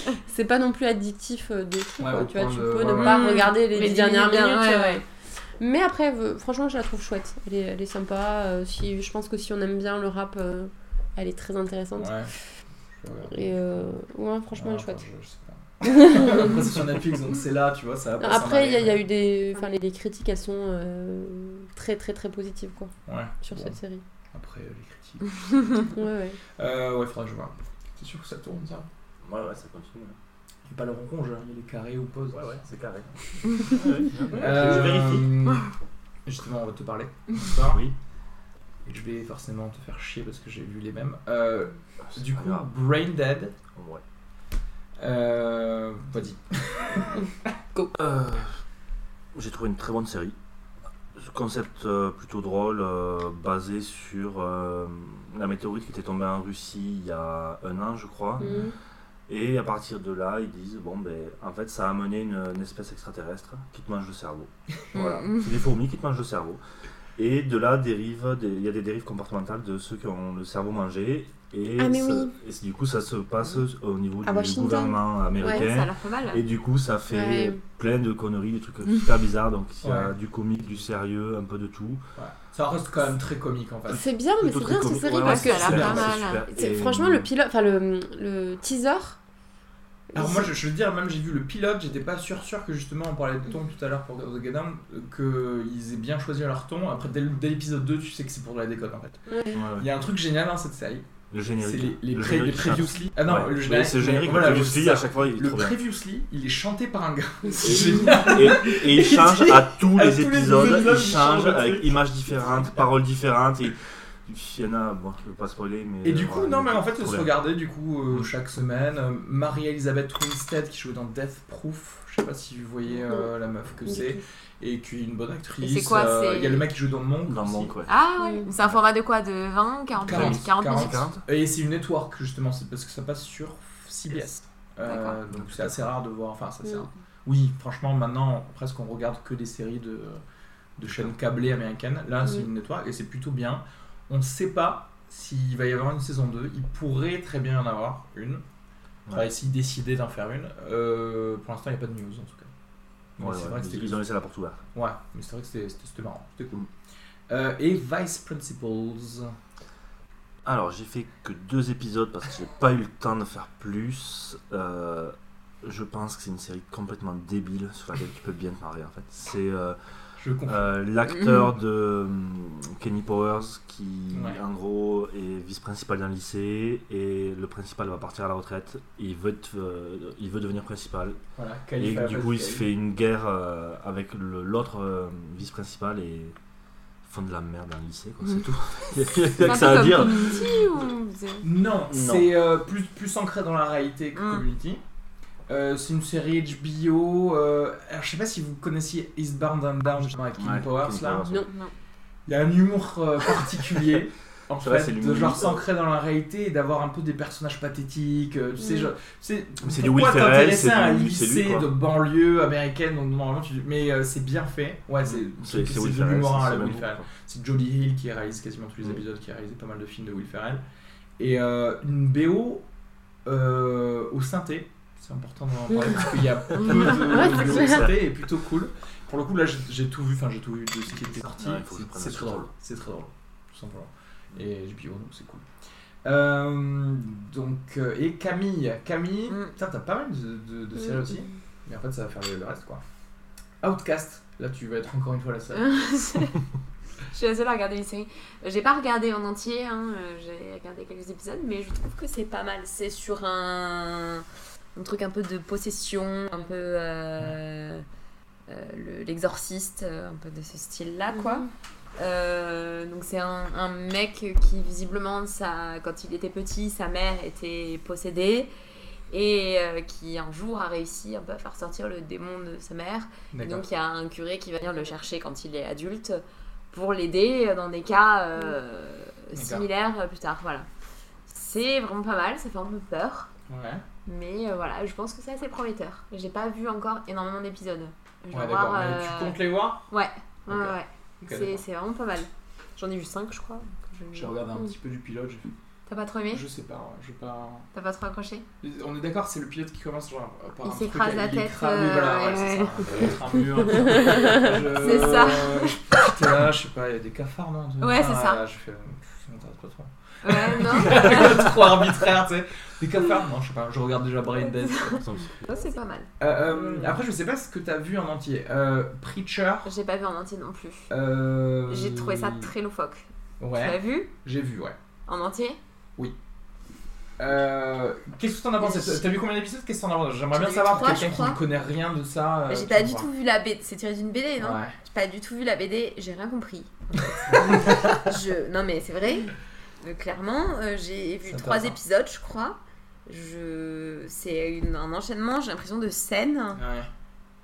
Speaker 2: euh, c'est pas non plus addictif euh, de fou,
Speaker 1: Ouais,
Speaker 2: quoi.
Speaker 1: au
Speaker 2: Tu vois,
Speaker 1: point
Speaker 2: tu
Speaker 1: de-
Speaker 2: peux
Speaker 1: ouais,
Speaker 2: ne
Speaker 1: ouais.
Speaker 2: pas regarder les, dix
Speaker 3: Mmh. dix
Speaker 2: dernières minutes.
Speaker 3: ouais,
Speaker 2: euh,
Speaker 3: ouais.
Speaker 2: mais après, euh, franchement, je la trouve chouette. Elle est, elle est sympa. euh, si, je pense que si on aime bien le rap, euh, elle est très intéressante.
Speaker 1: Ouais. Je regarde.
Speaker 2: Et euh, ouais, franchement, elle est
Speaker 1: Ah,
Speaker 2: chouette.
Speaker 1: enfin, je- je sais pas. Après, c'est sur Netflix, donc c'est là, tu vois, bah, ça va
Speaker 2: Non,
Speaker 1: pas
Speaker 2: après, il y, a- il y a
Speaker 1: s'emballer.
Speaker 2: eu des. Enfin, les, les critiques, elles sont euh, très, très, très positives, quoi,
Speaker 1: Ouais,
Speaker 2: sur
Speaker 1: bon,
Speaker 2: cette série.
Speaker 1: Après, euh, les critiques.
Speaker 2: Ouais, ouais.
Speaker 1: Euh, ouais, faudra que je vois. C'est sûr que ça tourne, ça
Speaker 4: Ouais, ouais, ça continue. hein.
Speaker 1: Il n'y a pas le rond ronge, hein, il y a les carrés ou pause.
Speaker 4: Ouais, ouais, c'est carré. Ouais, ouais,
Speaker 1: Euh,
Speaker 4: Je vérifie.
Speaker 1: Justement, on va te parler. ce soir.
Speaker 4: Oui.
Speaker 1: Et Je vais forcément te faire chier parce que j'ai vu les mêmes. Euh,
Speaker 4: C'est
Speaker 1: du
Speaker 4: pas
Speaker 1: coup,
Speaker 4: grave.
Speaker 1: Brain Dead.
Speaker 4: Ouais.
Speaker 1: Euh, vas-y.
Speaker 4: Euh, J'ai trouvé une très bonne série. Ce concept euh, plutôt drôle, euh, basé sur euh, la météorite qui était tombée en Russie il y a un an, je crois.
Speaker 2: Mhm.
Speaker 4: Et à partir de là, ils disent bon, ben, en fait, ça a amené une, une espèce extraterrestre qui te mange le cerveau. Voilà.
Speaker 3: Mm, mm.
Speaker 4: C'est des fourmis qui te mangent le cerveau. Et de là, dérive des- il y a des dérives comportementales de ceux qui ont le cerveau mangé. Et,
Speaker 2: Ah, mais
Speaker 4: ça-
Speaker 2: oui.
Speaker 4: et c'est- du coup, ça se passe au niveau
Speaker 2: À
Speaker 4: du
Speaker 2: Washington.
Speaker 4: gouvernement américain.
Speaker 3: Ouais, ça a l'air pas mal.
Speaker 4: Et du coup, ça fait
Speaker 2: Ouais.
Speaker 4: plein de conneries, des trucs super bizarres. Donc, il y a
Speaker 1: Ouais.
Speaker 4: du comique, du sérieux, un peu de tout.
Speaker 1: Ça reste quand même très comique en fait.
Speaker 2: C'est bien, mais
Speaker 4: Plutôt
Speaker 2: c'est
Speaker 4: très
Speaker 2: bien cette
Speaker 4: comique.
Speaker 2: série
Speaker 4: Ouais, ouais,
Speaker 2: parce
Speaker 3: ça a
Speaker 2: que.
Speaker 3: l'air
Speaker 4: super,
Speaker 3: pas
Speaker 4: c'est
Speaker 3: mal.
Speaker 4: super.
Speaker 2: c'est-
Speaker 4: Et-
Speaker 2: Franchement, le pilote. Enfin, le, le teaser.
Speaker 1: Alors moi je, je veux dire, même j'ai vu le pilote, j'étais pas sûr sûr que justement on parlait de ton tout à l'heure pour The Get Down, euh, qu'ils aient bien choisi leur ton. Après dès, le- dès l'épisode 2 tu sais que c'est pour de la déconne en fait.
Speaker 4: Ouais, ouais.
Speaker 1: Il y a un truc génial dans cette série,
Speaker 4: Le
Speaker 1: c'est
Speaker 4: générique.
Speaker 1: les, les,
Speaker 4: Le
Speaker 1: pré- les
Speaker 4: générique, ça-
Speaker 1: previously. Ah non,
Speaker 4: Ouais.
Speaker 1: le
Speaker 4: Mais
Speaker 1: générique.
Speaker 4: C'est le générique,
Speaker 1: voilà,
Speaker 4: le previously,
Speaker 1: c'est
Speaker 4: à
Speaker 1: ça.
Speaker 4: chaque fois, il est
Speaker 1: Le
Speaker 4: trop bien.
Speaker 1: previously, il est chanté par un gars. C'est génial.
Speaker 4: Et, et il change à tous
Speaker 1: À
Speaker 4: les
Speaker 1: tous les
Speaker 4: épisodes,
Speaker 1: épisodes,
Speaker 4: il change
Speaker 1: il change le
Speaker 4: avec
Speaker 1: truc.
Speaker 4: images différentes, paroles différentes. Et... Il y en a, bon, je veux pas spoiler, mais.
Speaker 1: Et du coup,
Speaker 4: ouais,
Speaker 1: non, mais en fait,
Speaker 4: trop
Speaker 1: se
Speaker 4: bien.
Speaker 1: regarder du coup euh, chaque semaine. euh, Marie-Elisabeth Winstead qui jouait dans Death Proof. Je sais pas si vous voyez euh, la meuf que c'est. Et qui est une bonne actrice.
Speaker 3: Et c'est quoi,
Speaker 1: euh,
Speaker 3: c'est-
Speaker 1: Il y a le mec qui joue dans Monk.
Speaker 4: Dans
Speaker 1: aussi.
Speaker 4: mon quoi.
Speaker 3: Ah ouais, c'est un format de quoi De 20, 40 minutes 40 minutes.
Speaker 1: 40. Et c'est une network justement, c'est parce que ça passe sur CBS. Euh,
Speaker 3: D'accord.
Speaker 1: donc c'est assez rare de voir. Enfin, ça c'est
Speaker 2: Mm.
Speaker 1: rare. Oui, franchement, maintenant, presque on regarde que des séries de, de chaînes câblées américaines. Là, c'est
Speaker 2: Mm.
Speaker 1: une network et c'est plutôt bien. On ne sait pas s'il va y avoir une saison 2. Il pourrait très bien y en avoir une. On va
Speaker 4: Ouais.
Speaker 1: essayer de décider d'en faire une. Euh, pour l'instant, il n'y a pas de news en tout cas. Mais
Speaker 4: Ouais,
Speaker 1: c'est
Speaker 4: ouais,
Speaker 1: vrai que
Speaker 4: ils-
Speaker 1: c'était
Speaker 4: ils ont laissé la porte ouverte.
Speaker 1: Ouais, mais c'est vrai que c'était- c'était c'était marrant, c'était cool. Euh, et Vice Principals.
Speaker 4: Alors, j'ai fait que deux épisodes parce que j'ai pas eu le temps de faire plus. Euh, je pense que c'est une série complètement débile sur laquelle tu peux bien te marrer en fait. C'est euh,
Speaker 1: Je comprends.
Speaker 4: euh, l'acteur de hum, Kenny Powers qui,
Speaker 1: Ouais.
Speaker 4: en gros, est vice-principal d'un lycée et le principal va partir à la retraite. Il veut, être, euh, il veut devenir principal
Speaker 1: voilà,
Speaker 4: et
Speaker 1: Khalifa
Speaker 4: du coup, il
Speaker 1: Abdel
Speaker 4: se
Speaker 1: Karim.
Speaker 4: fait une guerre euh, avec le- l'autre euh, vice-principal et ils font de la merde dans le lycée, quoi, c'est
Speaker 3: Mhm.
Speaker 4: tout. Il
Speaker 3: C'est
Speaker 4: y a
Speaker 3: un
Speaker 4: que
Speaker 3: peu
Speaker 4: ça à
Speaker 3: comme
Speaker 4: dire.
Speaker 3: Community ou c'est-
Speaker 1: Non,
Speaker 4: Non.
Speaker 1: c'est euh, plus, plus ancré dans la réalité que
Speaker 3: Mm.
Speaker 1: Community. Euh, c'est une série HBO. euh, alors, je sais pas si vous connaissiez Eastbound and Down, justement, avec Kim
Speaker 4: Ouais,
Speaker 1: Powers,
Speaker 4: Kenny
Speaker 1: là.
Speaker 4: Powers.
Speaker 2: Non.
Speaker 3: Non.
Speaker 1: Il y a un humour euh, particulier. En
Speaker 4: C'est vrai,
Speaker 1: fait,
Speaker 4: c'est
Speaker 1: de
Speaker 4: l'humour
Speaker 1: genre
Speaker 4: limite,
Speaker 1: s'ancrer dans la réalité et d'avoir un peu des personnages pathétiques. euh, Tu sais,
Speaker 2: Mm.
Speaker 1: genre, c'est
Speaker 4: Mais c'est du
Speaker 1: pourquoi
Speaker 4: Will Ferrell,
Speaker 1: t'intéresser
Speaker 4: c'est
Speaker 1: à un
Speaker 4: du- c'est lui,
Speaker 1: lycée
Speaker 4: quoi.
Speaker 1: de banlieue américaine, donc normalement tu. Mais euh, c'est bien fait. Ouais, c'est c'est- c'est
Speaker 4: Will
Speaker 1: de
Speaker 4: Ferrell,
Speaker 1: l'humour à
Speaker 4: Mm. c'est
Speaker 1: la Will
Speaker 4: même
Speaker 1: Ferrell.
Speaker 4: groupe,
Speaker 1: C'est Jodie Hill qui réalise quasiment tous les
Speaker 4: Mm.
Speaker 1: épisodes, qui a réalisé pas mal de films de Will Ferrell. Et euh, une BO euh, au synthé c'est important d'en parler parce qu'il y a peu de
Speaker 2: Mm. Ouais, c'est clair.
Speaker 1: diversité et plutôt cool. Pour le coup, là, j'ai- j'ai tout vu, enfin, j'ai tout vu de ce qui était sorti.
Speaker 4: Ouais, il faut que je
Speaker 1: C'est-
Speaker 4: prenne
Speaker 1: c'est
Speaker 4: le
Speaker 1: très
Speaker 4: sous-sol.
Speaker 1: drôle, c'est très drôle, tout simplement. Et j'ai dit, oh, c'est cool. Euh, donc, euh, et Camille, Camille,
Speaker 3: Mm.
Speaker 1: putain, t'as pas mal de, de, de séries
Speaker 2: Mm.
Speaker 1: aussi, mais en fait, ça va faire le, le reste quoi. Outcast, là, tu vas être encore une fois la seule.
Speaker 3: Je suis la seule à regarder les séries. Euh, J'ai pas regardé en entier, hein, euh, j'ai regardé quelques épisodes, mais je trouve que c'est pas mal. C'est sur un, un truc un peu de possession, un peu euh, euh, le- l'exorciste, euh, un peu de ce style-là, quoi. Euh, donc c'est un, un mec qui visiblement sa- quand il était petit sa mère était possédée et euh, qui un jour a réussi un peu à faire sortir le démon de sa mère et
Speaker 1: D'accord.
Speaker 3: donc il y a un curé qui va venir le chercher quand il est adulte pour l'aider dans des cas euh,
Speaker 1: D'accord.
Speaker 3: similaires euh, plus tard. Voilà. C'est vraiment pas mal, ça fait un peu peur,
Speaker 1: Ouais.
Speaker 3: mais euh, voilà, je pense que c'est assez prometteur. J'ai pas vu encore énormément d'épisodes. Je
Speaker 1: Ouais,
Speaker 3: vais
Speaker 1: d'accord.
Speaker 3: voir.
Speaker 1: Mais
Speaker 3: euh,
Speaker 1: tu comptes les voir
Speaker 3: Ouais, ouais,
Speaker 1: Ok.
Speaker 3: ouais.
Speaker 1: Ok,
Speaker 3: C'est-
Speaker 1: d'accord.
Speaker 3: c'est vraiment pas mal. J'en ai vu 5 je crois. donc je-
Speaker 1: J'ai regardé un petit peu du pilote, j'ai fait,
Speaker 3: T'as pas trop aimé
Speaker 1: je sais pas, ouais, je vais pas.
Speaker 3: T'as pas trop accroché
Speaker 1: On est d'accord, c'est le pilote qui commence genre euh, par
Speaker 3: Il
Speaker 1: un truc
Speaker 3: s'écrase
Speaker 1: à-
Speaker 3: la
Speaker 1: il
Speaker 3: tête,
Speaker 1: écrase-
Speaker 3: euh,
Speaker 1: oui, voilà, ouais,
Speaker 3: ouais,
Speaker 1: c'est ça. Un, mur, un truc.
Speaker 3: C'est ça.
Speaker 1: Je, putain, là, je sais pas, il y a des cafards, non de-
Speaker 3: Ouais, c'est
Speaker 1: ah,
Speaker 3: ça.
Speaker 1: là, je fais, euh, pff, ça m'intéresse pas trop.
Speaker 3: Ouais, non
Speaker 1: trop arbitraire, tu sais. Des cafards Non, je sais pas, je regarde déjà Brain Dead.
Speaker 3: Ça c'est pas mal.
Speaker 1: Euh, euh, après, je sais pas ce que t'as vu en entier. Euh, Preacher.
Speaker 3: J'ai pas vu en entier non plus.
Speaker 1: euh,
Speaker 3: J'ai trouvé ça très loufoque. Tu l'as
Speaker 1: Ouais,
Speaker 3: vu
Speaker 1: j'ai vu, ouais.
Speaker 3: en entier
Speaker 1: Euh, Qu'est-ce que t'en as pensé T'as vu combien d'épisodes Qu'est-ce que t'en as pensé J'aimerais bien
Speaker 3: J'ai vu
Speaker 1: savoir,
Speaker 3: trois, je
Speaker 1: quelqu'un qui
Speaker 3: crois.
Speaker 1: ne connaît rien de ça. euh,
Speaker 3: J'ai
Speaker 1: tu
Speaker 3: pas
Speaker 1: vas
Speaker 3: du
Speaker 1: voir.
Speaker 3: tout hein. vu la BD. C'est tiré d'une BD, non
Speaker 1: Ouais.
Speaker 3: J'ai pas du tout vu la BD. J'ai rien compris. je... Non, mais c'est vrai. Euh, clairement, euh, j'ai vu
Speaker 1: Ça
Speaker 3: trois
Speaker 1: va.
Speaker 3: épisodes, je crois. Je... C'est une- un enchaînement, j'ai l'impression, de scènes
Speaker 1: Ouais.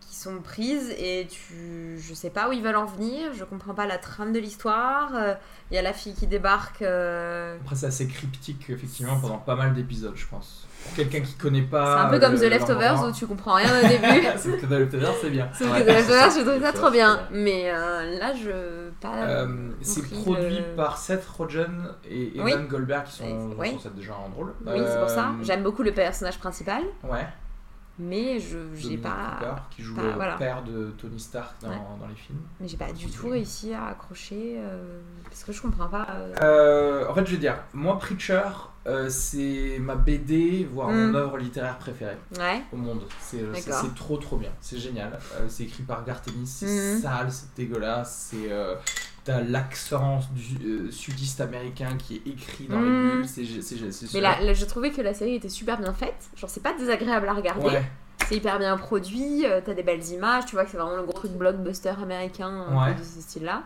Speaker 3: qui sont prises et tu... je sais pas où ils veulent en venir. Je comprends pas la trame de l'histoire. Euh, Il y a la fille qui débarque. euh,
Speaker 1: Après, c'est assez cryptique, effectivement, pendant pas mal d'épisodes, je pense. Pour quelqu'un qui connaît
Speaker 3: C'est
Speaker 1: pas. euh,
Speaker 3: un peu comme The Leftovers où tu comprends rien au début.
Speaker 1: C'est que The Leftovers, c'est bien.
Speaker 3: Sauf
Speaker 4: Ouais,
Speaker 3: que The
Speaker 4: c'est
Speaker 3: Leftovers,
Speaker 4: ça.
Speaker 3: je trouve ça
Speaker 4: The
Speaker 3: trop bien.
Speaker 4: Leftovers,
Speaker 3: Mais euh, là, je. Pas.
Speaker 1: Euh, c'est
Speaker 3: compris
Speaker 1: produit
Speaker 3: le-
Speaker 1: par Seth Rogen et Evan
Speaker 3: Oui.
Speaker 1: Goldberg qui sont
Speaker 3: Et-
Speaker 1: je
Speaker 3: oui.
Speaker 1: pense, ça déjà en drôle. Euh,
Speaker 3: Oui, c'est pour ça. J'aime beaucoup le personnage principal,
Speaker 1: Ouais.
Speaker 3: mais je j'ai
Speaker 1: Dominic Cooper,
Speaker 3: pas,
Speaker 1: qui joue
Speaker 3: pas-
Speaker 1: le
Speaker 3: voilà.
Speaker 1: père de Tony Stark dans,
Speaker 3: Ouais.
Speaker 1: dans les films.
Speaker 3: mais j'ai pas du tout réussi à accrocher euh, parce que je comprends pas. euh,
Speaker 1: Euh, en fait, je veux dire, moi, Preacher, euh, c'est ma BD, voire
Speaker 3: Mm.
Speaker 1: mon œuvre littéraire préférée.
Speaker 3: Ouais.
Speaker 1: au monde. C'est euh, c'est-
Speaker 3: D'accord.
Speaker 1: c'est trop trop bien, c'est génial. Euh, c'est écrit par Gartenis, c'est
Speaker 3: Mhm.
Speaker 1: sale, c'est dégueulasse, c'est euh, t'as l'accent du euh, sudiste américain qui est écrit dans
Speaker 3: Mhm.
Speaker 1: les bulles, c'est gé- c'est gé- c'est
Speaker 3: Mais
Speaker 1: super.
Speaker 3: là, là, je trouvais que la série était super bien faite. Genre, c'est pas désagréable à regarder.
Speaker 1: ouais,
Speaker 3: C'est hyper bien produit. euh, T'as des belles images. Tu vois que c'est vraiment le gros truc blockbuster américain un peu
Speaker 1: Ouais.
Speaker 3: de ce style-là.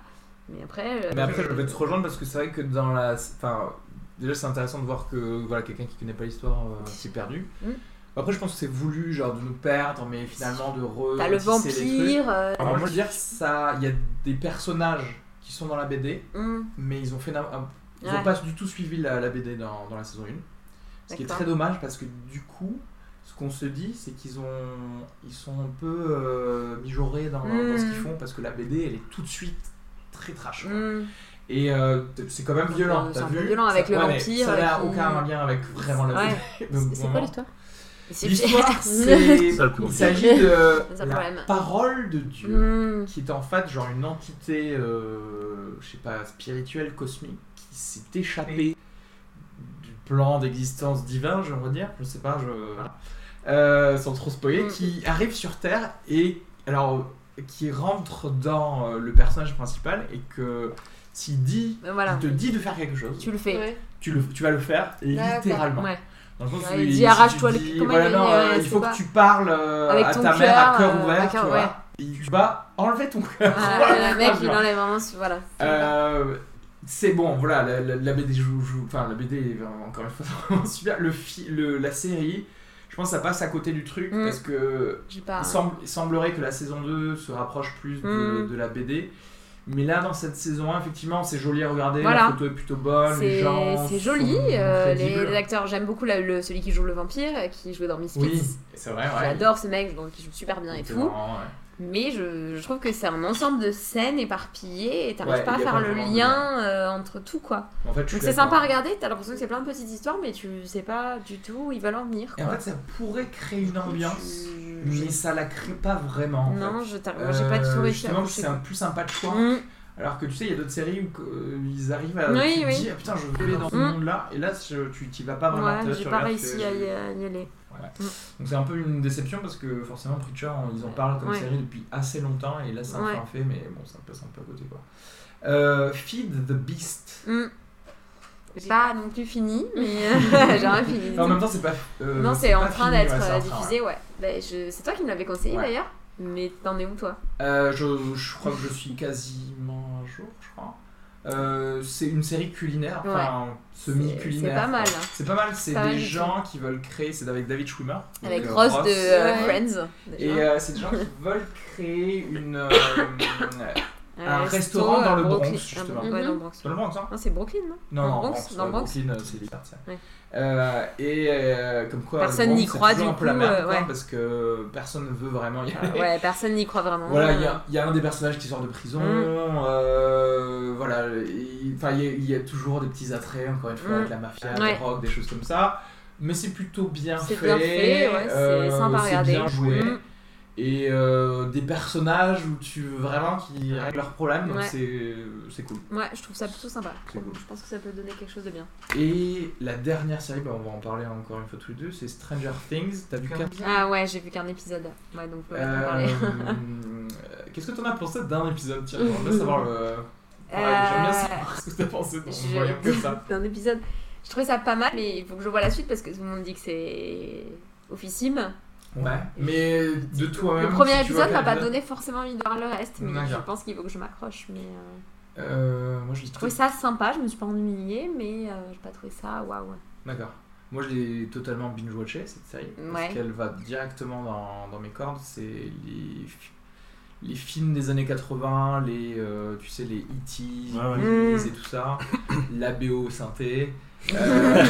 Speaker 3: Mais après. euh,
Speaker 1: mais après je vais te rejoindre parce que c'est vrai que dans la, enfin déjà c'est intéressant de voir que voilà quelqu'un qui connaît pas l'histoire euh, s'est perdu.
Speaker 3: Mhm.
Speaker 1: Après je pense que c'est voulu genre de nous perdre, mais finalement de re.
Speaker 3: T'as le
Speaker 1: tisser les trucs.
Speaker 3: vampire. euh,
Speaker 1: Alors Ah, moi je veux dire ça, il y a des personnages qui sont dans la BD.
Speaker 3: hum,
Speaker 1: mais ils ont fait na- un- ils ont
Speaker 3: Ouais.
Speaker 1: pas du tout suivi la, la BD dans, dans la saison 1 ce qui est
Speaker 3: D'accord.
Speaker 1: très dommage parce que du coup ce qu'on se dit c'est qu'ils ont ils sont un peu euh, mijaurés dans, dans ce
Speaker 3: Mm.
Speaker 1: qu'ils font parce que la BD elle est tout de suite très trash quoi.
Speaker 3: hum.
Speaker 1: et euh, t- c'est quand même
Speaker 3: C'est
Speaker 1: violent
Speaker 3: un
Speaker 1: t'as
Speaker 3: peu
Speaker 1: vu
Speaker 3: violent avec
Speaker 1: ça,
Speaker 3: le
Speaker 1: ouais, mais
Speaker 3: vampire
Speaker 1: ça n'a
Speaker 3: qui-
Speaker 1: aucun lien avec vraiment la
Speaker 3: Ouais.
Speaker 1: BD Donc,
Speaker 2: C'est quoi
Speaker 1: vraiment,
Speaker 2: l'histoire
Speaker 3: C'est-
Speaker 1: l'histoire c'est
Speaker 4: Ça, le coup,
Speaker 1: il s'agit de
Speaker 3: C'est un
Speaker 1: la
Speaker 3: problème.
Speaker 1: parole de Dieu
Speaker 3: Hum.
Speaker 1: qui est en fait genre une entité, euh, je sais pas, spirituelle, cosmique, qui s'est échappée du plan d'existence divin, je veux dire, je sais pas, je... voilà. Euh, sans trop spoiler,
Speaker 3: Mm.
Speaker 1: qui arrive sur Terre et alors qui rentre dans euh, le personnage principal et que s'il dit,
Speaker 3: Mais Voilà.
Speaker 1: il te dit de faire quelque chose,
Speaker 3: Tu le fais.
Speaker 2: Ouais.
Speaker 1: tu, le, tu vas le faire
Speaker 2: D'accord.
Speaker 1: littéralement.
Speaker 3: Ouais.
Speaker 1: Dans le sens
Speaker 3: Ouais,
Speaker 1: où
Speaker 3: il dit,
Speaker 1: si tu
Speaker 3: arrache-toi le-
Speaker 1: dis,
Speaker 3: comment
Speaker 1: voilà,
Speaker 3: il va
Speaker 1: non,
Speaker 3: dire,
Speaker 1: euh,
Speaker 3: ouais,
Speaker 1: il
Speaker 3: c'est
Speaker 1: faut
Speaker 3: pas-
Speaker 1: que tu parles euh,
Speaker 3: Avec
Speaker 1: à
Speaker 3: ton
Speaker 1: ta mère à
Speaker 3: cœur,
Speaker 1: cœur
Speaker 3: euh,
Speaker 1: ouvert,
Speaker 3: à cœur-
Speaker 1: tu
Speaker 3: ouais.
Speaker 1: vois. Il- Tu vas enlever ton cœur.
Speaker 3: Voilà, Ah, le mec,
Speaker 1: Tu
Speaker 3: il
Speaker 1: vois.
Speaker 3: enlève vraiment. ce- Voilà.
Speaker 1: Euh, c'est bon, voilà, la, la- la BD joue, joue- enfin la BD est vraiment, encore une fois vraiment super. Le, fi- le- la série, je pense que ça passe à côté du truc
Speaker 3: Mm. Ah,
Speaker 1: parce que
Speaker 3: J'ai pas. hein.
Speaker 1: il, semble- il semblerait que la saison 2 se rapproche plus de,
Speaker 3: Mm.
Speaker 1: de la BD. Mais là, dans cette saison 1, effectivement, c'est joli à regarder,
Speaker 3: Voilà.
Speaker 1: la photo est plutôt bonne, les
Speaker 3: C'est
Speaker 1: gens.
Speaker 3: c'est
Speaker 1: sont
Speaker 3: joli, euh, les,
Speaker 1: crédibles.
Speaker 3: les acteurs. J'aime beaucoup la- le, celui qui joue le vampire, euh, qui jouait dans Misfits.
Speaker 1: Oui, c'est vrai, ah ouais.
Speaker 3: J'adore ce mec, donc il joue super bien et
Speaker 1: C'est
Speaker 3: tout.
Speaker 1: marrant, ouais.
Speaker 3: Mais je, je trouve que c'est un ensemble de scènes éparpillées et t'arrives
Speaker 1: Ouais,
Speaker 3: pas à
Speaker 1: il y a
Speaker 3: faire
Speaker 1: pas
Speaker 3: le
Speaker 1: vraiment de
Speaker 3: lien euh, entre tout quoi.
Speaker 1: En fait, je suis
Speaker 3: Donc c'est
Speaker 1: d'accord.
Speaker 3: sympa à regarder, t'as l'impression que c'est plein de petites histoires, mais tu sais pas du tout où ils veulent en venir.
Speaker 1: Et en fait, ça pourrait créer une ambiance,
Speaker 3: Je- je-
Speaker 1: mais ça la crée pas vraiment. en
Speaker 3: euh, non,
Speaker 1: fait.
Speaker 3: je t'ar- moi, j'ai pas du tout
Speaker 1: Euh,
Speaker 3: réussi à
Speaker 1: Justement,
Speaker 3: accrocher,
Speaker 1: c'est un- plus un patchwork.
Speaker 3: Mm.
Speaker 1: Alors que tu sais, il y a d'autres séries où euh, ils arrivent à
Speaker 3: Oui,
Speaker 1: tu te
Speaker 3: oui.
Speaker 1: dis, ah, putain, je veux aller dans ce
Speaker 3: Mm.
Speaker 1: monde-là, et là, je- tu t'y vas pas vraiment. t'es là,
Speaker 3: Ouais,
Speaker 1: tu
Speaker 3: j'ai pas
Speaker 1: regardes,
Speaker 3: réussi
Speaker 1: tu-
Speaker 3: à y, à y aller.
Speaker 1: euh, Donc c'est un peu une déception parce que forcément, Preacher, on- ils en parlent comme
Speaker 3: Ouais.
Speaker 1: série depuis assez longtemps, et là, c'est un
Speaker 3: Ouais.
Speaker 1: peu un fait, mais bon, ça passe un peu à côté quoi. Euh, Feed the Beast.
Speaker 3: Mm. J'ai pas non plus fini, mais euh, j'aurais fini.
Speaker 1: Enfin, en même temps, c'est pas. euh,
Speaker 3: non, c'est en
Speaker 1: pas
Speaker 3: train
Speaker 1: fini,
Speaker 3: d'être
Speaker 1: ouais, c'est
Speaker 3: euh,
Speaker 1: en train, ouais.
Speaker 3: diffusé, ouais. Bah, je- C'est toi qui me l'avais conseillé
Speaker 1: Ouais.
Speaker 3: d'ailleurs, mais t'en es où toi
Speaker 1: Euh, je, je crois que je suis quasiment un jour, je crois. Euh, c'est une série culinaire, enfin
Speaker 3: C'est
Speaker 1: semi-culinaire.
Speaker 3: pas mal. hein.
Speaker 1: C'est pas mal, c'est
Speaker 3: Pas mal
Speaker 1: des
Speaker 3: du
Speaker 1: gens qui veulent créer, c'est avec David Schwimmer.
Speaker 3: Avec
Speaker 1: donc, euh,
Speaker 3: Ross de euh,
Speaker 2: Ouais.
Speaker 3: Friends.
Speaker 1: Et
Speaker 3: déjà.
Speaker 1: euh, c'est des gens qui veulent créer une, euh, un
Speaker 3: resto,
Speaker 1: restaurant dans
Speaker 3: euh,
Speaker 1: le Bronx,
Speaker 3: Brooklyn.
Speaker 1: justement.
Speaker 3: Ouais, dans le Bronx.
Speaker 1: Dans le Bronx, hein
Speaker 3: Non, c'est Brooklyn, non
Speaker 1: Non,
Speaker 3: Dans
Speaker 1: non,
Speaker 3: le Bronx, dans le
Speaker 1: euh,
Speaker 3: Bronx.
Speaker 1: Brooklyn, euh, c'est liberté.
Speaker 3: Ouais.
Speaker 1: Euh, et euh, comme quoi, le
Speaker 3: Personne
Speaker 1: Bronx,
Speaker 3: n'y
Speaker 1: c'est
Speaker 3: croit,
Speaker 1: toujours
Speaker 3: du
Speaker 1: un peu la
Speaker 3: coup,
Speaker 1: merde,
Speaker 3: euh,
Speaker 1: quoi,
Speaker 3: ouais.
Speaker 1: parce que personne ne veut vraiment y aller.
Speaker 3: Ouais, personne n'y croit vraiment.
Speaker 1: Ah, Voilà, il y a- il y, a un des personnages qui sort de prison.
Speaker 3: Mm.
Speaker 1: euh, voilà, il enfin, il y, a- il y a toujours des petits attraits, encore une fois,
Speaker 3: Mm.
Speaker 1: avec la mafia,
Speaker 3: Ouais.
Speaker 1: la drogue, des choses comme ça. Mais c'est plutôt bien fait.
Speaker 3: C'est bien fait, ouais, c'est
Speaker 1: euh,
Speaker 3: sympa à
Speaker 1: c'est
Speaker 3: regarder.
Speaker 1: bien joué.
Speaker 3: Mm.
Speaker 1: Et euh, des personnages où tu veux vraiment qui règlent leurs problèmes, donc
Speaker 3: Ouais.
Speaker 1: c'est- c'est cool.
Speaker 3: Ouais, je trouve ça plutôt sympa.
Speaker 1: C'est cool.
Speaker 3: Je pense que ça peut donner quelque chose de bien.
Speaker 1: Et la dernière série, bah, on va en parler encore une fois tous les deux, c'est Stranger Things. T'as vu qu'un
Speaker 3: Ah ouais, j'ai vu qu'un épisode. Ouais, donc on peut en
Speaker 1: Euh,
Speaker 3: parler.
Speaker 1: Qu'est-ce que t'en as pensé d'un épisode Tiens, j'aimerais bien savoir le. Ouais, J'aime bien
Speaker 3: Euh,
Speaker 1: savoir ce que t'as pensé dans
Speaker 3: Je-
Speaker 1: le voyant que ça.
Speaker 3: d'un épisode. Je trouvais ça pas mal, mais il faut que je vois la suite parce que tout le monde dit que c'est officime.
Speaker 1: Ouais, Bah, mais de toi-même.
Speaker 3: le premier
Speaker 1: si tu vois
Speaker 3: épisode m'a
Speaker 1: quel
Speaker 3: pas
Speaker 1: épisode-
Speaker 3: donné forcément envie de voir le reste, mais je
Speaker 1: D'accord.
Speaker 3: pense qu'il faut que je m'accroche. Mais euh,
Speaker 1: Euh, moi je l'ai
Speaker 3: je trouvais
Speaker 1: trouvé.
Speaker 3: ça sympa, je me suis pas ennuyée, mais euh, j'ai pas trouvé ça waouh.
Speaker 1: D'accord. Moi je l'ai totalement binge-watché cette série.
Speaker 3: Ouais.
Speaker 1: Parce qu'elle va directement dans, dans mes cordes. C'est les, fi- les films des années 80, les, euh, tu sais, les E.T.,
Speaker 4: Ouais, ouais.
Speaker 1: les
Speaker 3: Mm.
Speaker 1: et tout ça, la BO synthé. euh,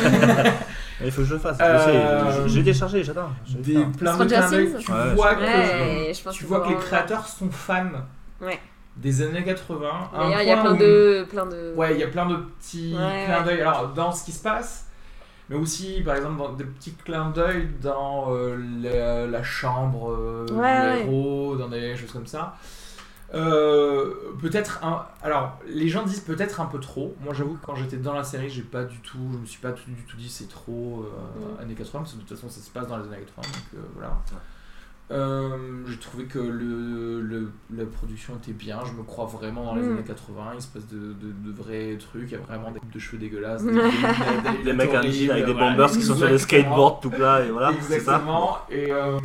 Speaker 4: Mais Il faut que je le fasse.
Speaker 1: Euh,
Speaker 4: Je sais, je- je l'ai déchargé, j'adore. Je vais
Speaker 1: des
Speaker 4: le faire.
Speaker 1: plein de
Speaker 3: Stranger
Speaker 1: clins d'œil.
Speaker 3: Things
Speaker 1: Tu
Speaker 4: Ouais,
Speaker 1: vois que,
Speaker 3: Ouais, je pense
Speaker 1: tu
Speaker 3: qu'il
Speaker 1: vois
Speaker 3: faut
Speaker 1: que les
Speaker 3: vraiment-
Speaker 1: créateurs sont fans
Speaker 3: Ouais.
Speaker 1: des années 80. à un
Speaker 3: D'ailleurs, il y a
Speaker 1: point
Speaker 3: plein
Speaker 1: où-
Speaker 3: de, plein de.
Speaker 1: Ouais, il y a plein de petits
Speaker 3: Ouais,
Speaker 1: clins
Speaker 3: ouais.
Speaker 1: d'œil. Alors, dans ce qui se passe, mais aussi, par exemple, dans des petits clins d'œil dans euh, la, la chambre euh, du
Speaker 3: Ouais,
Speaker 1: héros, dans des choses comme ça. Euh, peut-être un. Alors, les gens disent peut-être un peu trop. Moi, j'avoue que quand j'étais dans la série, j'ai pas du tout. Je me suis pas tout- du tout dit c'est trop
Speaker 3: Mm.
Speaker 1: euh, années 80, parce que de toute façon, ça se passe dans les années 80, donc euh, voilà. Euh, j'ai trouvé que le, le- la production était bien, je me crois vraiment dans les
Speaker 3: Mm.
Speaker 1: années 80, il se passe de, de, de vrais trucs, il y a vraiment des coupes de cheveux dégueulasses, des, des,
Speaker 4: Des mecs indiens avec des
Speaker 1: voilà.
Speaker 4: bombers qui sont sur des
Speaker 1: Exactement.
Speaker 4: skateboards tout plat et voilà, c'est ça.
Speaker 1: Exactement, et, euh,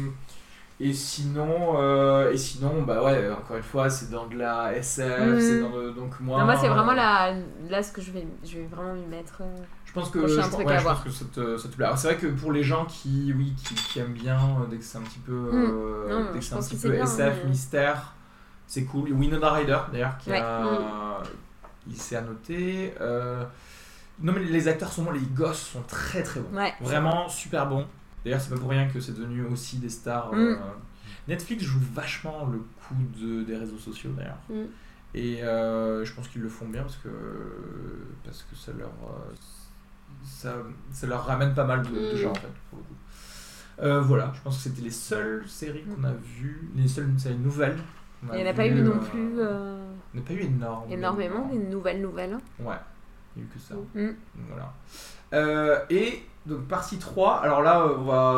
Speaker 1: et sinon, euh, et sinon bah ouais, encore une fois, c'est dans de la SF,
Speaker 3: Mm.
Speaker 1: c'est dans le, donc moi...
Speaker 3: Non, moi, c'est vraiment
Speaker 1: euh,
Speaker 3: là, là ce que je vais, je vais vraiment m'y mettre. euh.
Speaker 1: Je pense que,
Speaker 3: prochain
Speaker 1: je, pense-
Speaker 3: truc
Speaker 1: ouais,
Speaker 3: à
Speaker 1: je pense
Speaker 3: voir.
Speaker 1: que ça te, ça te plaît. Alors, C'est vrai que pour les gens qui, oui, qui, qui aiment bien, euh, dès que c'est un petit peu, euh,
Speaker 3: Hmm. Non,
Speaker 1: dès que
Speaker 3: je
Speaker 1: c'est un
Speaker 3: pense
Speaker 1: petit
Speaker 3: que c'est
Speaker 1: peu
Speaker 3: bien,
Speaker 1: SF,
Speaker 3: mais-
Speaker 1: mystère, c'est cool. Winona Ryder, d'ailleurs, qui
Speaker 3: Ouais. Hmm.
Speaker 1: a- il s'est annoté. Euh, non, mais les acteurs sont bons, les gosses sont très très bons.
Speaker 3: Ouais.
Speaker 1: Vraiment super bons. D'ailleurs, c'est pas pour rien que c'est devenu aussi des stars.
Speaker 3: Mm.
Speaker 1: euh, Netflix joue vachement le coup de- des réseaux sociaux, d'ailleurs.
Speaker 2: Mm.
Speaker 1: Et euh, je pense qu'ils le font bien parce que, parce que ça, leur, euh, ça, ça leur ramène pas mal de, de
Speaker 2: Mm.
Speaker 1: gens en fait. Pour le coup. Euh, voilà, je pense que c'était les seules séries qu'on a vues, les seules séries nouvelles. qu'on
Speaker 3: Il n'y en a pas eu
Speaker 1: vues,
Speaker 3: non
Speaker 1: euh,
Speaker 3: plus euh,
Speaker 1: Il n'y en a pas eu énormément.
Speaker 3: énormément, des nouvelles nouvelles. hein.
Speaker 1: Ouais, il n'y a eu que ça.
Speaker 3: Mm.
Speaker 1: Donc, Voilà. Euh, et donc partie 3, alors là on va...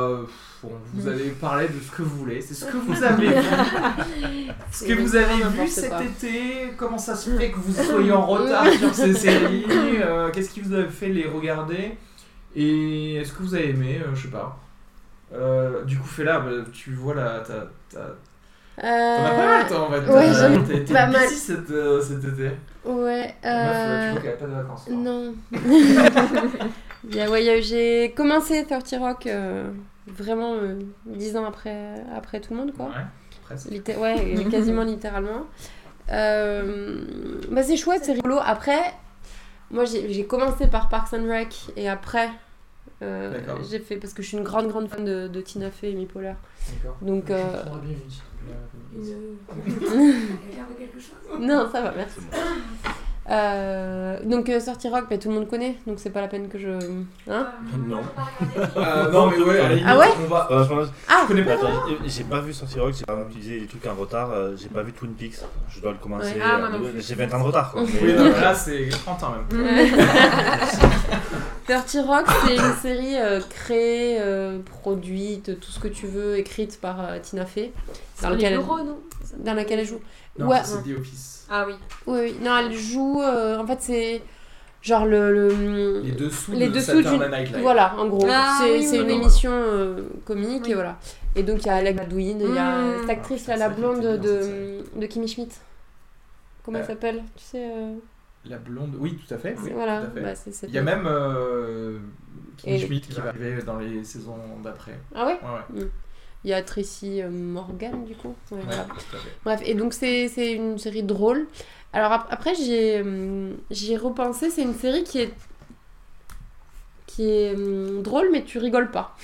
Speaker 1: bon, vous
Speaker 3: Mm.
Speaker 1: allez parler de ce que vous voulez, c'est ce que vous avez vu. Ce que vous avez vu cet été, comment ça se fait que vous soyez
Speaker 2: Mm.
Speaker 1: en retard sur ces séries, euh, qu'est-ce qui vous a fait les regarder et est-ce que vous avez aimé, euh, je sais pas. Euh, du coup, Fela, bah, tu vois là, t'as, t'as- t'en as pas mal,
Speaker 2: Euh,
Speaker 1: toi, en fait.
Speaker 2: ouais,
Speaker 1: T'as-
Speaker 2: j'en ai
Speaker 1: t'as été
Speaker 2: pas mal.
Speaker 1: busy Cet, euh, cet été.
Speaker 2: Ouais.
Speaker 1: Meuf, tu
Speaker 2: Euh...
Speaker 1: vois qu'elle a pas de vacances. quoi.
Speaker 2: Non. Il y a- ouais, il y a- j'ai commencé 30 Rock euh, vraiment euh, 10 ans après, après tout le monde, quoi.
Speaker 1: Ouais, presque.
Speaker 2: Litté- ouais, et quasiment littéralement. Euh, bah, c'est chouette, c'est rigolo. Après, moi j'ai j'ai commencé par Parks and Rec et après, euh,
Speaker 1: D'accord.
Speaker 2: j'ai fait parce que je suis une grande grande fan de, de Tina Fey et Amy Poehler.
Speaker 1: D'accord.
Speaker 2: Donc, euh,
Speaker 1: Je comprends bien, oui.
Speaker 3: Une... Elle a quelque chose
Speaker 2: Non, ça va, merci.
Speaker 4: C'est bon.
Speaker 2: Euh, donc, euh, Sortie Rock, bah, tout le monde connaît, donc c'est pas la peine que je. Hein
Speaker 4: Non.
Speaker 1: Euh, non, mais ouais, à la limite,
Speaker 2: Ah ouais
Speaker 1: on va.
Speaker 4: Euh, je pense-
Speaker 2: Ah
Speaker 1: Je connais
Speaker 4: mais
Speaker 1: pas.
Speaker 4: attends, j'ai- j'ai pas vu Sorcier Rock, j'ai pas utilisé des trucs en retard, euh, j'ai pas vu Twin Peaks, je dois le commencer.
Speaker 2: Ouais.
Speaker 3: Ah, moi
Speaker 4: euh,
Speaker 3: non plus.
Speaker 4: j'ai 20 ans de retard quoi.
Speaker 1: Oui,
Speaker 4: Mais,
Speaker 1: non,
Speaker 4: euh,
Speaker 1: là c'est 30 ans même.
Speaker 2: Dirty Rock, c'est une série euh, créée, euh, produite, tout ce que tu veux, écrite par euh, Tina Fey, dans, laquelle
Speaker 3: les
Speaker 2: elle-
Speaker 3: bureaux, non C'est ça
Speaker 2: dans laquelle elle joue.
Speaker 1: Non,
Speaker 2: ouais,
Speaker 1: c'est The Office.
Speaker 3: Ah oui.
Speaker 2: oui, oui. Non, elle joue. euh, en fait, c'est genre le. le-
Speaker 1: Les dessous
Speaker 2: Les
Speaker 1: de
Speaker 2: dessous
Speaker 1: Saturday Night Live.
Speaker 2: Voilà, en gros.
Speaker 3: Ah,
Speaker 2: c'est
Speaker 3: oui,
Speaker 2: c'est
Speaker 3: oui,
Speaker 2: une
Speaker 1: oui.
Speaker 2: émission euh, comique,
Speaker 3: Oui.
Speaker 2: et voilà. Et donc, il y a Alec Baldwin, il y a
Speaker 3: Mm.
Speaker 2: cette actrice,
Speaker 1: Ah,
Speaker 2: là, la
Speaker 1: c'est ça qui
Speaker 2: blonde
Speaker 1: était bien,
Speaker 2: de, de Kimi Schmidt. Comment elle
Speaker 1: Euh.
Speaker 2: s'appelle Tu sais, euh,
Speaker 1: La blonde, oui, tout à fait. oui,
Speaker 2: voilà.
Speaker 1: tout à fait.
Speaker 2: bah, c'est cette-
Speaker 1: Il y a même euh, Kim
Speaker 2: Et-
Speaker 1: Schmidt qui va arriver dans les saisons d'après.
Speaker 2: Ah ouais
Speaker 1: Ouais, ouais.
Speaker 2: Il y a Tracy euh, Morgan, du coup. Ouais,
Speaker 1: Ouais,
Speaker 2: voilà.
Speaker 1: tout à fait.
Speaker 2: Bref, et donc c'est c'est une série drôle. Alors ap- après, j'ai hum, j'y ai repensé, c'est une série qui est qui est hum, drôle, mais tu rigoles pas.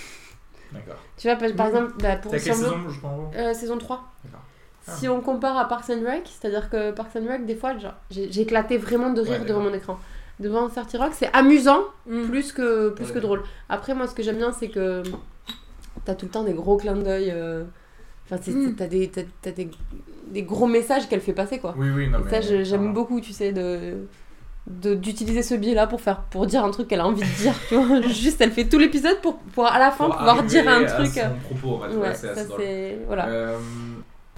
Speaker 1: D'accord.
Speaker 2: Tu vois, par, par
Speaker 1: Mhm.
Speaker 2: exemple, bah, pour
Speaker 1: T'as quelle
Speaker 2: Sherlock-
Speaker 1: saison, je pense
Speaker 2: Euh, saison 3.
Speaker 1: D'accord. Ah.
Speaker 2: Si on compare à Parks and Rec, c'est-à-dire que Parks and Rec, des fois, genre, j'ai j'éclatais vraiment de rire
Speaker 1: Ouais,
Speaker 2: devant
Speaker 1: d'accord.
Speaker 2: mon écran. Devant 30 Rock, c'est amusant
Speaker 3: Mm.
Speaker 2: plus que, plus
Speaker 1: Ouais,
Speaker 2: que drôle. Après, moi, ce que j'aime bien, c'est que t'as tout le temps des gros clins d'œil. euh, Enfin, c'est-
Speaker 3: Mm.
Speaker 2: t'as des, t'as- t'as des, des gros messages qu'elle fait passer, quoi.
Speaker 1: Oui, oui, non,
Speaker 2: Et
Speaker 1: mais.
Speaker 2: ça, je- j'aime
Speaker 1: pardon.
Speaker 2: beaucoup, tu sais, de de- d'utiliser ce biais là pour faire pour dire un truc qu'elle a envie de dire tu vois juste elle fait tout l'épisode pour pouvoir à la fin
Speaker 1: Pour
Speaker 2: pouvoir dire un
Speaker 1: arriver à
Speaker 2: truc
Speaker 1: son propos, en fait, ouais,
Speaker 2: ouais
Speaker 1: Ah, c'est
Speaker 2: ça
Speaker 1: assez drôle.
Speaker 2: c'est voilà
Speaker 1: Euh,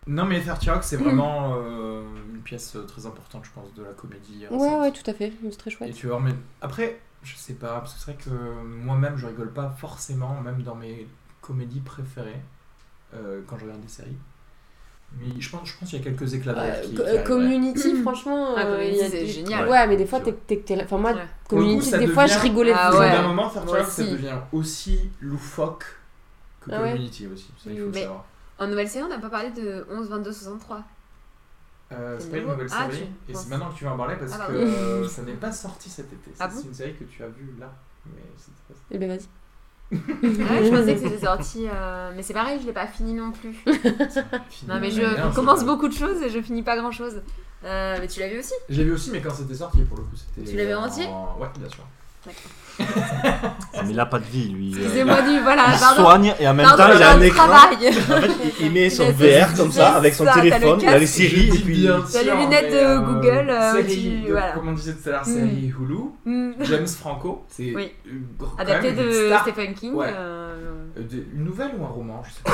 Speaker 1: non, mais 30 Rock, c'est vraiment euh, une pièce euh, très importante, je pense, de la comédie. euh,
Speaker 2: Ouais,
Speaker 1: récente.
Speaker 2: ouais, tout à fait. C'est très
Speaker 1: Et
Speaker 2: chouette.
Speaker 1: tu vois, mais après, je sais pas, parce que c'est vrai que moi-même, je rigole pas forcément, même dans mes comédies préférées, euh, quand je regarde des séries. Mais je pense, je pense qu'il y a quelques éclats de rire qui- qui
Speaker 2: Co- euh,
Speaker 1: arrivent, ouais.
Speaker 2: community,
Speaker 3: Mm.
Speaker 2: franchement.
Speaker 3: Ah,
Speaker 2: euh,
Speaker 3: Community,
Speaker 2: il y a
Speaker 3: c'est
Speaker 2: des-
Speaker 3: génial.
Speaker 2: Ouais, mais des fois,
Speaker 4: C'est
Speaker 2: t'es, t'es, t'es là- Enfin, moi,
Speaker 3: Ouais.
Speaker 1: Pour le coup,
Speaker 2: community,
Speaker 1: ça
Speaker 2: des fois, je
Speaker 1: devient-
Speaker 2: rigolais. hein.
Speaker 3: Ah
Speaker 1: Au
Speaker 2: vraiment.
Speaker 1: bout
Speaker 3: ouais.
Speaker 1: d'un moment, 30
Speaker 3: Moi
Speaker 1: Rock, ça
Speaker 3: aussi.
Speaker 1: devient aussi loufoque que
Speaker 2: Ah ouais.
Speaker 1: Community aussi. Ça, il faut le
Speaker 3: Mais-
Speaker 1: savoir.
Speaker 3: En Nouvelle-Zélande, on n'a pas parlé de 11, 22, 63.
Speaker 1: Euh,
Speaker 3: C'est
Speaker 1: c'est pas une
Speaker 3: nouveau.
Speaker 1: nouvelle
Speaker 3: Ah,
Speaker 1: série,
Speaker 3: tu
Speaker 1: et
Speaker 3: penses.
Speaker 1: c'est maintenant que tu vas en parler parce
Speaker 3: Ah,
Speaker 1: que
Speaker 3: pardon.
Speaker 1: euh, ça n'est pas sorti cet été.
Speaker 3: Ah
Speaker 1: c'est
Speaker 3: bon
Speaker 1: une série que tu as vue là. Mais c'était pas ça.
Speaker 2: Eh ben, vas-y.
Speaker 3: Ah ouais, je pensais que c'était sorti, euh, mais c'est pareil, je l'ai pas fini non plus. Non, mais je commence beaucoup de choses et je finis pas grand chose. mais tu l'as vu aussi
Speaker 1: J'ai vu aussi, mais quand c'était sorti pour le coup, c'était.
Speaker 3: Tu l'avais en entier
Speaker 1: Ouais, bien sûr.
Speaker 4: mais il a pas de vie lui. euh,
Speaker 3: Excusez-moi du. Voilà,
Speaker 4: il
Speaker 3: pardon.
Speaker 4: soigne et en même
Speaker 3: Pardon,
Speaker 4: temps il a
Speaker 3: pardon,
Speaker 4: un écran.
Speaker 3: travail.
Speaker 4: En fait, il- il met son
Speaker 3: Il a
Speaker 4: VR
Speaker 3: ses-
Speaker 4: comme ça
Speaker 3: c'est
Speaker 4: avec son
Speaker 3: ça, t'as le
Speaker 4: téléphone, il a les
Speaker 3: casque.
Speaker 4: séries
Speaker 1: Je
Speaker 4: et
Speaker 1: dis
Speaker 4: puis.
Speaker 1: bien
Speaker 3: T'as les
Speaker 1: sûr,
Speaker 3: lunettes
Speaker 1: mais,
Speaker 3: de Google, euh,
Speaker 1: série
Speaker 3: tu-
Speaker 1: de-
Speaker 3: voilà.
Speaker 1: Comme on disait tout à l'heure, série Hulu.
Speaker 3: Mm.
Speaker 1: James Franco, c'est
Speaker 3: Oui.
Speaker 1: une gr- quand
Speaker 3: Adapté
Speaker 1: même une
Speaker 3: de
Speaker 1: star.
Speaker 3: Stephen King.
Speaker 1: Ouais.
Speaker 3: euh,
Speaker 1: Euh, de- Une nouvelle ou un roman, je sais pas.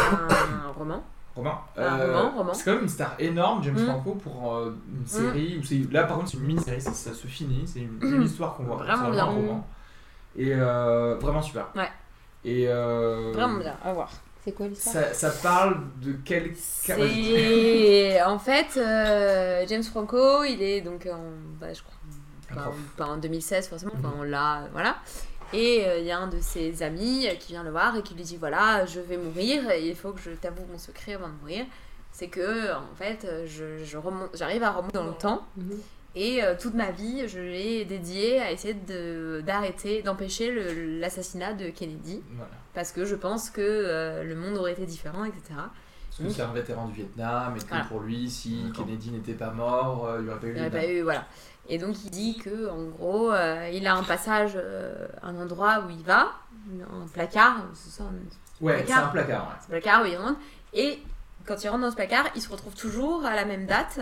Speaker 3: un roman.
Speaker 1: Roman. Euh,
Speaker 3: Un Ah, roman, roman.
Speaker 1: C'est quand même une star énorme, James
Speaker 3: Mm.
Speaker 1: Franco, pour euh, une série. Où c'est- là, par contre, c'est une mini-série, ça, ça se finit. C'est une, c'est une
Speaker 3: Mm.
Speaker 1: histoire qu'on voit.
Speaker 3: Vraiment
Speaker 1: c'est
Speaker 3: bien.
Speaker 1: un roman. Et euh, vraiment super.
Speaker 3: Ouais.
Speaker 1: Et euh,
Speaker 3: Vraiment bien, à voir.
Speaker 2: C'est quoi l'histoire
Speaker 1: Ça, ça parle de quel
Speaker 3: C'est. En fait, euh, James Franco, il est donc en. bah, je crois. Pas, pas en 2016 forcément, enfin on l'a, voilà. Et euh, il y a un de ses amis euh, qui vient le voir et qui lui dit voilà, je vais mourir et il faut que je t'avoue mon secret avant de mourir. C'est que en fait, euh, je, je remonte- j'arrive à remonter dans le temps
Speaker 2: Mhm.
Speaker 3: et euh, toute ma vie, je l'ai dédiée à essayer de- d'arrêter, d'empêcher le- l'assassinat de Kennedy
Speaker 1: Voilà.
Speaker 3: parce que je pense que euh, le monde aurait été différent, etc.
Speaker 1: Parce que c'est un vétéran du Vietnam et que
Speaker 3: Voilà.
Speaker 1: pour lui, si
Speaker 4: D'accord.
Speaker 1: Kennedy n'était pas mort, euh, il n'y aurait pas eu.
Speaker 3: Il n'y aurait
Speaker 1: de-
Speaker 3: pas eu, voilà. Et donc il dit que en gros, euh, il a un passage, euh, un endroit où il va, un placard, c'est ça, un
Speaker 1: Ouais, c'est
Speaker 3: placard.
Speaker 1: un placard. ouais.
Speaker 3: placard où il rentre. Et quand il rentre dans ce placard, il se retrouve toujours à la même date,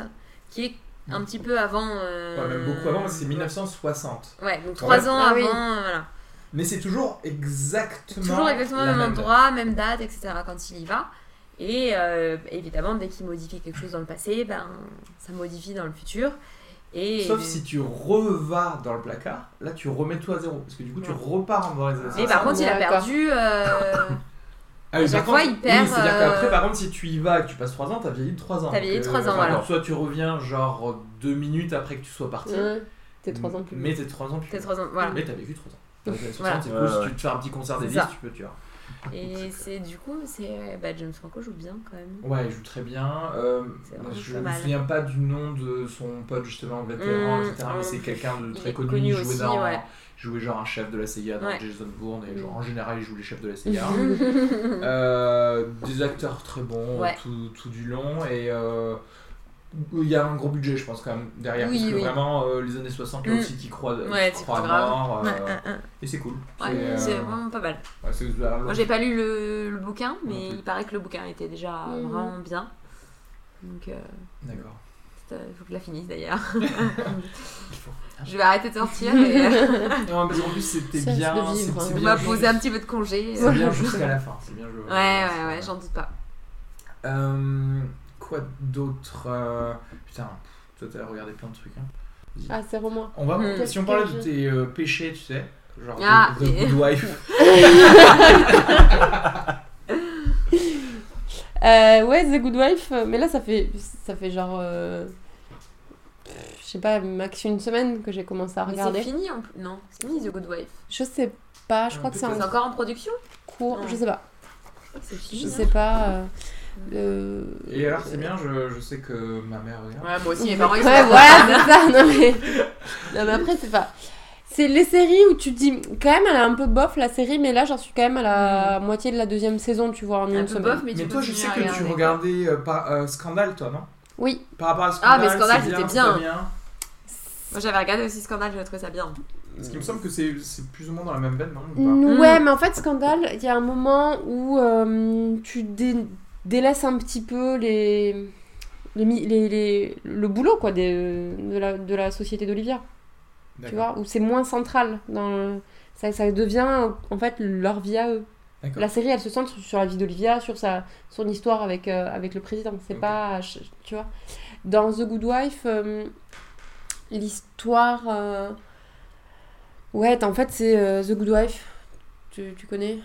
Speaker 3: qui est un petit peu avant. euh,
Speaker 1: Ouais, même beaucoup avant, c'est 1960.
Speaker 3: Ouais, donc
Speaker 1: Ouais.
Speaker 3: trois ans
Speaker 2: Ah
Speaker 3: avant,
Speaker 2: oui.
Speaker 3: euh, voilà.
Speaker 1: Mais c'est toujours exactement.
Speaker 3: Toujours exactement au
Speaker 1: la
Speaker 3: même
Speaker 1: date.
Speaker 3: endroit, même date, etc. quand il y va. Et euh, évidemment, dès qu'il modifie quelque chose dans le passé, ben, ça modifie dans le futur. Et,
Speaker 1: Sauf si tu revas dans le placard, là tu remets tout à zéro. Parce que du coup, tu
Speaker 3: Ouais.
Speaker 1: repars dans les années
Speaker 3: Mais
Speaker 1: 60.
Speaker 3: par contre, il a
Speaker 2: Ouais,
Speaker 3: perdu. euh,
Speaker 1: Ah oui,
Speaker 3: à chaque
Speaker 1: par
Speaker 3: fois,
Speaker 1: contre-
Speaker 3: il perd,
Speaker 1: Oui, c'est-à-dire
Speaker 3: euh,
Speaker 1: qu'après, par contre, si tu y vas et que tu passes 3 ans, t'as vieilli de 3 ans.
Speaker 3: T'as vieilli de
Speaker 1: Donc,
Speaker 3: trois ans,
Speaker 1: euh,
Speaker 3: voilà.
Speaker 1: alors, Soit tu reviens genre 2 minutes après que tu sois parti.
Speaker 3: Mmh.
Speaker 2: Ouais, T'es 3 ans plus.
Speaker 1: Mais t'es 3 ans plus.
Speaker 3: T'es
Speaker 1: vieux.
Speaker 3: trois ans, voilà.
Speaker 1: Mais t'as vécu 3 ans. Donc, à 60,
Speaker 3: Voilà.
Speaker 1: c'est
Speaker 4: Ouais,
Speaker 1: cool,
Speaker 4: ouais.
Speaker 1: si tu te fais un petit concert
Speaker 3: C'est
Speaker 1: des
Speaker 3: ça.
Speaker 1: tu peux, tu vois.
Speaker 3: Et c'est du coup, c'est bah, James Franco joue bien quand même.
Speaker 1: Ouais, il joue très bien. Euh,
Speaker 3: C'est vraiment
Speaker 1: je
Speaker 3: pas
Speaker 1: me
Speaker 3: mal.
Speaker 1: souviens pas du nom de son pote, justement, vétéran,
Speaker 3: Mm,
Speaker 1: etc.
Speaker 3: mm.
Speaker 1: Mais c'est quelqu'un de
Speaker 3: Il
Speaker 1: très
Speaker 3: est
Speaker 1: connu.
Speaker 3: connu
Speaker 1: il jouait
Speaker 3: aussi,
Speaker 1: dans- euh,
Speaker 3: ouais.
Speaker 1: il jouait genre un chef de la CIA dans
Speaker 3: Ouais. Mmh.
Speaker 1: Jason Bourne. Et genre,
Speaker 2: Mm.
Speaker 1: en général, il joue les chefs de la CIA. Euh, des acteurs très bons euh,
Speaker 3: Ouais.
Speaker 1: tout, tout du long. Et euh, il y a un gros budget, je pense, quand même, derrière.
Speaker 3: Oui,
Speaker 1: parce que
Speaker 3: oui.
Speaker 1: vraiment, euh, les années 60, il y a
Speaker 3: Mm.
Speaker 1: aussi qui croient, qui
Speaker 3: Ouais, tu
Speaker 1: croient à
Speaker 3: crois grave.
Speaker 1: mort. euh,
Speaker 3: Ouais, ouais, ouais.
Speaker 1: Et c'est cool.
Speaker 3: Ouais,
Speaker 1: euh,
Speaker 3: c'est vraiment pas mal.
Speaker 1: ouais, c'est- alors,
Speaker 3: Moi, j'ai pas lu le, le bouquin,
Speaker 1: Moi non
Speaker 3: mais
Speaker 1: plus.
Speaker 3: il paraît que le bouquin était déjà
Speaker 2: Mhm.
Speaker 3: vraiment bien. Donc, euh,
Speaker 1: D'accord.
Speaker 3: il faut que je la finisse d'ailleurs.
Speaker 1: Il faut-
Speaker 3: Je vais arrêter de sortir et euh,
Speaker 1: Non, parce qu'en plus, c'était
Speaker 2: Ça,
Speaker 1: bien.
Speaker 2: c'est de vivre,
Speaker 1: c'est- c'est
Speaker 2: hein.
Speaker 3: on
Speaker 1: bien
Speaker 3: va
Speaker 1: joué.
Speaker 3: poser un petit peu de congé.
Speaker 1: C'est bien jusqu'à la fin. C'est bien joué.
Speaker 3: Ouais, ouais, ouais, j'en doute pas.
Speaker 1: Euh, quoi d'autre euh, Putain, toi t'as regardé plein de trucs. hein.
Speaker 2: Ah, c'est Romain.
Speaker 1: On va.
Speaker 3: Hmm.
Speaker 1: Si on parlait de tes euh, péchés, tu sais, genre
Speaker 3: Ah,
Speaker 1: The, The
Speaker 3: et-
Speaker 1: Good Wife.
Speaker 2: Euh, ouais, The Good Wife, euh, mais là ça fait, ça fait genre. euh, je sais pas, max une semaine que j'ai commencé à
Speaker 3: Mais
Speaker 2: regarder.
Speaker 3: C'est fini en plus. Non, c'est fini The Good Wife.
Speaker 2: Je sais pas,
Speaker 1: Ah,
Speaker 2: je crois que c'est
Speaker 3: C'est
Speaker 2: un
Speaker 3: encore en production
Speaker 2: cours, je sais pas.
Speaker 3: Je crois que c'est Ah. fini.
Speaker 2: Je
Speaker 3: hein.
Speaker 2: sais pas. euh, euh,
Speaker 1: Et alors c'est bien. Je, je sais que ma mère regarde.
Speaker 3: Mm. Ouais, moi aussi, mes parents ils sont
Speaker 2: Ouais,
Speaker 3: pas
Speaker 2: voilà,
Speaker 3: fans.
Speaker 2: c'est ça. Non mais... non, mais après, c'est pas. C'est les séries où tu te dis, quand même, elle a un peu bof la série, mais là, j'en suis quand même à la moitié de la deuxième saison, tu vois, en
Speaker 3: Mm. Un
Speaker 2: une
Speaker 3: peu
Speaker 2: semaine.
Speaker 3: bof, mais,
Speaker 1: Mais
Speaker 3: tu
Speaker 1: toi, je
Speaker 3: continues
Speaker 1: sais que
Speaker 3: à
Speaker 1: tu
Speaker 3: regarder.
Speaker 1: regardais euh, par, euh, Scandale, toi, non
Speaker 2: Oui,
Speaker 1: Par rapport à
Speaker 3: Ah,
Speaker 1: Scandale.
Speaker 3: mais Scandale,
Speaker 1: c'est
Speaker 3: c'était
Speaker 1: c'est
Speaker 3: bien.
Speaker 2: c'est-
Speaker 3: Moi j'avais regardé aussi Scandale, je trouvais ça bien.
Speaker 1: Parce qu'il me semble que c'est c'est plus ou moins dans la même veine, non ou pas
Speaker 2: Mm,
Speaker 3: Mm.
Speaker 2: Ouais, mais en fait, Scandale, il y a un moment où euh, tu dé- délaisses un petit peu les... Les, mi- les- les- le boulot quoi des- de, la, de la société d'Olivia tu
Speaker 1: D'accord.
Speaker 2: vois où c'est moins central dans le- ça, ça devient en fait leur vie à eux
Speaker 1: D'accord.
Speaker 2: La série, elle se centre sur la vie d'Olivia, sur sa, son histoire avec, euh, avec le président. C'est
Speaker 1: Ok.
Speaker 2: pas. je- Tu vois Dans The Good Wife, euh, l'histoire. euh, Ouais, t'as- en fait, c'est euh, The Good Wife. Tu, tu connais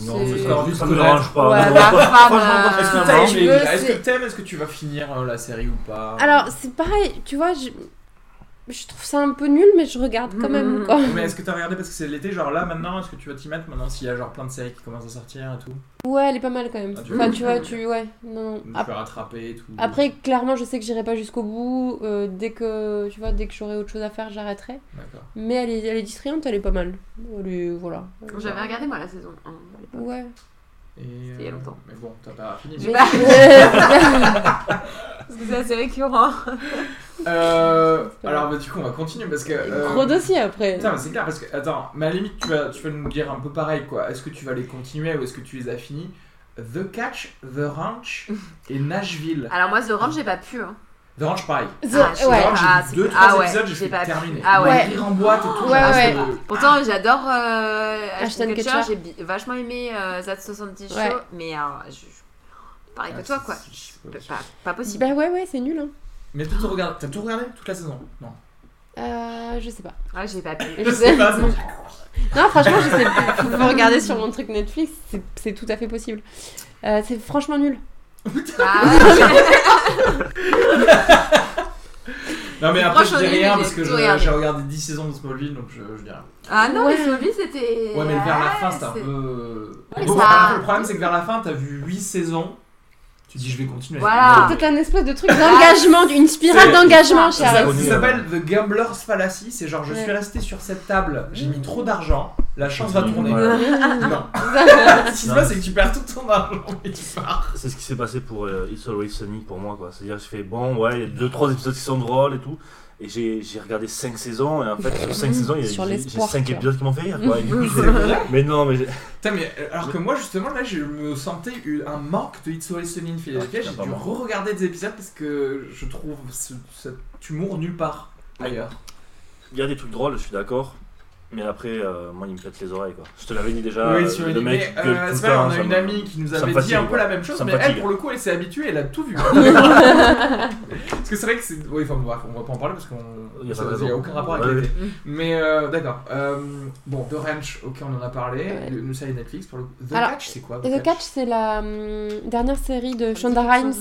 Speaker 4: Non,
Speaker 2: C'est-
Speaker 4: mais
Speaker 1: Encore
Speaker 4: ça,
Speaker 1: juste
Speaker 4: ça me
Speaker 1: que
Speaker 4: dérange pas.
Speaker 2: Ouais,
Speaker 4: Non,
Speaker 2: bah,
Speaker 4: franchement,
Speaker 3: femme,
Speaker 4: moi,
Speaker 3: euh,
Speaker 4: personnellement,
Speaker 1: Putain,
Speaker 2: je
Speaker 1: mais
Speaker 2: veux,
Speaker 1: Est-ce
Speaker 2: c'est-
Speaker 1: que t'aimes Est-ce que tu vas finir euh, la série ou pas
Speaker 2: Alors, c'est pareil, tu vois, je, je trouve ça un peu nul, mais je regarde
Speaker 1: Mm,
Speaker 2: quand même. quoi.
Speaker 1: Mais est-ce que t'as regardé parce que c'est l'été, genre là maintenant, est-ce que tu vas t'y mettre maintenant s'il y a genre plein de séries qui commencent à sortir et tout
Speaker 2: Ouais, elle est pas mal quand même.
Speaker 1: Ah, tu
Speaker 2: Enfin,
Speaker 1: veux-
Speaker 2: tu vois, tu. Ouais, non.
Speaker 1: Tu
Speaker 2: Ap-
Speaker 1: vas rattraper et tout.
Speaker 2: Après, clairement, je sais que j'irai pas jusqu'au bout. euh, dès que, tu vois, dès que j'aurai autre chose à faire, j'arrêterai.
Speaker 1: D'accord.
Speaker 2: Mais elle est, elle est distrayante, elle est pas mal. Elle est- voilà.
Speaker 3: J'avais regardé moi la saison 1 à l'époque.
Speaker 2: Ouais.
Speaker 1: Et, euh,
Speaker 3: il y a longtemps.
Speaker 1: Mais bon, t'as pas fini.
Speaker 3: J'ai
Speaker 1: mais-
Speaker 3: pas-
Speaker 2: ouais,
Speaker 3: Parce que c'est assez récurrent.
Speaker 1: Euh, alors bah, du coup, on va continuer parce que. euh,
Speaker 2: Gros dossier après.
Speaker 1: Putain, mais c'est clair parce que. Attends, mais à la limite, tu vas, tu vas nous dire un peu pareil quoi. Est-ce que tu vas les continuer ou est-ce que tu les as finis The Catch, The Ranch et Nashville.
Speaker 3: Alors moi The Ranch j'ai pas pu. Hein.
Speaker 1: The Ranch, pareil.
Speaker 2: The-
Speaker 3: Ah, je sais
Speaker 2: ouais.
Speaker 1: The Ranch,
Speaker 3: Ah,
Speaker 1: j'ai
Speaker 3: c'est-
Speaker 1: vu deux,
Speaker 3: ah
Speaker 1: trois
Speaker 3: ouais,
Speaker 1: épisodes, j'ai
Speaker 3: j'ai
Speaker 1: fait
Speaker 3: pas pu.
Speaker 1: terminer.
Speaker 3: Ah ouais.
Speaker 1: Rire en boîte et tout.
Speaker 2: Ouais,
Speaker 1: genre,
Speaker 2: ouais.
Speaker 1: c'est-
Speaker 3: Pourtant j'adore euh, Ashton
Speaker 2: Ashton
Speaker 3: Kutcher,
Speaker 2: Kutcher.
Speaker 3: j'ai bi- vachement aimé euh, That 70
Speaker 2: Ouais.
Speaker 3: Show, mais alors, je- je- pareil
Speaker 1: Ah,
Speaker 3: que toi
Speaker 1: c'est-
Speaker 3: quoi.
Speaker 1: c'est- c'est pas
Speaker 3: Je peux-
Speaker 1: possible.
Speaker 3: Pas, pas possible.
Speaker 2: Bah ouais, ouais, c'est nul. Hein.
Speaker 1: Mais t'as tout regardé, t'as tout regardé toute la saison Non.
Speaker 2: Euh, je sais pas.
Speaker 3: Ouais, Ah, j'ai pas pu. Ah,
Speaker 2: Je sais
Speaker 1: pas, ça me dit-
Speaker 2: Non, franchement, je sais pas. Vous pouvez regarder sur mon truc Netflix, c'est- c'est tout à fait possible. Euh, c'est franchement nul.
Speaker 3: Ah, ouais.
Speaker 1: Non mais
Speaker 3: C'est
Speaker 1: après
Speaker 3: proche
Speaker 1: je dis
Speaker 3: au début,
Speaker 1: rien
Speaker 3: mais
Speaker 1: parce que je-
Speaker 3: j'ai tout regardé.
Speaker 1: j'ai regardé 10 saisons de Smallville donc je, je dis rien.
Speaker 3: Ah non,
Speaker 2: Ouais.
Speaker 3: mais Smallville c'était.
Speaker 1: Ouais mais vers la fin
Speaker 3: c'est
Speaker 1: c'était un peu...
Speaker 3: Ouais,
Speaker 1: Bon,
Speaker 3: ça-
Speaker 1: par contre, le problème c'est que vers la fin t'as vu 8 saisons, tu dis je vais continuer.
Speaker 3: Voilà. Ah.
Speaker 2: C'est peut-être un espèce de truc d'engagement, une spirale
Speaker 1: C'est-
Speaker 2: d'engagement,
Speaker 1: Ça, euh, ça
Speaker 2: Charles.
Speaker 4: Connu,
Speaker 1: s'appelle The Gambler's Fallacy, c'est genre je suis
Speaker 2: Ouais.
Speaker 1: resté sur cette table, j'ai mis trop d'argent, la chance va
Speaker 4: Mmh.
Speaker 1: tourner.
Speaker 4: Ouais.
Speaker 1: Non. Ce qui se passe c'est que tu perds tout ton argent et tu pars.
Speaker 4: C'est ce qui s'est passé pour euh, It's Always Sunny pour moi, quoi. C'est-à-dire, je fais bon, ouais, il y a deux, trois épisodes qui sont drôles et tout. Et j'ai j'ai regardé cinq saisons, et en fait, sur cinq saisons, il y
Speaker 2: Sur
Speaker 4: a j'ai- j'ai
Speaker 2: l'espoir,
Speaker 4: cinq
Speaker 2: tu vois.
Speaker 4: épisodes qui m'ont fait rire, quoi. Et du coup, je fais,
Speaker 1: vrai
Speaker 4: mais non, mais j'ai-
Speaker 1: Putain, mais euh, alors que moi justement là je me sentais eu- un manque de It's Always Sunny in Philadelphia,
Speaker 4: Ah, putain,
Speaker 1: j'ai
Speaker 4: pas
Speaker 1: dû
Speaker 4: moi.
Speaker 1: re-regarder des épisodes parce que je trouve ce- cet humour nulle part ailleurs.
Speaker 4: il y a des trucs drôles, je suis d'accord. Mais après, euh, moi, il me pète les oreilles, quoi. Je te l'avais dit déjà,
Speaker 1: oui,
Speaker 4: euh,
Speaker 1: sur
Speaker 4: le
Speaker 1: une-
Speaker 4: mec
Speaker 1: mais,
Speaker 4: gueule
Speaker 1: euh, c'est
Speaker 4: tout le
Speaker 1: vrai,
Speaker 4: temps.
Speaker 1: on a
Speaker 4: ça
Speaker 1: une
Speaker 4: me-
Speaker 1: amie qui nous
Speaker 4: ça me
Speaker 1: avait dit
Speaker 4: fatigue,
Speaker 1: un peu
Speaker 4: quoi.
Speaker 1: la même chose,
Speaker 4: Ça me
Speaker 1: mais elle,
Speaker 4: fatigue.
Speaker 1: pour le coup, elle s'est habituée, elle a tout vu. Parce que c'est vrai que c'est. Oui, enfin, bref, on va pas en parler parce qu'on.
Speaker 4: Il y a
Speaker 1: ça-
Speaker 4: pas
Speaker 1: il
Speaker 4: de
Speaker 1: y a
Speaker 4: raison.
Speaker 1: aucun rapport avec
Speaker 4: Ouais,
Speaker 1: l'été. Mais euh, d'accord. euh, bon, The Ranch, ok, on en a parlé.
Speaker 2: Ouais.
Speaker 1: Le- Une série Netflix pour le coup. The
Speaker 2: Alors,
Speaker 1: Catch, c'est quoi
Speaker 2: Et The Catch, c'est la hum, dernière série de Shonda Rhimes.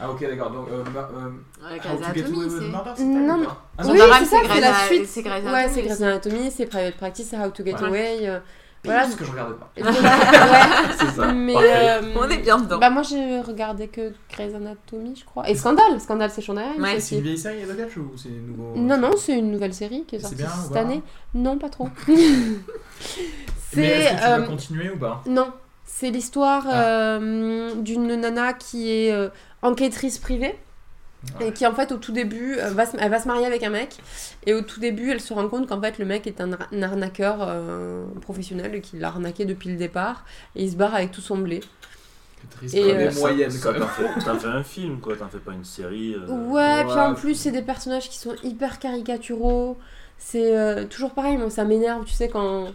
Speaker 1: Ah, ok, d'accord. Donc, euh, bah, euh,
Speaker 3: Avec
Speaker 1: How to Get Away with
Speaker 3: c'est.
Speaker 1: Murder, c'était
Speaker 2: Non,
Speaker 1: ou
Speaker 2: mais-
Speaker 1: pas Ah,
Speaker 3: Shonda
Speaker 2: oui,
Speaker 3: Rhimes,
Speaker 2: c'est ça,
Speaker 3: c'est
Speaker 2: c'est
Speaker 3: Grey's-
Speaker 2: la suite.
Speaker 3: c'est Grey's
Speaker 2: Ouais,
Speaker 3: Anatomy
Speaker 2: c'est Grey's Anatomy, c'est Private Practice, c'est How to Get
Speaker 4: Voilà.
Speaker 2: Away. euh, Voilà.
Speaker 1: parce que je regardais pas.
Speaker 2: Ouais,
Speaker 4: C'est ça.
Speaker 2: mais
Speaker 4: Parfait.
Speaker 2: euh,
Speaker 3: On est bien dedans.
Speaker 2: Bah moi j'ai regardé que Grey's Anatomy je crois. Et Scandale, Scandale c'est Shonda Rhimes
Speaker 3: Ouais,
Speaker 1: C'est une
Speaker 2: aussi.
Speaker 1: vieille série, Avocat, ou c'est nouveau
Speaker 2: Non non c'est une nouvelle série qui est
Speaker 1: C'est
Speaker 2: sortie
Speaker 1: bien,
Speaker 2: cette
Speaker 1: voilà.
Speaker 2: année. Non pas trop.
Speaker 1: Mais est-ce
Speaker 2: c'est
Speaker 1: que tu vas
Speaker 2: euh,
Speaker 1: continuer ou pas
Speaker 2: non c'est l'histoire
Speaker 1: Ah.
Speaker 2: euh, d'une nana qui est euh, enquêtrice privée. Et qui en fait au tout début, euh, va se- elle va se marier avec un mec et au tout début elle se rend compte qu'en fait le mec est un, ar- un arnaqueur euh, professionnel et qu'il l'a arnaqué depuis le départ et il se barre avec tout son blé.
Speaker 1: Que triste.
Speaker 2: Et,
Speaker 1: Des
Speaker 2: euh,
Speaker 1: moyennes,
Speaker 4: Ça,
Speaker 1: quand
Speaker 4: T'en
Speaker 1: même.
Speaker 4: fais, t'en fais un film, quoi. T'en fais pas une série. euh,
Speaker 2: Ouais, puis en
Speaker 1: ouais.
Speaker 2: plus, c'est des personnages qui sont hyper caricaturaux. C'est euh, toujours pareil, moi ça m'énerve, tu sais, quand.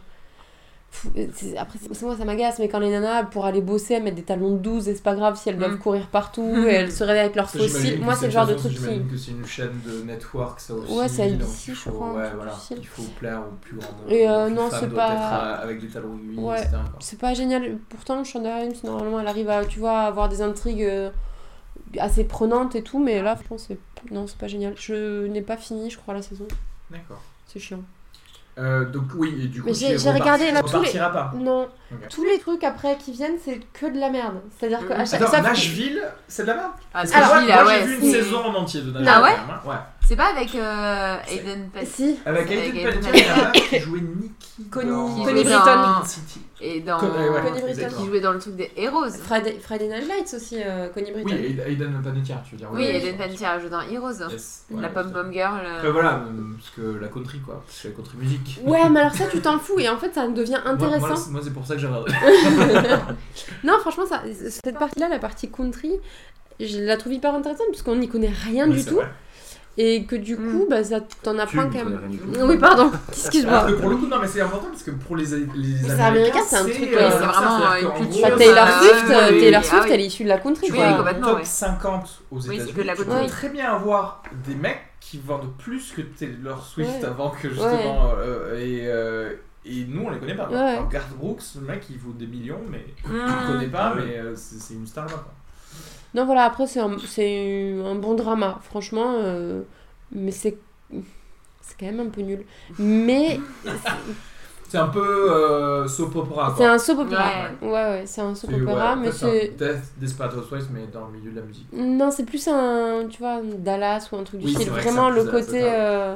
Speaker 2: Pff, c'est- Après, c'est c'est moi ça m'agace, mais quand les nanas, pour aller bosser, elles mettent des talons de 12 et c'est pas grave si elles doivent
Speaker 3: Mm.
Speaker 2: courir partout
Speaker 3: Mm.
Speaker 2: et elles se réveillent avec leurs
Speaker 1: Ça, j'imagine
Speaker 2: fossiles.
Speaker 1: que
Speaker 2: Moi, c'est le genre de
Speaker 1: une
Speaker 2: truc qui.
Speaker 1: j'imagine que c'est une chaîne de network, ça aussi.
Speaker 2: Ouais, c'est
Speaker 1: donc
Speaker 2: ABC,
Speaker 1: il
Speaker 2: je
Speaker 1: faut-
Speaker 2: crois, un
Speaker 1: Ouais,
Speaker 2: truc
Speaker 1: voilà.
Speaker 2: du style.
Speaker 1: Il faut plaire au plus grand nombre.
Speaker 2: Et, euh,
Speaker 1: donc une
Speaker 2: non,
Speaker 1: femme
Speaker 2: c'est
Speaker 1: doit
Speaker 2: pas-
Speaker 1: être, euh, avec des talons de
Speaker 2: Ouais.
Speaker 1: etc. quoi.
Speaker 2: C'est pas génial. Pourtant, Shonda Rhimes, normalement, elle arrive à, tu vois, à avoir des intrigues euh, assez prenantes et tout, mais là, je pense que c'est- non, c'est pas génial. Je n'ai pas fini, je crois, la saison.
Speaker 1: D'accord.
Speaker 2: C'est chiant.
Speaker 1: Euh, donc oui, et du coup,
Speaker 2: Mais
Speaker 1: tu
Speaker 2: j'ai-
Speaker 1: y
Speaker 2: j'ai regardé, là, tous les-
Speaker 1: repartiras pas.
Speaker 2: Non,
Speaker 1: Ok.
Speaker 2: tous les trucs après qui viennent, c'est que de la merde. C'est-à-dire que
Speaker 3: Mhm.
Speaker 2: à chaque
Speaker 1: Attends,
Speaker 2: ça-
Speaker 1: Nashville, c'est de la merde.
Speaker 3: Ah,
Speaker 1: Parce que
Speaker 3: parce
Speaker 1: moi,
Speaker 3: que lui, là,
Speaker 1: moi,
Speaker 3: ouais,
Speaker 1: j'ai vu
Speaker 3: c'est-
Speaker 1: une saison en entier de Nashville.
Speaker 3: Ah ouais
Speaker 1: quand même, hein.
Speaker 3: C'est pas avec euh, Aiden Pace
Speaker 2: Si,
Speaker 1: Ouais. Avec
Speaker 3: Avec
Speaker 1: Aiden
Speaker 3: Aiden
Speaker 1: Pelletier, la meuf qui hein. jouait Nikki.
Speaker 2: Connie-
Speaker 1: dans-
Speaker 2: Connie
Speaker 1: dans
Speaker 3: Britton.
Speaker 1: Pin City.
Speaker 3: et dans
Speaker 1: Comme- ouais,
Speaker 2: Connie
Speaker 1: exactement.
Speaker 2: Britton.
Speaker 3: qui jouait dans le truc des Heroes.
Speaker 2: Friday, Friday Night Lights aussi, euh, Connie Britton.
Speaker 1: Oui, Aiden- Aiden Panettiere, tu veux dire.
Speaker 3: Oui,
Speaker 1: ouais,
Speaker 3: Aiden
Speaker 1: ouais.
Speaker 3: Panettiere joue dans Heroes.
Speaker 1: Yes,
Speaker 3: La
Speaker 1: ouais,
Speaker 3: pom
Speaker 1: putain.
Speaker 3: pom girl.
Speaker 1: Après
Speaker 3: euh,
Speaker 1: voilà, euh, parce que la country quoi, c'est la country musique.
Speaker 2: Ouais, mais alors ça, tu t'en fous et en fait, ça devient
Speaker 1: Moi, moi,
Speaker 2: intéressant.
Speaker 1: c'est- moi, c'est pour ça que j'ai regardé.
Speaker 2: non, franchement, ça, cette partie-là, la partie country, je la trouve hyper intéressante parce qu'on n'y connaît rien
Speaker 1: Oui,
Speaker 2: du
Speaker 1: c'est
Speaker 2: tout
Speaker 1: vrai.
Speaker 2: et que du coup, bah, ça t'en apprend
Speaker 4: n'y
Speaker 2: quand même.
Speaker 4: connais rien du tout.
Speaker 2: Oui, pardon,
Speaker 1: Alors
Speaker 2: excuse-moi.
Speaker 1: que pour le coup, non, mais c'est important parce que pour les, les
Speaker 2: Les
Speaker 1: Américains,
Speaker 2: Américains, c'est un truc, ouais,
Speaker 1: comme
Speaker 2: c'est
Speaker 1: ça,
Speaker 3: vraiment,
Speaker 1: c'est-à-dire
Speaker 3: euh, une
Speaker 1: qu'en gros,
Speaker 2: Enfin,
Speaker 3: culture, ça-
Speaker 2: Bah, Taylor
Speaker 1: ça-
Speaker 2: Swift,
Speaker 1: ouais,
Speaker 2: euh,
Speaker 1: ouais,
Speaker 2: Taylor
Speaker 1: ouais.
Speaker 2: Swift,
Speaker 3: ah oui.
Speaker 2: elle est issue de la country,
Speaker 1: Tu
Speaker 3: Oui,
Speaker 1: vois,
Speaker 2: quoi.
Speaker 1: dans le
Speaker 3: complètement,
Speaker 1: top
Speaker 3: ouais.
Speaker 1: 50 aux
Speaker 3: c'est que
Speaker 1: États-Unis,
Speaker 3: de la
Speaker 1: tu
Speaker 3: country.
Speaker 1: peux très bien avoir des mecs qui vendent plus que Taylor Swift
Speaker 2: Ouais.
Speaker 1: avant que justement. euh, et, euh, et nous, on les connaît pas. quoi.
Speaker 2: Ouais.
Speaker 1: Alors, Garth Brooks, le mec, il vaut des millions, mais tu
Speaker 3: hmm,
Speaker 1: le connais pas,
Speaker 4: Ah ouais.
Speaker 1: mais euh, c'est c'est une star là. quoi.
Speaker 2: Non, voilà, après, c'est un, c'est un bon drama, franchement. euh, mais c'est. C'est quand même un peu nul. Mais
Speaker 1: C'est un peu euh, soap opera.
Speaker 2: c'est
Speaker 1: quoi.
Speaker 2: un soap opera.
Speaker 3: Ouais.
Speaker 2: Ouais, ouais, c'est un soap
Speaker 1: C'est- ouais,
Speaker 2: opera,
Speaker 1: en
Speaker 2: mais
Speaker 1: fait, c'est
Speaker 2: c'est.
Speaker 1: un Death Desperate Housewives, mais dans le milieu de la musique.
Speaker 2: Non, c'est plus un. Tu vois, Dallas ou un truc du
Speaker 1: Oui,
Speaker 2: style.
Speaker 1: c'est vrai que
Speaker 2: Vraiment
Speaker 1: c'est un
Speaker 2: le
Speaker 1: peu ça,
Speaker 2: côté.
Speaker 1: c'est ça.
Speaker 2: euh,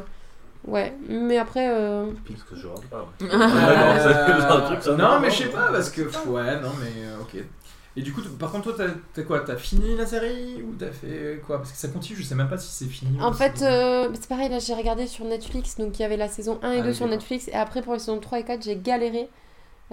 Speaker 2: Ouais, mais après. euh,
Speaker 4: Pink, que je rentre pas. ouais.
Speaker 3: Ah,
Speaker 1: Euh,
Speaker 4: c'est un truc, ça,
Speaker 1: non,
Speaker 4: non,
Speaker 1: mais
Speaker 4: non,
Speaker 1: je sais pas, parce que. Ouais, non, mais euh, ok. Et du coup, t- par contre, toi, t'as- t'as quoi T'as fini la série Ou t'as fait quoi Parce que ça continue, je sais même pas si c'est fini.
Speaker 2: En
Speaker 1: ou
Speaker 2: fait,
Speaker 1: si-
Speaker 2: euh, c'est pareil, là j'ai regardé sur Netflix, donc il y avait la saison 1 et
Speaker 1: Ah,
Speaker 2: 2
Speaker 1: oui,
Speaker 2: sur
Speaker 1: d'accord.
Speaker 2: Netflix, et après pour la saison 3 et 4, j'ai galéré.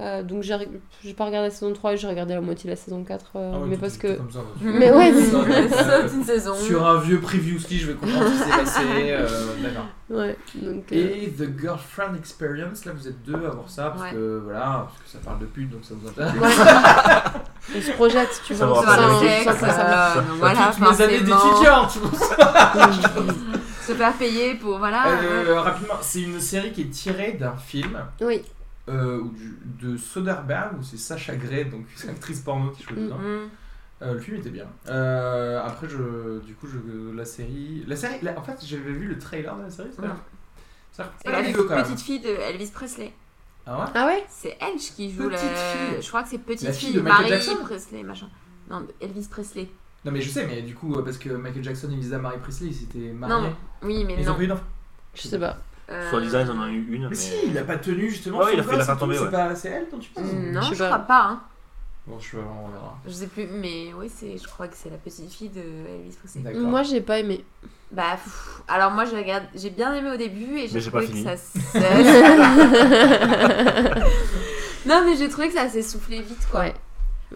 Speaker 2: Euh, donc j'ai j'ai pas regardé la saison 3 et j'ai regardé la moitié de la saison 4, euh,
Speaker 1: Ah ouais,
Speaker 2: mais
Speaker 1: tout-
Speaker 2: parce
Speaker 1: tout
Speaker 2: que.
Speaker 1: comme ça, donc.
Speaker 2: Mais ouais,
Speaker 1: Ça,
Speaker 2: c'est-
Speaker 1: euh,
Speaker 3: Hmm. saute une saison.
Speaker 1: Sur un vieux previously, je vais comprendre ce qui s'est passé. euh, D'accord.
Speaker 2: Ouais, donc. euh,
Speaker 1: Et The Girlfriend Experience, là, vous êtes deux à voir ça, parce
Speaker 3: Ouais.
Speaker 1: que voilà, parce que ça parle de pute, donc ça vous intéresse.
Speaker 2: On se projette, tu
Speaker 4: Ça
Speaker 2: vois.
Speaker 4: va
Speaker 3: Ça va
Speaker 4: Enfin,
Speaker 3: le sexe,
Speaker 2: ça, ça, ça.
Speaker 3: euh, donc voilà,
Speaker 1: Toutes mes années
Speaker 3: forcément.
Speaker 1: d'étudiante, tout ça.
Speaker 3: Se faire payer pour, voilà. Ah, ouais.
Speaker 1: Euh, Rapidement, c'est une série qui est tirée d'un film.
Speaker 2: Oui,
Speaker 1: euh, ou du- de Soderbergh, où c'est Sacha Gray, donc une actrice porno qui joue dedans.
Speaker 3: Mhm.
Speaker 1: Euh, le film était bien. Euh, après, je, du coup, je, la série. La série la- en fait, j'avais vu le trailer de la série, c'est
Speaker 3: Non.
Speaker 1: pas- c'est pas
Speaker 3: Et
Speaker 1: la
Speaker 3: la
Speaker 1: vidéo, quand même.
Speaker 3: petite fille de Elvis Presley.
Speaker 1: Ah ouais
Speaker 2: ah ouais
Speaker 3: C'est elle qui joue
Speaker 1: Petite
Speaker 3: la.
Speaker 1: fille.
Speaker 3: Je crois que c'est petite
Speaker 1: La fille
Speaker 3: fille,
Speaker 1: de Michael
Speaker 3: Marie
Speaker 1: Jackson
Speaker 3: Presley, machin. Non, de Elvis Presley.
Speaker 1: Non, mais je sais, mais du coup, euh, parce que Michael Jackson et Lisa Marie Presley, ils s'étaient mariés.
Speaker 3: Non, oui, mais
Speaker 1: Ils ont
Speaker 3: non.
Speaker 1: pas eu d'enfant.
Speaker 2: Je sais pas.
Speaker 3: Euh,
Speaker 4: Soi-disant, ils en ont eu une.
Speaker 1: Mais
Speaker 4: Mais
Speaker 1: si, il a pas tenu justement.
Speaker 4: Ouais,
Speaker 1: son
Speaker 4: il a fait
Speaker 1: gosse
Speaker 4: la
Speaker 1: et
Speaker 4: faire
Speaker 1: tout,
Speaker 4: tomber,
Speaker 1: C'est
Speaker 4: ouais.
Speaker 1: pas c'est elle dont tu penses
Speaker 3: Non,
Speaker 2: Je
Speaker 3: je,
Speaker 2: sais pas.
Speaker 3: crois pas. hein.
Speaker 1: Bon, je vais on verra.
Speaker 3: Je sais plus, mais oui, c'est. Je crois que c'est la petite fille de Elvis Presley.
Speaker 1: D'accord.
Speaker 2: Moi j'ai pas aimé.
Speaker 3: Bah, pff, alors moi, je regarde. J'ai bien aimé au début et
Speaker 4: Mais
Speaker 3: j'ai
Speaker 4: j'ai pas
Speaker 3: trouvé que
Speaker 4: fini.
Speaker 3: ça. s'est- non, mais j'ai trouvé que ça s'est soufflé vite, quoi.
Speaker 2: Ouais.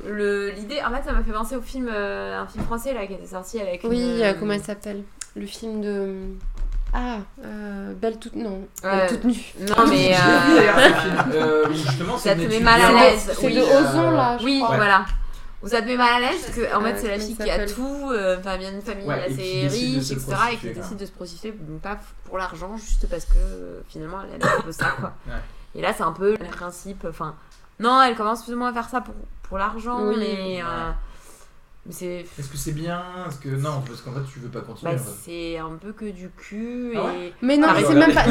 Speaker 3: Le l'idée, en fait, ça m'a fait penser au film, euh, un film français là qui était sorti avec.
Speaker 2: Oui,
Speaker 3: une-
Speaker 2: euh, comment elle s'appelle Le film de. Ah, euh, Belle toute. Non,
Speaker 3: Ouais.
Speaker 2: Belle toute nue.
Speaker 3: Non,
Speaker 1: J'ai
Speaker 3: mais. euh,
Speaker 1: vu d'ailleurs ce film, euh, où justement,
Speaker 3: Ça
Speaker 1: c'est
Speaker 3: te
Speaker 1: une
Speaker 3: met mal à
Speaker 1: étudiante.
Speaker 3: l'aise.
Speaker 2: C'est
Speaker 3: Ah oui,
Speaker 2: de
Speaker 1: euh,
Speaker 2: Ozon là, je
Speaker 3: Oui,
Speaker 2: crois.
Speaker 3: voilà. Vous êtes mis mal à l'aise parce que en
Speaker 2: Euh,
Speaker 3: fait c'est la
Speaker 2: comment
Speaker 3: fille
Speaker 2: ça
Speaker 3: qui a
Speaker 2: s'appelle
Speaker 3: tout, euh, enfin vient d'une famille
Speaker 1: Ouais, et
Speaker 3: assez
Speaker 1: qui décide de
Speaker 3: riche,
Speaker 1: se
Speaker 3: etc. et qui
Speaker 1: prostituer, quoi.
Speaker 3: décide de se prostituer, donc pas pour l'argent, juste parce que euh, finalement elle aime un peu ça quoi.
Speaker 1: Ouais.
Speaker 3: Et là c'est un peu le principe, enfin non elle commence plus ou moins à faire ça pour, pour l'argent,
Speaker 2: Oui.
Speaker 3: mais euh, Mais c'est
Speaker 1: Est-ce que c'est bien Est-ce que non Parce qu'en fait, tu veux pas continuer.
Speaker 3: bah,
Speaker 1: en fait.
Speaker 3: c'est un peu que du cul
Speaker 1: Ah
Speaker 3: et
Speaker 2: Mais non,
Speaker 1: Ah,
Speaker 2: mais
Speaker 1: oui,
Speaker 2: c'est
Speaker 1: voilà.
Speaker 2: même pas.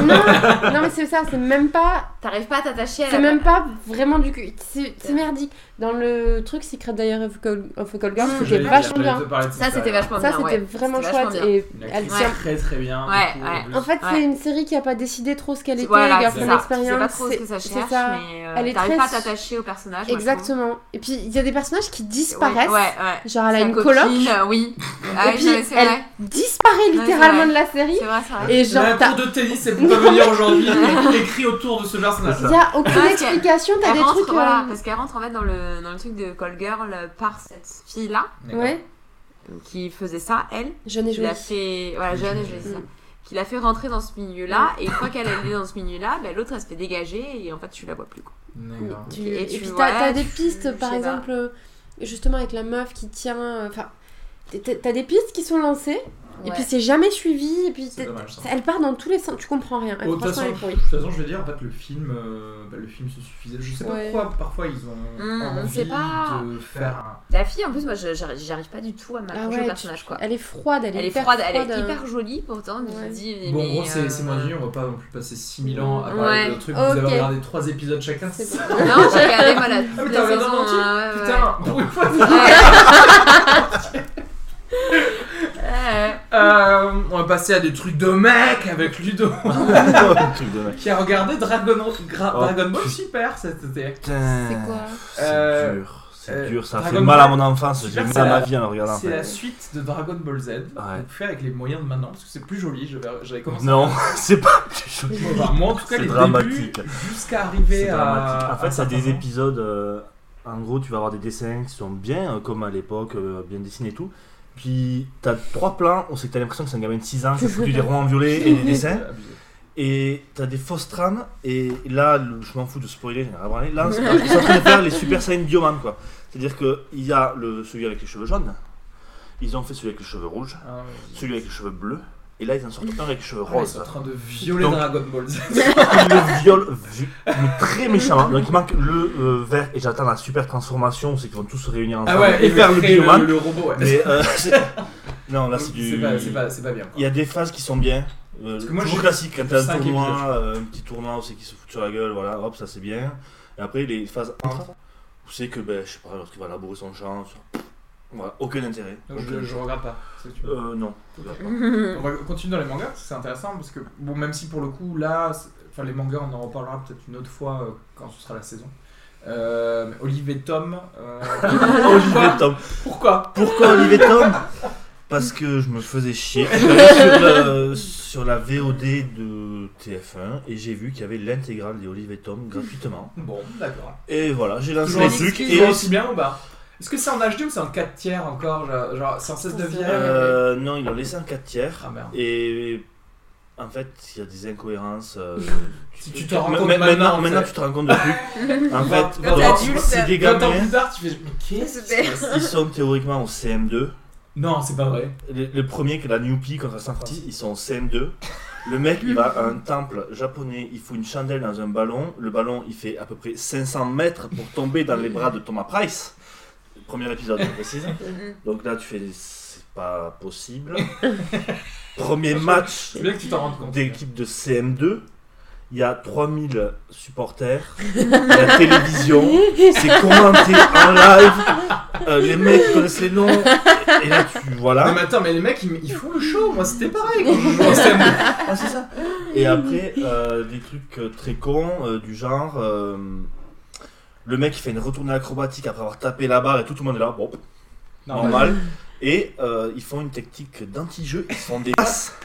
Speaker 2: Non, non mais c'est ça, c'est même pas.
Speaker 3: t'arrives pas à t'attacher à
Speaker 2: C'est
Speaker 3: la-
Speaker 2: même pas vraiment du cul. C'est c'est merdique. Dans le truc Secret Diary of, Col- of a Call Girl,
Speaker 1: Parce que
Speaker 2: c'était
Speaker 1: j'allais- j'allais
Speaker 2: vachement bien.
Speaker 1: te parler de
Speaker 3: Ça, c'était
Speaker 1: là.
Speaker 3: Hmm. vachement
Speaker 2: Ça,
Speaker 3: bien.
Speaker 2: c'était
Speaker 3: ouais.
Speaker 2: vraiment
Speaker 3: C'était vachement
Speaker 2: chouette.
Speaker 3: bien.
Speaker 2: Et
Speaker 1: Une
Speaker 2: elle
Speaker 1: actrice
Speaker 2: tient.
Speaker 1: très très bien. du
Speaker 3: Ouais,
Speaker 1: coup,
Speaker 3: ouais.
Speaker 1: plus.
Speaker 2: En fait,
Speaker 3: Ouais.
Speaker 2: c'est une série qui a pas décidé trop ce qu'elle était,
Speaker 3: Voilà,
Speaker 2: les gars,
Speaker 3: c'est
Speaker 2: pour
Speaker 3: ça. Tu sais pas
Speaker 2: l'expérience.
Speaker 3: trop ce que ça
Speaker 2: c'est-
Speaker 3: cherche,
Speaker 2: c'est ça.
Speaker 3: mais
Speaker 2: Elle
Speaker 3: euh,
Speaker 2: est
Speaker 3: t'arrives
Speaker 2: très-
Speaker 3: pas à t'attacher au personnage. moi, je trouve.
Speaker 2: Exactement. Et puis, il y a des personnages qui
Speaker 3: Ouais,
Speaker 2: disparaissent.
Speaker 3: Ouais, ouais.
Speaker 2: Genre, elle a
Speaker 3: Sa
Speaker 2: une
Speaker 3: copine,
Speaker 2: coloc.
Speaker 3: euh, Oui. Ah,
Speaker 2: Et
Speaker 3: oui,
Speaker 2: puis,
Speaker 3: non, mais c'est
Speaker 2: elle-
Speaker 3: vrai.
Speaker 2: Disparaît
Speaker 3: c'est
Speaker 2: littéralement
Speaker 3: vrai.
Speaker 2: de la série.
Speaker 3: C'est vrai, c'est vrai.
Speaker 2: Et
Speaker 1: La
Speaker 2: genre, t'as
Speaker 1: cour de tennis, c'est pour pas venir aujourd'hui. Écrit autour de ce personnage.
Speaker 2: Il n'y a aucune
Speaker 3: Ouais,
Speaker 2: explication, t'as
Speaker 3: Elle
Speaker 2: des
Speaker 3: rentre,
Speaker 2: trucs. euh,
Speaker 3: voilà, parce qu'elle rentre en fait dans le, dans le truc de Call Girl euh, par cette fille-là,
Speaker 2: Ouais,
Speaker 3: qui faisait ça, elle,
Speaker 2: jeune et
Speaker 3: qui
Speaker 2: jolie.
Speaker 3: l'a fait. Voilà, jeune, je dis ça.
Speaker 2: Mm.
Speaker 3: Qui l'a fait rentrer dans ce milieu-là, et une fois qu'elle est dans ce milieu-là, ben, l'autre elle se fait dégager, et en fait tu la vois plus. Quoi.
Speaker 2: Mais
Speaker 1: D'accord.
Speaker 2: tu-
Speaker 3: euh, Et
Speaker 2: Et,
Speaker 3: tu
Speaker 2: puis
Speaker 3: vois,
Speaker 2: t'as t'as des
Speaker 3: tu- je
Speaker 2: pistes, par
Speaker 3: sais
Speaker 2: exemple, euh, justement avec la meuf qui tient. euh, Enfin, t'es- t'es- t'as des pistes qui sont lancées, et puis c'est jamais suivi, et puis
Speaker 1: C'est
Speaker 2: t'es-
Speaker 1: dommage, ça.
Speaker 2: elle part dans tous les sens, tu comprends rien. Elle,
Speaker 1: Oh, De toute
Speaker 2: franchement,
Speaker 1: façon,
Speaker 2: elle est pourrie.
Speaker 1: de toute façon, je vais dire, en fait, le film, euh, bah, le film se suffisait. Je sais pas
Speaker 2: Ouais.
Speaker 1: pourquoi, parfois, ils ont
Speaker 3: Hmm, on
Speaker 1: envie
Speaker 3: sait pas.
Speaker 1: de faire un...
Speaker 3: La fille, en plus, moi je- j'arrive j'arrive pas du tout à m'accrocher
Speaker 2: Ah ouais,
Speaker 3: au
Speaker 2: tu-
Speaker 3: personnage. Quoi.
Speaker 2: Elle est froide, elle
Speaker 3: Elle,
Speaker 2: est,
Speaker 3: est
Speaker 2: hyper
Speaker 3: froide, elle est
Speaker 2: euh.
Speaker 3: hyper jolie pourtant, mais
Speaker 2: Ouais.
Speaker 3: je dis.
Speaker 1: Bon, en
Speaker 3: mais,
Speaker 1: gros, c'est
Speaker 3: euh,
Speaker 1: c'est moins dur, on va pas non plus passer 6000 ans à
Speaker 3: Ouais.
Speaker 1: parler de trucs. Vous
Speaker 2: Ok.
Speaker 1: avez regardé 3 épisodes chacun.
Speaker 2: C'est
Speaker 1: c'est-
Speaker 2: bon.
Speaker 3: Non, j'ai regardé, voilà.
Speaker 1: Ah, mais
Speaker 3: toutes
Speaker 1: t'as regardé
Speaker 3: les
Speaker 1: en
Speaker 3: saisons,
Speaker 1: entier
Speaker 3: hein, ouais, ouais, ouais.
Speaker 1: Putain, pour une fois,
Speaker 3: Ah, Ouais.
Speaker 1: Euh, on va passer à des trucs de mec avec Ludo
Speaker 4: Truc de mec.
Speaker 1: qui a regardé Dragon, Gra-
Speaker 4: Oh,
Speaker 1: Dragon Ball Super cet été.
Speaker 4: Putain.
Speaker 1: Euh,
Speaker 4: C'est
Speaker 1: euh,
Speaker 4: dur, c'est dur, ça a
Speaker 1: Dragon
Speaker 4: fait mal à
Speaker 1: Ball.
Speaker 4: mon enfance, j'ai
Speaker 1: Super,
Speaker 4: mal
Speaker 1: c'est
Speaker 4: à
Speaker 1: la-
Speaker 4: ma vie en le regardant. en
Speaker 1: C'est euh,
Speaker 4: fait.
Speaker 1: la suite de Dragon Ball Z, donc fait avec les moyens de maintenant parce que c'est plus joli. j'avais- J'avais commencé.
Speaker 4: Non, c'est pas plus joli.
Speaker 1: Bon, bah, moi en tout cas,
Speaker 4: C'est
Speaker 1: les
Speaker 4: dramatique.
Speaker 1: débuts jusqu'à
Speaker 4: C'est
Speaker 1: arriver
Speaker 4: dramatique.
Speaker 1: à.
Speaker 4: En
Speaker 1: à
Speaker 4: fait, ça a des
Speaker 1: certains moments.
Speaker 4: épisodes. euh, en gros, tu vas avoir des dessins qui sont bien, euh, comme à l'époque, euh, bien dessinés et tout. Puis, t'as trois plans, on sait que t'as l'impression que c'est un gamin de 6 ans qui a foutu des ronds en violet et des dessins.
Speaker 1: C'est abusé.
Speaker 4: Et t'as des fausses trames, et là, le- je m'en fous de spoiler, j'en ai rien à branler. Là, c'est- ils sont en train de faire les Super Saiyan Bioman, quoi. C'est-à-dire qu'il y a le, celui avec les cheveux jaunes, ils ont fait celui avec les cheveux rouges,
Speaker 1: Ah, ouais.
Speaker 4: celui avec les cheveux bleus, et là, ils en sortent un avec les cheveux
Speaker 1: Ah, ils
Speaker 4: roses.
Speaker 1: sont en train de violer
Speaker 4: Donc-
Speaker 1: Dragon Ball Z.
Speaker 4: Il le viole vu- mais très méchamment. Donc il manque le euh, vert et j'attends la super transformation, c'est qu'ils vont tous se réunir ensemble
Speaker 1: Ah ouais,
Speaker 4: et faire le
Speaker 1: créer
Speaker 4: bioman.
Speaker 1: le robot, ouais.
Speaker 4: Mais euh, c'est- non, là
Speaker 1: Donc,
Speaker 4: c'est du.
Speaker 1: C'est pas- c'est pas, c'est pas bien.
Speaker 4: Il y a des phases qui sont bien. Euh,
Speaker 1: Parce que moi,
Speaker 4: toujours
Speaker 1: j'ai-
Speaker 4: classique, quand t'as
Speaker 1: cinq
Speaker 4: un tournoi,
Speaker 1: épisodes.
Speaker 4: euh, un petit tournoi où c'est qu'ils se foutent sur la gueule, voilà, hop, ça c'est bien. Et après les phases entre, où c'est que, ben, je sais pas, lorsqu'il va labourer son champ, sur- voilà, aucun intérêt.
Speaker 1: Donc, je,
Speaker 4: Aucun-
Speaker 1: je regarde pas. c'est ce que tu veux.
Speaker 4: Euh, non. regarde pas.
Speaker 1: On va continuer dans les mangas, parce que c'est intéressant parce que, bon, même si pour le coup, là, c'est- enfin, les mangas, on en reparlera peut-être une autre fois euh, quand ce sera la saison. Euh, mais Olivier Tom. euh,
Speaker 4: Olivier
Speaker 1: pourquoi,
Speaker 4: Tom.
Speaker 1: pourquoi
Speaker 4: Pourquoi Olivier Tom Parce que je me faisais chier. Je suis allé sur, la, sur la VOD de TF1 et j'ai vu qu'il y avait l'intégrale des Olivier Tom gratuitement.
Speaker 1: Bon, d'accord.
Speaker 4: Et voilà, j'ai lancé
Speaker 1: Toujours
Speaker 4: le
Speaker 1: en
Speaker 4: truc.
Speaker 1: excuse,
Speaker 4: Et
Speaker 1: toujours aussi bien ou pas Est-ce que c'est en HD ou c'est en 4 tiers encore Genre, genre, c'est en 16 9
Speaker 4: euh, non, ils l'ont laissé en 4 tiers.
Speaker 1: Ah merde.
Speaker 4: Et en fait, il y a des incohérences. euh,
Speaker 1: Si tu te rends
Speaker 4: Ma-
Speaker 1: compte
Speaker 4: ma-
Speaker 1: maintenant,
Speaker 4: maintenant, maintenant,
Speaker 1: c'est-
Speaker 4: tu te rends compte de truc. En fait,
Speaker 3: Quand t'es
Speaker 4: donc,
Speaker 3: adulte,
Speaker 4: c'est des
Speaker 1: 20 ans
Speaker 4: gamins.
Speaker 1: plus tard, tu fais Mais qu'est-ce qui se passe
Speaker 4: Ils sont théoriquement au CM2.
Speaker 1: Non, c'est pas vrai.
Speaker 4: Le, le premier que la Newpie contre San Francisco, ils sont en CM2. Le mec, il va à un temple japonais, il fout une chandelle dans un ballon. Le ballon, il fait à peu près 500 mètres pour tomber dans les bras de Thomas Price. Premier épisode, je précise. Donc là, tu fais. C'est pas possible. Premier match
Speaker 1: C'est bien que tu t'en rendes compte.
Speaker 4: d'équipe de CM2. Il y a 3000 supporters, la télévision, c'est commenté en live, euh, les mecs connaissent les noms, et, et là tu. Voilà.
Speaker 1: Non, mais attends, mais les mecs ils, ils font le show, moi c'était pareil quand je jouais en CM2.
Speaker 4: Ah, c'est ça. Et après, euh, des trucs euh, très cons, euh, du genre. euh, le mec, il fait une retournée acrobatique après avoir tapé la barre et tout, tout le monde est là, bon, normal. Et euh, ils font une technique d'anti-jeu, ils font des passes,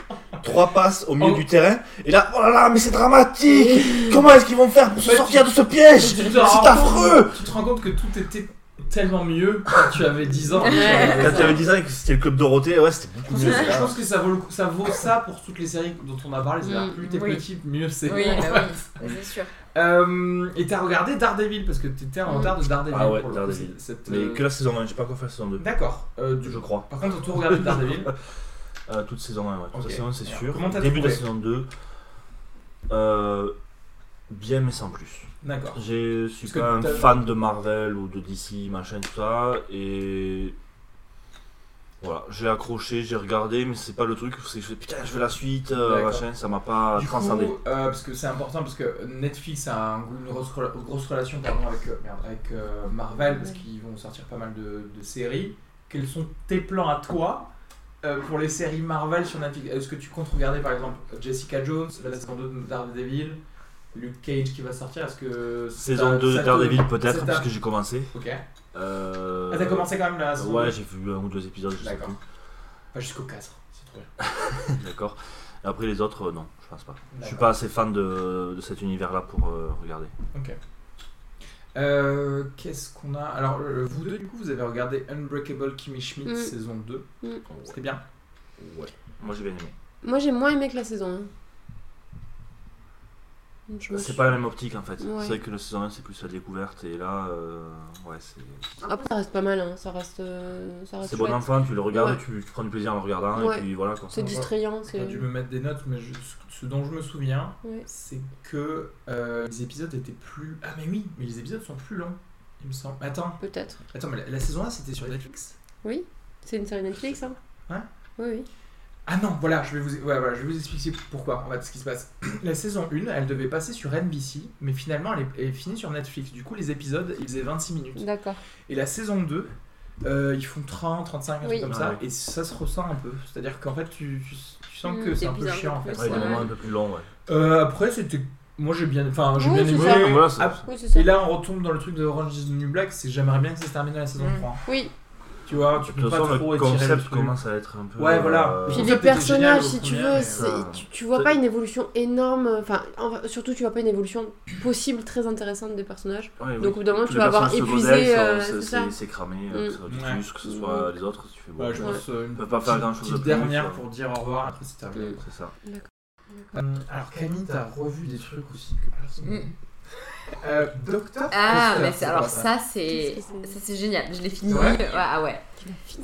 Speaker 4: trois passes au milieu
Speaker 1: Oh.
Speaker 4: du terrain. Et là, oh là là, mais c'est dramatique Comment est-ce qu'ils vont faire pour se
Speaker 1: Ouais,
Speaker 4: sortir de ce piège
Speaker 1: Tu te
Speaker 4: C'est
Speaker 1: rends compte-
Speaker 4: affreux
Speaker 1: Tu te rends compte que tout était tellement mieux quand tu avais 10 ans.
Speaker 4: Quand tu avais 10 ans et que c'était le club Dorothée, ouais, c'était
Speaker 1: Je
Speaker 4: beaucoup
Speaker 1: pense
Speaker 4: mieux.
Speaker 1: que-
Speaker 4: c'est
Speaker 1: Je
Speaker 4: là.
Speaker 1: pense que ça vaut, le coup- ça vaut ça pour toutes les séries dont on a parlé. C'est-à-dire,
Speaker 2: Mm,
Speaker 1: plus t'es
Speaker 3: oui.
Speaker 1: petit, mieux c'est.
Speaker 3: Oui, bah oui, c'est sûr.
Speaker 1: Euh, et t'as regardé Daredevil parce que t'étais en
Speaker 3: Mm.
Speaker 1: retard de Daredevil.
Speaker 4: Ah ouais,
Speaker 1: pour le
Speaker 4: Daredevil.
Speaker 1: coup, cette,
Speaker 4: Mais
Speaker 1: euh,
Speaker 4: que la saison 1, j'ai pas encore fait la saison 2,
Speaker 1: D'accord. euh, du-
Speaker 4: je crois.
Speaker 1: Par contre, on tout regardé Daredevil.
Speaker 4: Euh, toute saison 1, ouais. Toute
Speaker 1: Ok.
Speaker 4: saison 1, c'est
Speaker 1: Alors,
Speaker 4: sûr.
Speaker 1: comment t'as
Speaker 4: Début de la
Speaker 1: trouvé
Speaker 4: saison 2, euh, bien mais sans plus.
Speaker 1: D'accord.
Speaker 4: Je suis
Speaker 1: Parce que
Speaker 4: pas un
Speaker 1: t'as-
Speaker 4: fan de Marvel ou de DC, machin, tout ça, et Voilà, j'ai accroché, j'ai regardé, mais c'est pas le truc où c'est je fais, putain, je veux la suite, euh,
Speaker 1: D'accord.
Speaker 4: machin, ça m'a pas
Speaker 1: Du coup,
Speaker 4: transcendé.
Speaker 1: euh, parce que c'est important, parce que Netflix a un- une grosse, rela- grosse relation pardon, avec, euh, merde, avec, euh, Marvel, parce qu'ils vont sortir pas mal de, de séries. Quels sont tes plans à toi euh, pour les séries Marvel sur Netflix Est-ce que tu comptes regarder par exemple Jessica Jones, la saison 2 de Daredevil, Luke Cage qui va sortir Est-ce que
Speaker 4: Saison
Speaker 1: ça-
Speaker 4: 2
Speaker 1: ça
Speaker 4: de
Speaker 1: te-
Speaker 4: Daredevil,
Speaker 1: ça
Speaker 4: peut-être,
Speaker 1: te-
Speaker 4: parce que j'ai commencé.
Speaker 1: Ok.
Speaker 4: Euh...
Speaker 1: Ah, t'as commencé quand même la saison
Speaker 4: Ouais,
Speaker 1: deux
Speaker 4: j'ai vu un ou deux épisodes, je sais
Speaker 1: D'accord. Pas jusqu'au 4, c'est trop bien.
Speaker 4: plus. D'accord. Et après les autres, euh, non, je pense pas. Je suis
Speaker 1: D'accord.
Speaker 4: pas assez fan de, de cet univers-là pour euh, regarder.
Speaker 1: Euh, Qu'est-ce qu'on a Alors, euh, vous deux, du coup, vous avez regardé Unbreakable Kimmy Schmidt
Speaker 2: Mm.
Speaker 1: saison 2.
Speaker 2: Mm.
Speaker 1: C'était bien.
Speaker 4: Ouais. Moi j'ai bien aimé.
Speaker 2: Moi, j'ai moins aimé que la saison 1. Je me
Speaker 4: C'est
Speaker 2: suis-
Speaker 4: pas la même optique en fait.
Speaker 2: Ouais.
Speaker 4: C'est vrai que la saison 1 c'est plus la découverte et là, euh, ouais, c'est.
Speaker 2: Après, ça reste pas mal, hein. ça reste. euh, Ça reste
Speaker 4: C'est bon
Speaker 1: hein.
Speaker 2: chouette.
Speaker 4: enfant, tu le regardes,
Speaker 2: Ouais.
Speaker 4: tu, tu prends du plaisir en le regardant
Speaker 2: Ouais.
Speaker 4: et puis voilà quoi.
Speaker 2: C'est distrayant. c'est-
Speaker 1: J'ai dû me mettre des notes, mais je- ce dont je me souviens,
Speaker 2: Ouais.
Speaker 1: c'est que euh, les épisodes étaient plus. Ah, mais oui, mais les épisodes sont plus longs, il me semble. Attends,
Speaker 2: Peut-être.
Speaker 1: attends, mais la, la saison 1 c'était sur Netflix
Speaker 2: Oui C'est une série Netflix, hein
Speaker 1: Ouais.
Speaker 2: Oui, oui.
Speaker 1: Ah non, voilà, je vais vous, ouais, voilà, je vais vous expliquer pourquoi, en fait, ce qui se passe. La saison 1, elle devait passer sur NBC, mais finalement, elle est, elle est finie sur Netflix. Du coup, les épisodes, ils faisaient 26 minutes.
Speaker 2: D'accord.
Speaker 1: Et la saison 2, euh, ils font 30, 35, un
Speaker 2: Oui.
Speaker 1: truc comme
Speaker 4: Ah
Speaker 1: ça,
Speaker 4: ouais.
Speaker 1: et ça se ressent un peu. C'est-à-dire qu'en fait, tu, tu- tu sens
Speaker 2: Mm,
Speaker 1: que c'est un peu
Speaker 2: t'épuises un
Speaker 1: chiant,
Speaker 2: peu
Speaker 1: en fait.
Speaker 2: plus,
Speaker 4: Ouais, des
Speaker 2: Ouais.
Speaker 4: moments un peu plus longs, ouais.
Speaker 1: Euh, après, c'était. Moi, j'ai bien. Enfin, j'ai
Speaker 2: Ouais,
Speaker 1: bien
Speaker 2: c'est
Speaker 1: aimé.
Speaker 2: ça.
Speaker 4: Voilà, c'est-
Speaker 1: Ah,
Speaker 2: Oui, c'est ça.
Speaker 1: et là, on retombe dans le truc de Orange is the New Black, c'est j'aimerais bien que ça se termine dans la saison
Speaker 3: Mm.
Speaker 1: 3.
Speaker 2: Oui,
Speaker 1: Tu vois, tu
Speaker 4: De
Speaker 1: peux
Speaker 4: toute
Speaker 1: pas
Speaker 4: façon,
Speaker 1: trop
Speaker 4: le
Speaker 1: étirer le
Speaker 4: concept
Speaker 1: truc.
Speaker 4: commence à être un peu.
Speaker 1: Ouais, voilà.
Speaker 4: euh,
Speaker 1: Puis
Speaker 2: Puis
Speaker 1: En
Speaker 2: les
Speaker 1: fait, t'étais génial
Speaker 2: personnages,
Speaker 1: au
Speaker 2: si tu
Speaker 1: premier,
Speaker 2: veux,
Speaker 1: mais,
Speaker 2: c'est-
Speaker 4: euh,
Speaker 2: tu, tu vois pas une évolution énorme, euh, enfin, en- surtout tu vois pas une évolution possible très intéressante des personnages.
Speaker 4: ouais,
Speaker 2: Donc,
Speaker 4: oui.
Speaker 2: au bout d'un moment,
Speaker 4: Tous
Speaker 2: tu
Speaker 4: les
Speaker 2: vas avoir
Speaker 4: personnages
Speaker 2: épuisé,
Speaker 4: secondaires, ils sont-
Speaker 2: euh,
Speaker 4: c'est-
Speaker 2: c'est
Speaker 4: c'est-
Speaker 2: ça.
Speaker 4: c'est cramé,
Speaker 2: Mm.
Speaker 4: euh, que ce soit du
Speaker 1: Ouais.
Speaker 4: Titus, que ce soit les autres, tu fais bon.
Speaker 1: Ouais, je
Speaker 4: ouais.
Speaker 1: pense euh, une
Speaker 4: On peut pas
Speaker 1: petite-
Speaker 4: faire grand-chose de
Speaker 1: petite
Speaker 4: plus,
Speaker 1: dernière
Speaker 4: euh.
Speaker 1: pour dire au revoir, après c'est terminé.
Speaker 2: Mm.
Speaker 4: C'est ça.
Speaker 1: Euh, alors, Camille, t'as revu des trucs aussi que personne. n'a vu. Euh, Docteur
Speaker 3: Ah,
Speaker 1: Foster,
Speaker 3: mais c'est-
Speaker 1: c'est
Speaker 3: alors
Speaker 1: quoi
Speaker 3: ça, c'est
Speaker 2: Qu'est-ce que c'est
Speaker 3: ça c'est génial. Je l'ai fini.
Speaker 1: Ouais.
Speaker 3: Ouais, ah ouais.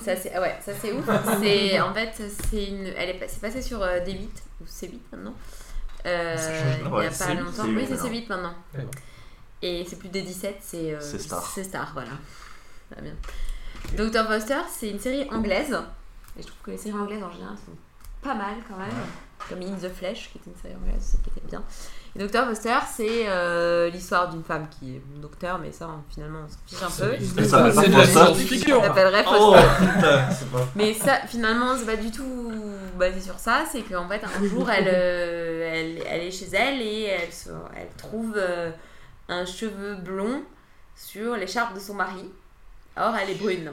Speaker 3: Ça c'est ah ouais, ça c'est ouf. C'est en fait c'est une elle est pas- c'est passé sur euh, D8 ou C8 maintenant. Euh,
Speaker 1: Ça change pas,
Speaker 3: il y a
Speaker 4: ouais,
Speaker 3: pas
Speaker 4: c'est-
Speaker 3: longtemps.
Speaker 4: c'est
Speaker 3: Oui, c'est
Speaker 4: maintenant.
Speaker 3: C8 maintenant.
Speaker 1: D'accord.
Speaker 3: Et c'est plus D17, c'est euh,
Speaker 4: C'est Star.
Speaker 3: C'est Star, voilà. Très bien. Dr Foster, c'est une série anglaise. Et je trouve que les séries anglaises en général sont pas mal quand même. Comme In the Flesh, qui était une série anglaise aussi, qui était bien. Et Dr Foster, c'est euh, l'histoire d'une femme qui est docteur, mais ça, on- finalement, on s'en fiche un peu.
Speaker 4: Elle s'appelle pas
Speaker 1: C'est de la
Speaker 4: Foster.
Speaker 1: science-fiction.
Speaker 3: On l'appellerait
Speaker 4: Oh
Speaker 3: Foster.
Speaker 4: putain, c'est pas.
Speaker 3: Mais ça, finalement, c'est pas du tout basé sur ça. C'est qu'en fait, un jour, elle, euh, elle, elle est chez elle et elle, se- elle trouve euh, un cheveu blond sur l'écharpe de son mari. Or, elle est brune.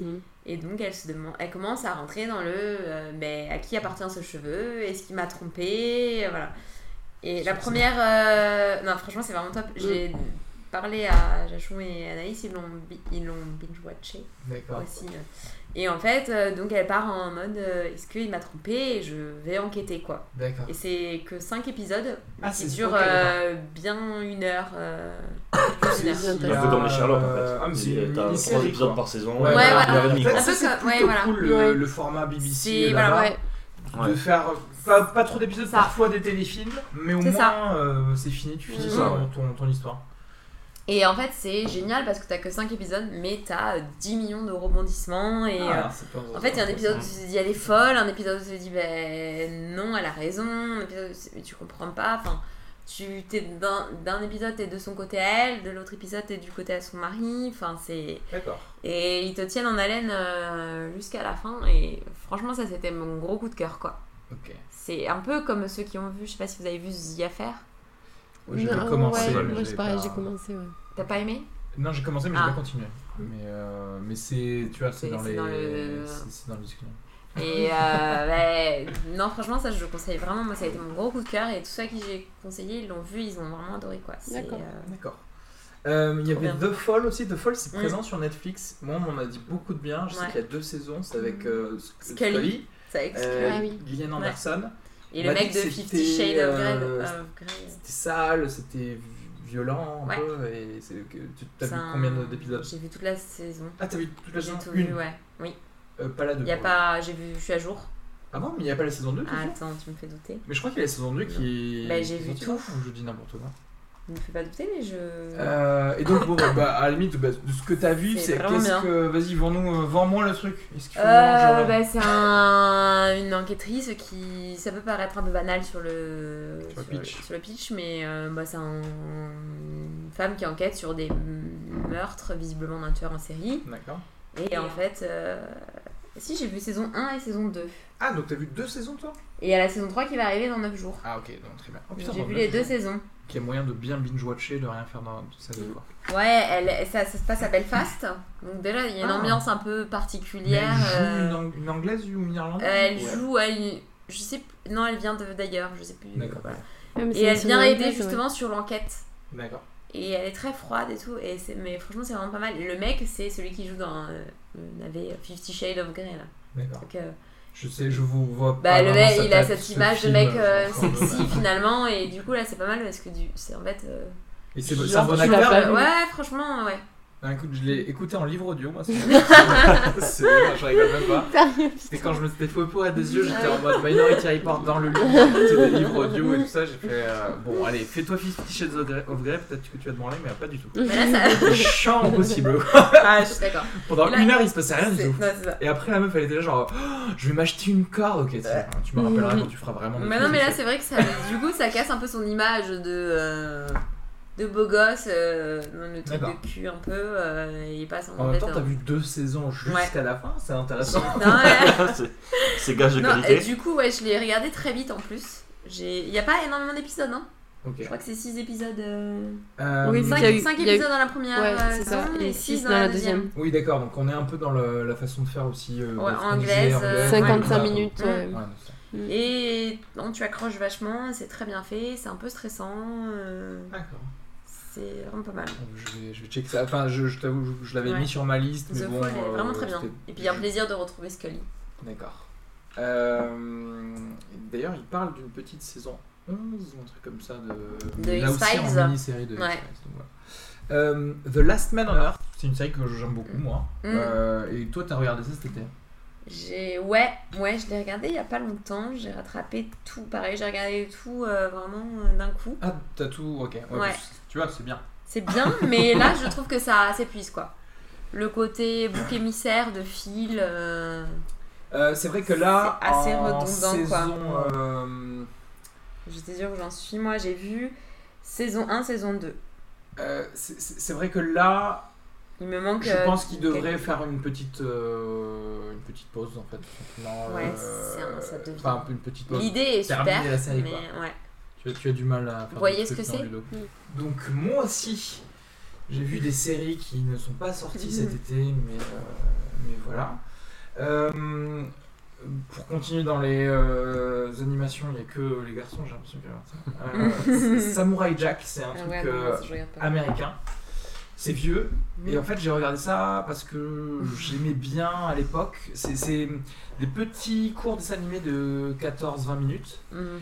Speaker 2: Mhm.
Speaker 3: Et donc, elle, se demande, elle commence à rentrer dans le euh, mais à qui appartient ce cheveu Est-ce qu'il m'a trompé Voilà. Et la première. euh, non, franchement, c'est vraiment top. J'ai parlé à Jachon et Anaïs, ils l'ont bi- ils l'ont binge-watché
Speaker 1: D'accord.
Speaker 3: aussi. euh. Et en fait, euh, donc elle part en mode euh, est-ce qu'il m'a trompé et je vais enquêter quoi.
Speaker 1: D'accord.
Speaker 3: Et c'est que 5 épisodes
Speaker 1: Ah,
Speaker 3: qui
Speaker 1: c'est-
Speaker 3: durent
Speaker 1: ok,
Speaker 3: euh, bien une heure. euh, une heure.
Speaker 2: c'est-
Speaker 1: Il y a-
Speaker 4: Un peu comme les Sherlock en fait.
Speaker 1: Ah, mais c'est
Speaker 4: Et
Speaker 1: une
Speaker 4: T'as
Speaker 1: mini-série,
Speaker 4: 3 épisodes
Speaker 1: quoi.
Speaker 4: par saison,
Speaker 1: Ouais,
Speaker 4: une
Speaker 3: voilà.
Speaker 4: heure et demie,
Speaker 1: En fait,
Speaker 4: quoi.
Speaker 3: Un peu
Speaker 1: c'est
Speaker 3: comme-
Speaker 1: plutôt
Speaker 3: ouais, voilà.
Speaker 1: cool le,
Speaker 2: Ouais.
Speaker 1: le format BBC
Speaker 3: C'est-
Speaker 1: euh, là-bas,
Speaker 3: voilà,
Speaker 2: ouais.
Speaker 1: de
Speaker 4: Ouais.
Speaker 1: faire euh, pas, pas trop d'épisodes,
Speaker 3: Ça.
Speaker 1: parfois des téléfilms, mais au
Speaker 3: C'est Mm-hmm.
Speaker 1: moins euh, c'est fini, tu finis
Speaker 4: C'est ça,
Speaker 1: ton,
Speaker 4: ouais.
Speaker 1: ton- ton histoire.
Speaker 3: Et en fait, c'est génial parce que t'as que 5 épisodes, mais t'as euh, 10 millions de rebondissements.
Speaker 1: Ah,
Speaker 3: Et, euh, en fait, il y a un épisode où tu te dis elle est folle, un épisode où tu te dis ben non, elle a raison, un épisode où tu- mais tu comprends pas. Enfin, tu t'es d'un d'un épisode t'es de son côté à elle, de l'autre épisode t'es du côté à son mari. Enfin, c'est
Speaker 1: D'accord.
Speaker 3: Et ils te tiennent en haleine euh, jusqu'à la fin. Et franchement, ça, c'était mon gros coup de cœur, quoi.
Speaker 1: Ok.
Speaker 3: C'est un peu comme ceux qui ont vu, je sais pas si vous avez vu The Affair.
Speaker 1: Ouais, j'avais
Speaker 2: Non,
Speaker 1: commencé.
Speaker 2: ouais,
Speaker 1: mais
Speaker 2: moi,
Speaker 1: j'avais
Speaker 2: c'est pareil,
Speaker 1: pas-
Speaker 2: j'ai commencé, ouais.
Speaker 3: T'as pas aimé
Speaker 1: Non, j'ai commencé, mais j'ai
Speaker 3: Ah.
Speaker 1: pas continué. Mais, euh, mais c'est, tu vois, c'est
Speaker 3: C'est-
Speaker 1: dans
Speaker 3: c'est
Speaker 1: les.
Speaker 3: dans le-
Speaker 1: C'est c'est dans le discussion.
Speaker 3: Et euh, ouais, non, franchement, ça, je le conseille vraiment. Moi, ça a été mon gros coup de cœur. Et tous ceux à qui j'ai conseillé, ils l'ont vu, ils ont vraiment adoré, quoi. C'est,
Speaker 2: D'accord.
Speaker 3: euh,
Speaker 1: Ah, D'accord. Euh, Il y avait
Speaker 3: Trop
Speaker 1: The Fall aussi. The Fall, c'est
Speaker 3: Mm.
Speaker 1: présent sur Netflix. Moi, on m'en a dit beaucoup de bien. Je sais
Speaker 3: Ouais.
Speaker 1: qu'il y a deux saisons. C'est avec euh, Sc-
Speaker 3: Scully.
Speaker 1: Scully,
Speaker 3: ça exclut.
Speaker 1: euh,
Speaker 2: Ah oui.
Speaker 1: Gillian Anderson.
Speaker 3: Et
Speaker 1: on
Speaker 3: le
Speaker 1: m'a
Speaker 3: mec
Speaker 1: dit
Speaker 3: de
Speaker 1: que
Speaker 3: Fifty
Speaker 1: c'était,
Speaker 3: Shades of Grey.
Speaker 1: euh,
Speaker 3: of Grey.
Speaker 1: C'était sale, c'était violent un
Speaker 3: Ouais.
Speaker 1: peu. Et c'est... que- tu- T'as
Speaker 3: C'est
Speaker 1: vu
Speaker 3: un-
Speaker 1: combien d'épisodes
Speaker 3: J'ai vu toute la saison.
Speaker 1: Ah, t'as vu toute la
Speaker 3: J'ai
Speaker 1: saison
Speaker 3: tout
Speaker 1: Une.
Speaker 3: vu, ouais. Oui.
Speaker 1: Euh, pas la 2.
Speaker 3: Y a pas... J'ai vu, je suis à jour.
Speaker 1: Ah bon, mais il n'y a pas la saison 2
Speaker 3: Ah, attends, tu me fais douter.
Speaker 1: Mais je crois qu'il y a la saison 2 qui est.
Speaker 3: Bah, j'ai
Speaker 1: qui
Speaker 3: vu
Speaker 1: est sortie,
Speaker 3: tout.
Speaker 1: non Ou je dis n'importe quoi.
Speaker 3: ne me fait pas douter, mais je.
Speaker 1: Euh, et donc, bon, bah, à la limite, bah, de ce que t'as vu,
Speaker 3: C'est
Speaker 1: c'est
Speaker 3: vraiment
Speaker 1: qu'est-ce
Speaker 3: bien.
Speaker 1: que. Vas-y, vends-nous, euh, vends-moi le truc. Est-ce qu'il faut
Speaker 3: Euh,
Speaker 1: genre,
Speaker 3: bah, c'est un- une enquêtrice qui. Ça peut paraître un peu banal sur le,
Speaker 1: Sur le pitch.
Speaker 3: sur le pitch, mais euh, bah, c'est un- une femme qui enquête sur des meurtres, visiblement d'un tueur en série.
Speaker 1: D'accord.
Speaker 3: Et en fait, euh, si j'ai vu saison 1 et saison 2.
Speaker 1: Ah, donc t'as vu deux saisons, toi
Speaker 3: Et il y a la saison 3 qui va arriver dans 9 jours.
Speaker 1: Ah, ok, donc très bien. Oh, putain,
Speaker 3: J'ai
Speaker 1: bah,
Speaker 3: vu
Speaker 1: bah,
Speaker 3: les deux
Speaker 1: putain.
Speaker 3: saisons.
Speaker 1: Qu'il y a moyen de bien binge-watcher, de rien faire dans toute sa vie, quoi.
Speaker 3: Ouais, elle, ça, ça se passe à Belfast. Donc déjà, il y a une
Speaker 1: Ah.
Speaker 3: ambiance un peu
Speaker 1: Mais elle
Speaker 3: particulière.
Speaker 1: joue
Speaker 3: euh,
Speaker 1: une, ang- une anglaise ou une irlandaise
Speaker 3: euh, elle
Speaker 1: Ouais.
Speaker 3: joue, elle- je sais plus- non, elle vient de- d'ailleurs, je sais plus.
Speaker 1: D'accord.
Speaker 3: Voilà.
Speaker 2: Ouais, mais c'est
Speaker 3: Et elle
Speaker 2: une
Speaker 3: vient
Speaker 2: série
Speaker 3: aider
Speaker 2: anglaise, ouais.
Speaker 3: justement sur l'enquête.
Speaker 1: D'accord.
Speaker 3: Et elle est très froide et tout. Et c'est- mais franchement, c'est vraiment pas mal. Et Le mec, c'est celui qui joue dans euh, on avait Fifty Shades of Grey là.
Speaker 1: D'accord.
Speaker 3: Donc, euh,
Speaker 1: Je sais, je vous vois
Speaker 3: bah
Speaker 1: pas.
Speaker 3: le
Speaker 1: Ah, vraiment,
Speaker 3: mec,
Speaker 1: ça
Speaker 3: il a
Speaker 1: tape
Speaker 3: cette
Speaker 1: ce
Speaker 3: image de
Speaker 1: film,
Speaker 3: mec
Speaker 1: euh,
Speaker 3: euh,
Speaker 1: sur le-
Speaker 3: sexy finalement. Et du coup là, c'est pas mal parce que du, c'est en fait. euh,
Speaker 1: Et c'est
Speaker 2: Genre,
Speaker 1: c'est un bon
Speaker 2: tu l'as
Speaker 1: acteur.
Speaker 2: pas
Speaker 3: euh, ouais, franchement, ouais.
Speaker 1: Ah, écoute, je l'ai écouté en livre audio, moi. C'est c'est- je rigole même pas.
Speaker 2: Sérieux,
Speaker 1: Et quand je me suis fait pour être des yeux, j'étais en mode Minority Report dans le livre, j'écoutais des livres audio et tout ça. J'ai fait euh, bon, allez, fais-toi Fifty Shades of Grey, of Grey, peut-être que tu vas te branler, mais pas du tout.
Speaker 3: Mais là, ça.
Speaker 1: Chant impossible.
Speaker 3: ah, je suis d'accord.
Speaker 1: Pendant
Speaker 3: Là-
Speaker 1: une heure, il se passait rien du
Speaker 3: C'est-
Speaker 1: tout.
Speaker 3: non, c'est ça.
Speaker 1: Et après, la meuf, elle était là, genre, Oh, je vais m'acheter une corde, ok, tiens, tu me rappelleras quand tu feras vraiment. des
Speaker 3: Euh, mm. Mais non,
Speaker 1: trucs,
Speaker 3: mais là,
Speaker 1: tu sais.
Speaker 3: c'est vrai que ça, du coup, ça casse un peu son image de, euh, de beau gosse, euh, dans le truc
Speaker 1: D'accord.
Speaker 3: de cul un peu. euh, et il passe en,
Speaker 1: En même
Speaker 3: fait,
Speaker 1: temps,
Speaker 3: un-
Speaker 1: t'as vu deux saisons jusqu'à la fin, c'est intéressant.
Speaker 3: Non, ouais.
Speaker 4: C'est- c'est gage de
Speaker 3: Non, et
Speaker 4: qualité.
Speaker 3: du coup, ouais, je l'ai regardé très vite en plus. Il n'y a pas énormément d'épisodes, hein
Speaker 1: Ok.
Speaker 3: Je crois que c'est 6 épisodes. Euh...
Speaker 1: Euh,
Speaker 2: Oui,
Speaker 3: cinq-
Speaker 2: Il y a eu-
Speaker 3: cinq
Speaker 2: il y a eu-
Speaker 3: épisodes dans la première
Speaker 2: Ah, Ouais,
Speaker 3: euh,
Speaker 2: c'est ça.
Speaker 3: saison
Speaker 2: Et
Speaker 3: et
Speaker 2: 6
Speaker 3: 6
Speaker 2: dans la deuxième.
Speaker 1: Oui, d'accord, donc on est un peu dans le- la façon de faire aussi. euh,
Speaker 3: Ouais,
Speaker 1: de ce qu'on
Speaker 3: anglaise,
Speaker 1: disait,
Speaker 3: euh,
Speaker 1: anglaise,
Speaker 2: 55
Speaker 1: voilà.
Speaker 2: minutes.
Speaker 3: Ouais.
Speaker 2: ouais.
Speaker 1: Ouais, c'est ça.
Speaker 3: Et non, tu accroches vachement, c'est très bien fait, c'est un peu stressant, euh,
Speaker 1: D'accord.
Speaker 3: c'est vraiment pas mal.
Speaker 1: Je vais, je vais checker ça. Enfin, je, je t'avoue, je, je l'avais
Speaker 3: Ouais.
Speaker 1: mis sur ma liste, mais
Speaker 3: The
Speaker 1: bon.
Speaker 3: Fall est vraiment
Speaker 1: euh,
Speaker 3: très bien.
Speaker 1: c'était-
Speaker 3: Et puis il y a un plaisir de retrouver Scully.
Speaker 1: D'accord. Euh, D'ailleurs, il parle d'une petite saison 11 ou un truc comme ça de.
Speaker 3: De
Speaker 1: là aussi
Speaker 3: X-Files.
Speaker 1: en mini-série de
Speaker 3: Ouais.
Speaker 1: X-Files. donc voilà. Euh, The Last Man on Earth, c'est une série que j'aime beaucoup, moi.
Speaker 3: Mm.
Speaker 1: Euh, et toi, t'as regardé ça cet été
Speaker 3: J'ai ouais, ouais, je l'ai regardé il y a pas longtemps, j'ai rattrapé tout, pareil, j'ai regardé tout euh, vraiment euh, d'un coup.
Speaker 1: Ah, t'as tout, ok. Ouais,
Speaker 3: Ouais.
Speaker 1: parce que Tu vois, c'est bien.
Speaker 3: C'est bien, mais là je trouve que ça s'épuise quoi. Le côté bouc émissaire de fil. euh,
Speaker 1: Euh, c'est vrai que là,
Speaker 3: C'est assez
Speaker 1: en
Speaker 3: redondant, quoi.
Speaker 1: saison, euh,
Speaker 3: J'étais sûre que j'en suis, moi j'ai vu saison 1, saison 2.
Speaker 1: euh, c'est- c'est c'est vrai que là,
Speaker 3: Il me manque.
Speaker 1: Je
Speaker 3: euh,
Speaker 1: pense qu'il devrait
Speaker 3: quelques-
Speaker 1: faire une petite, euh, une petite pause en fait. tout simplement,
Speaker 3: Ouais,
Speaker 1: euh,
Speaker 3: c'est un- ça devient-
Speaker 1: Enfin, une petite pause.
Speaker 3: L'idée est
Speaker 1: Terminer
Speaker 3: super.
Speaker 1: la série,
Speaker 3: mais
Speaker 1: quoi.
Speaker 3: ouais.
Speaker 1: Tu, as- tu as du mal à. faire
Speaker 3: Vous voyez
Speaker 1: des
Speaker 3: ce
Speaker 1: trucs
Speaker 3: que
Speaker 1: dans
Speaker 3: c'est
Speaker 1: le dos.
Speaker 2: Oui.
Speaker 1: Donc moi aussi, j'ai vu des séries qui ne sont pas
Speaker 3: Mhm.
Speaker 1: sorties cet été, mais, euh, mais voilà. Euh, pour continuer dans les euh, animations, il n'y a que les garçons, j'ai l'impression qu'il y a ça. Euh, c'est- Samurai Jack, c'est un
Speaker 3: Ah
Speaker 1: truc
Speaker 3: ouais,
Speaker 1: euh,
Speaker 3: non, ça, je regarde pas. Mhm.
Speaker 1: américain. C'est vieux, et en fait, j'ai regardé ça parce que j'aimais bien à l'époque. C'est- C'est des petits courts dessins animés de 14-20 minutes
Speaker 3: Mhm.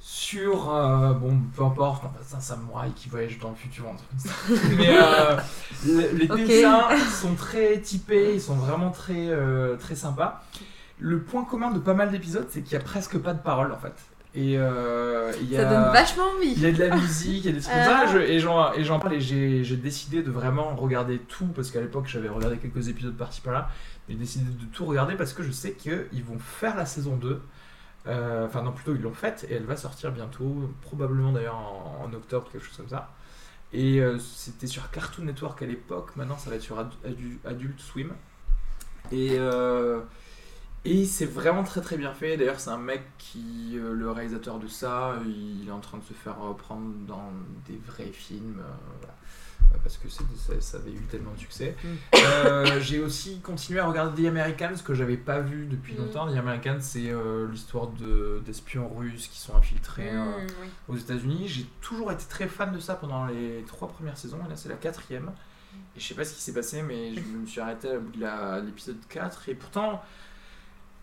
Speaker 1: sur, euh, bon, peu importe, en fait, c'est un samouraï qui voyage dans le futur, un truc comme ça. Mais euh, le- les
Speaker 3: Ok.
Speaker 1: dessins sont très typés, ils sont vraiment très, euh, très sympas. Le point commun de pas mal d'épisodes, c'est qu'il n'y a presque pas de parole en fait. Et euh, il y
Speaker 3: Ça
Speaker 1: a...
Speaker 3: donne vachement
Speaker 1: Il
Speaker 3: envie.
Speaker 1: y a de la musique, il y a des trucs comme ça, je- et j'en et j'en parle, et j'ai j'ai décidé de vraiment regarder tout, parce qu'à l'époque j'avais regardé quelques épisodes par-ci par-là, mais j'ai décidé de tout regarder parce que je sais qu'ils vont faire la saison 2, Euh, enfin non, plutôt ils l'ont faite, et elle va sortir bientôt, probablement d'ailleurs en, en octobre, quelque chose comme ça. Et euh, c'était sur Cartoon Network à l'époque, maintenant ça va être sur Ad- Adu- Adult Swim. Et, euh, et c'est vraiment très très bien fait. D'ailleurs, c'est un mec qui, euh, le réalisateur de ça, il est en train de se faire euh, prendre dans des vrais films. euh, voilà. Euh, Parce que c'est- ça, ça avait eu tellement de succès.
Speaker 3: Mm.
Speaker 1: Euh, J'ai aussi continué à regarder The Americans, que j'avais pas vu depuis
Speaker 2: Mm.
Speaker 1: longtemps. The Americans, c'est euh, l'histoire de- d'espions russes qui sont infiltrés euh,
Speaker 3: Mhm, oui.
Speaker 1: aux États-Unis. J'ai toujours été très fan de ça pendant les trois premières saisons, et là c'est la quatrième. Et je sais pas ce qui s'est passé, mais je me suis arrêté au bout de la- l'épisode 4. Et pourtant,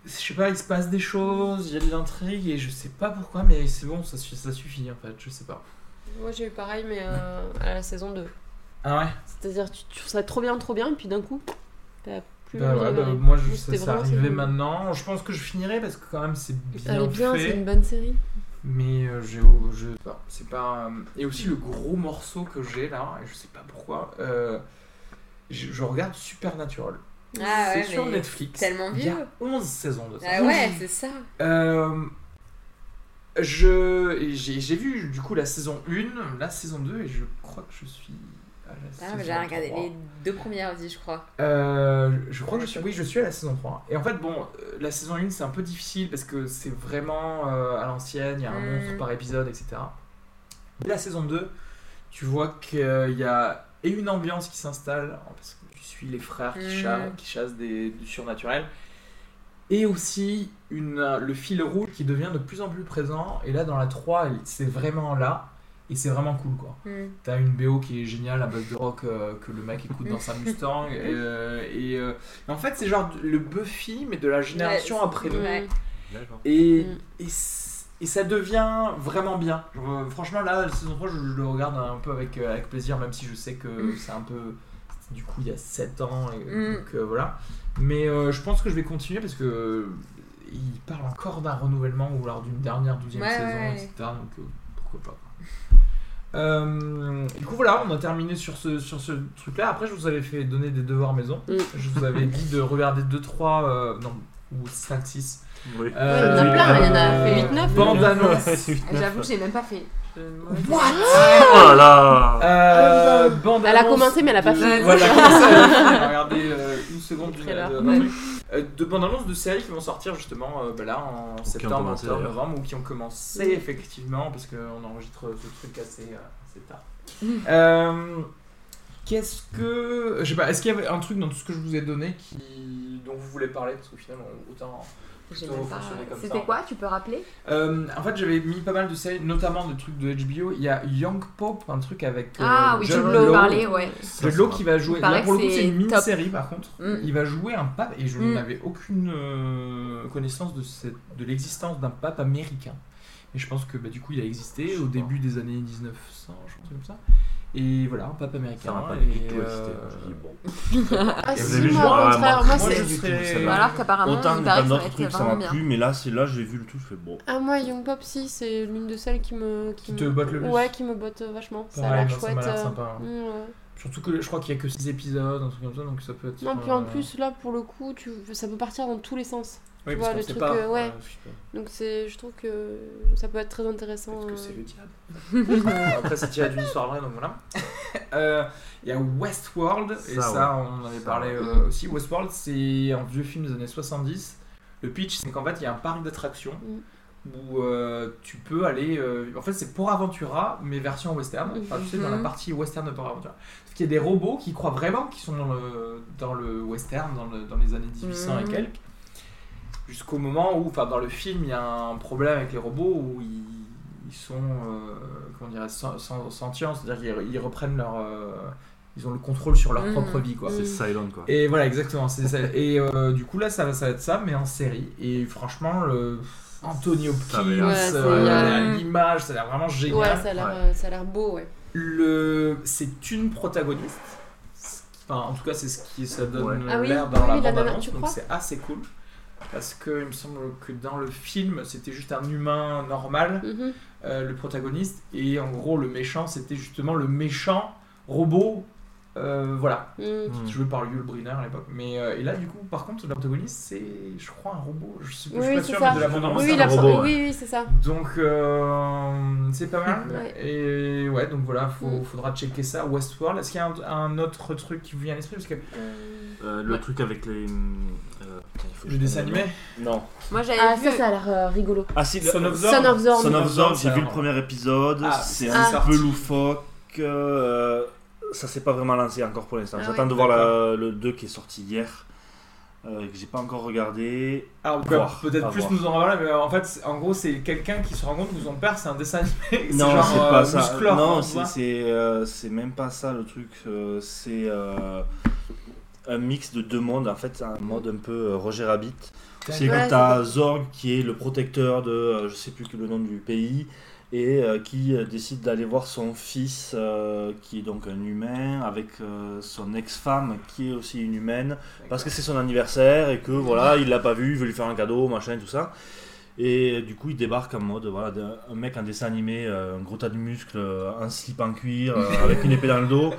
Speaker 1: je sais pas, il se passe des choses, il y a de l'intrigue, et je sais pas pourquoi, mais c'est bon, ça, su- ça suffit en fait, je sais pas.
Speaker 2: Moi j'ai eu pareil, mais euh, à la saison 2.
Speaker 1: Ah ouais
Speaker 2: C'est-à-dire, tu, tu trouves ça trop bien, trop bien, et puis d'un coup, t'as plus
Speaker 1: Bah
Speaker 2: envie de
Speaker 1: ouais, bah,
Speaker 2: regarder.
Speaker 1: moi je,
Speaker 2: C'était
Speaker 1: ça, ça
Speaker 2: vraiment
Speaker 1: arrivait
Speaker 2: saison.
Speaker 1: maintenant. Je pense que je finirai parce que quand même c'est
Speaker 2: Elle
Speaker 1: bien,
Speaker 2: est bien,
Speaker 1: fait.
Speaker 2: c'est une bonne série.
Speaker 1: Mais euh, j'ai, je sais pas, c'est pas. euh, Et aussi le gros morceau que j'ai là, et je sais pas pourquoi. euh, je, je regarde Supernatural.
Speaker 3: Ah
Speaker 1: c'est
Speaker 3: ouais,
Speaker 1: sur
Speaker 3: mais
Speaker 1: Netflix.
Speaker 3: tellement
Speaker 1: Il y a
Speaker 3: vieux.
Speaker 1: 11 saisons de ça.
Speaker 3: Ah ouais, c'est ça.
Speaker 1: Euh, je, j'ai, j'ai vu du coup la saison 1, la saison 2, et je crois que je suis à la
Speaker 3: Ah,
Speaker 1: saison
Speaker 3: mais j'ai regardé
Speaker 1: 3.
Speaker 3: les deux premières aussi, je crois.
Speaker 1: Euh, je crois que je suis, oui, je suis à la saison 3. Et en fait, bon, euh, la saison 1, c'est un peu difficile parce que c'est vraiment euh, à l'ancienne, il y a un
Speaker 3: Mm.
Speaker 1: monstre par épisode, etc. Dès la saison 2, tu vois qu'il y a et une ambiance qui s'installe, parce que tu suis les frères qui,
Speaker 3: Mm.
Speaker 1: cha- qui chassent des, du surnaturel, et aussi une, euh, le fil rouge qui devient de plus en plus présent. Et là, dans la 3, elle- c'est vraiment là, et c'est vraiment cool, quoi.
Speaker 3: Hmm.
Speaker 1: T'as une BO qui est géniale à base de rock euh, que le mec écoute dans sa Mustang. euh, et, euh, et en fait, c'est genre le Buffy, mais de la génération
Speaker 3: Ouais,
Speaker 1: après nous.
Speaker 3: Ouais.
Speaker 4: D'accord.
Speaker 1: Et,
Speaker 2: Mm.
Speaker 1: et, c- et ça devient vraiment bien. Genre, euh, franchement, là, la saison 3, je, je le regarde un peu avec, euh, avec plaisir, même si je sais que
Speaker 3: Mm.
Speaker 1: c'est un peu. Du coup, il y a 7 ans. Et,
Speaker 3: Mm.
Speaker 1: Donc euh, voilà. Mais euh, je pense que je vais continuer parce que. euh, Il parle encore d'un renouvellement ou alors d'une dernière douzième
Speaker 3: Ouais,
Speaker 1: saison,
Speaker 3: ouais.
Speaker 1: etc. Donc euh, pourquoi pas. Euh, du coup voilà, on a terminé sur ce, sur ce truc-là. Après, je vous avais fait donner des devoirs maison.
Speaker 2: Mm.
Speaker 1: Je vous avais dit de regarder 2-3, euh, non, ou 5-6.
Speaker 4: Oui.
Speaker 1: Euh,
Speaker 2: il y en a plein, il y en a fait 8-9.
Speaker 1: Bande annonce.
Speaker 3: J'avoue, j'ai même pas fait. Je-
Speaker 4: Oh là là
Speaker 1: Euh, bande
Speaker 2: Elle a
Speaker 1: annonce
Speaker 2: commencé, mais elle a pas
Speaker 1: de-
Speaker 2: fait.
Speaker 1: Voilà, elle a commencé, elle a fait. Elle a regardé euh, une seconde
Speaker 2: Le
Speaker 1: d'une-
Speaker 2: trailer.
Speaker 1: d'un
Speaker 2: Ouais.
Speaker 1: truc. Euh, de bande annonce de séries qui vont sortir justement euh, bah là en septembre,
Speaker 4: commencé,
Speaker 1: octobre,
Speaker 4: d'ailleurs.
Speaker 1: novembre ou qui ont commencé effectivement parce qu'on enregistre ce truc assez, euh, assez tard. Euh, Qu'est-ce que. Je sais pas, est-ce qu'il y avait un truc dans tout ce que je vous ai donné qui... dont vous voulez parler Parce qu'au final, on- autant.
Speaker 3: J'ai
Speaker 1: Tout
Speaker 3: même pas.
Speaker 1: fonctionnait comme ça. hein.
Speaker 3: C'était quoi Tu peux rappeler
Speaker 1: Euh, en fait, j'avais mis pas mal de séries, notamment de trucs de HBO. Il y a Young Pope, un truc avec. euh,
Speaker 3: Ah oui, tu
Speaker 1: Jude
Speaker 3: peux
Speaker 1: Law.
Speaker 3: en parler, ouais.
Speaker 1: Jude Law qui va jouer.
Speaker 3: Il
Speaker 1: Là,
Speaker 3: paraît
Speaker 1: pour le
Speaker 3: que
Speaker 1: coup, c'est
Speaker 3: c'est
Speaker 1: une
Speaker 3: top.
Speaker 1: mini-série par contre.
Speaker 3: Mm.
Speaker 1: Il va jouer un pape et je
Speaker 3: Mm.
Speaker 1: n'avais aucune euh, connaissance de, cette, de l'existence d'un pape américain. Et je pense que bah, du coup, il a existé
Speaker 4: Je sais
Speaker 1: au
Speaker 4: pas.
Speaker 1: début des années 1900, je pense comme ça. Et voilà, un pape
Speaker 4: Ça
Speaker 1: américain.
Speaker 4: m'a pas
Speaker 1: et,
Speaker 4: du tout excité.
Speaker 1: euh,
Speaker 4: Je dis, bon.
Speaker 2: Ah
Speaker 4: Et
Speaker 1: vous
Speaker 2: si,
Speaker 1: avez vu,
Speaker 2: moi
Speaker 4: ouais,
Speaker 2: au contraire,
Speaker 4: moi,
Speaker 2: moi
Speaker 4: moi,
Speaker 2: c'est.
Speaker 4: je vais trouver
Speaker 1: serais-
Speaker 4: celle-là.
Speaker 3: Alors qu'apparemment,
Speaker 4: Autant
Speaker 3: il
Speaker 4: que dans
Speaker 3: paraît que Ah, bah, ça va
Speaker 4: d'autres
Speaker 3: être
Speaker 4: trucs ça
Speaker 3: vraiment
Speaker 4: m'a
Speaker 3: bien.
Speaker 4: plu, mais là, c'est là, j'ai vu le tout, je fais bon.
Speaker 2: Ah moi Young Pop si c'est l'une de celles qui me qui,
Speaker 1: Qui
Speaker 2: me-
Speaker 1: te botte le plus.
Speaker 2: ouais qui me botte euh, vachement ça a
Speaker 1: Pareil,
Speaker 2: l'air
Speaker 1: moi, ça
Speaker 2: chouette
Speaker 1: m'a l'air
Speaker 2: euh,
Speaker 4: hein.
Speaker 1: sympa.
Speaker 2: mm, ouais.
Speaker 1: Surtout que je crois qu'il y a que 6 épisodes, un truc comme ça, donc ça peut être.
Speaker 2: non puis en
Speaker 1: euh,
Speaker 2: plus là pour le coup tu ça peut partir dans tous les sens
Speaker 1: oui,
Speaker 2: tu
Speaker 1: parce
Speaker 2: vois,
Speaker 1: qu'on
Speaker 2: le
Speaker 1: sait
Speaker 2: truc,
Speaker 1: pas,
Speaker 2: euh, ouais.
Speaker 1: je sais pas.
Speaker 2: donc c'est je trouve que ça peut être très intéressant
Speaker 1: Peut-être
Speaker 2: euh.
Speaker 1: que c'est le diable. Après, c'est tiré d'une histoire vraie, donc voilà. Euh, Il y a Westworld, et
Speaker 4: Ça,
Speaker 1: ça, on en avait
Speaker 4: Ça,
Speaker 1: parlé
Speaker 2: ouais.
Speaker 1: euh, aussi. Westworld, c'est un vieux film des années 70. Le pitch, c'est qu'en fait, il y a un parc d'attractions
Speaker 2: Mm.
Speaker 1: où euh, tu peux aller. euh, en fait, c'est Port Aventura, mais version western. Enfin, tu sais, dans la
Speaker 3: Mhm.
Speaker 1: partie western de Port Aventura. Parce qu'il y a des robots qui croient vraiment qu'ils sont dans le, dans le western, dans, le- dans les années 1800 et
Speaker 3: Mhm.
Speaker 1: quelques. Jusqu'au moment où, enfin, dans le film, il y a un problème avec les robots où ils, ils sont, euh, comment dirais sentients, c'est-à-dire qu'ils ils reprennent leur. euh, ils ont le contrôle sur leur
Speaker 3: Mhm.
Speaker 1: propre vie, quoi.
Speaker 2: Mhm.
Speaker 4: C'est silent quoi.
Speaker 1: Et voilà, exactement. c'est ça. Et euh, du coup, là, ça, va- ça va être ça, mais en série. Et franchement, le Anthony
Speaker 4: Ça
Speaker 1: Hopkins,
Speaker 4: avait l'air-
Speaker 2: Ouais, c'est-
Speaker 1: euh,
Speaker 3: ouais.
Speaker 1: l'image, ça a l'air vraiment génial.
Speaker 2: ouais ça a l'air
Speaker 4: Ouais.
Speaker 2: euh, ça a l'air beau ouais
Speaker 1: Le... C'est une protagoniste. Enfin, en tout cas, c'est ce qui ça donne
Speaker 4: Ouais.
Speaker 2: Ah oui,
Speaker 1: l'air dans la
Speaker 2: oui, la
Speaker 1: bande
Speaker 2: nana,
Speaker 1: annonce,
Speaker 2: tu
Speaker 1: donc
Speaker 2: crois
Speaker 1: c'est assez cool. Parce que il me semble que dans le film, c'était juste un humain normal,
Speaker 2: Mhm.
Speaker 1: euh, le protagoniste, et en gros, le méchant, c'était justement le méchant robot. Euh, voilà,
Speaker 2: Mm.
Speaker 4: Hmm.
Speaker 1: je veux par Yul Brynner à l'époque. Mais euh, et là, du coup, par contre, l'antagoniste, c'est, je crois, un robot. Je sais pas, je suis
Speaker 2: Oui,
Speaker 1: pas
Speaker 2: c'est
Speaker 1: sûr,
Speaker 2: ça.
Speaker 1: mais de la bande-annonce,
Speaker 2: oui
Speaker 1: c'est
Speaker 2: oui,
Speaker 1: un
Speaker 2: la-
Speaker 1: robot.
Speaker 4: robot,
Speaker 2: oui oui c'est ça
Speaker 1: Donc, euh, c'est pas mal.
Speaker 2: Ouais.
Speaker 1: Et ouais, donc voilà, faut,
Speaker 2: Mm.
Speaker 1: faudra checker ça. Westworld, est-ce qu'il y a un, un autre truc qui vous vient à l'esprit Parce que
Speaker 2: Euh,
Speaker 4: Euh, le
Speaker 1: Ouais.
Speaker 4: truc avec les. hum, euh, putain, il faut que
Speaker 1: le
Speaker 4: je
Speaker 1: dessin
Speaker 4: trouve
Speaker 1: animé,
Speaker 4: le nom. Non.
Speaker 3: Moi, j'avais
Speaker 2: ah
Speaker 3: vu.
Speaker 2: ça ça a l'air euh, rigolo
Speaker 4: Ah si, le-
Speaker 1: Son of
Speaker 2: Son of Zorn
Speaker 4: Son
Speaker 1: Zorn.
Speaker 4: of Zorn,
Speaker 1: Ça,
Speaker 4: j'ai vu le
Speaker 1: ouais.
Speaker 4: premier épisode,
Speaker 1: Ah,
Speaker 4: c'est
Speaker 1: c'est
Speaker 4: un
Speaker 1: sorti.
Speaker 4: peu loufoque. euh, ça s'est pas vraiment lancé encore pour l'instant.
Speaker 3: Ah
Speaker 4: J'attends
Speaker 3: ouais.
Speaker 4: de voir la- le 2 qui est sorti hier, euh, que j'ai pas encore regardé.
Speaker 1: alors on peut
Speaker 4: Voir,
Speaker 1: peut-être
Speaker 4: à
Speaker 1: plus
Speaker 4: voir.
Speaker 1: nous en reparler, mais euh, en fait, c'est- en gros, c'est quelqu'un qui se rend compte que son père, c'est un dessin animé.
Speaker 4: non,
Speaker 1: genre,
Speaker 4: c'est
Speaker 1: euh,
Speaker 4: pas ça.
Speaker 1: Musclor,
Speaker 4: non,
Speaker 1: tu vois.
Speaker 4: c'est c'est, euh, c'est même pas ça le truc. euh, c'est euh, un mix de deux mondes, en fait, un mode un peu euh, Roger Rabbit. C'est
Speaker 2: Ouais,
Speaker 4: quand
Speaker 2: c'est
Speaker 4: t'as
Speaker 2: ça.
Speaker 4: Zorg qui est le protecteur de euh, je sais plus le nom du pays et euh, qui euh, décide d'aller voir son fils euh, qui est donc un humain avec euh, son ex-femme qui est aussi une humaine parce que c'est son anniversaire et que voilà il l'a pas vu, il veut lui faire un cadeau machin tout ça Et du coup, il débarque en mode, voilà, d'un- un mec en dessin animé, euh, un gros tas de muscles, euh, un slip en cuir, euh, avec une épée dans le dos,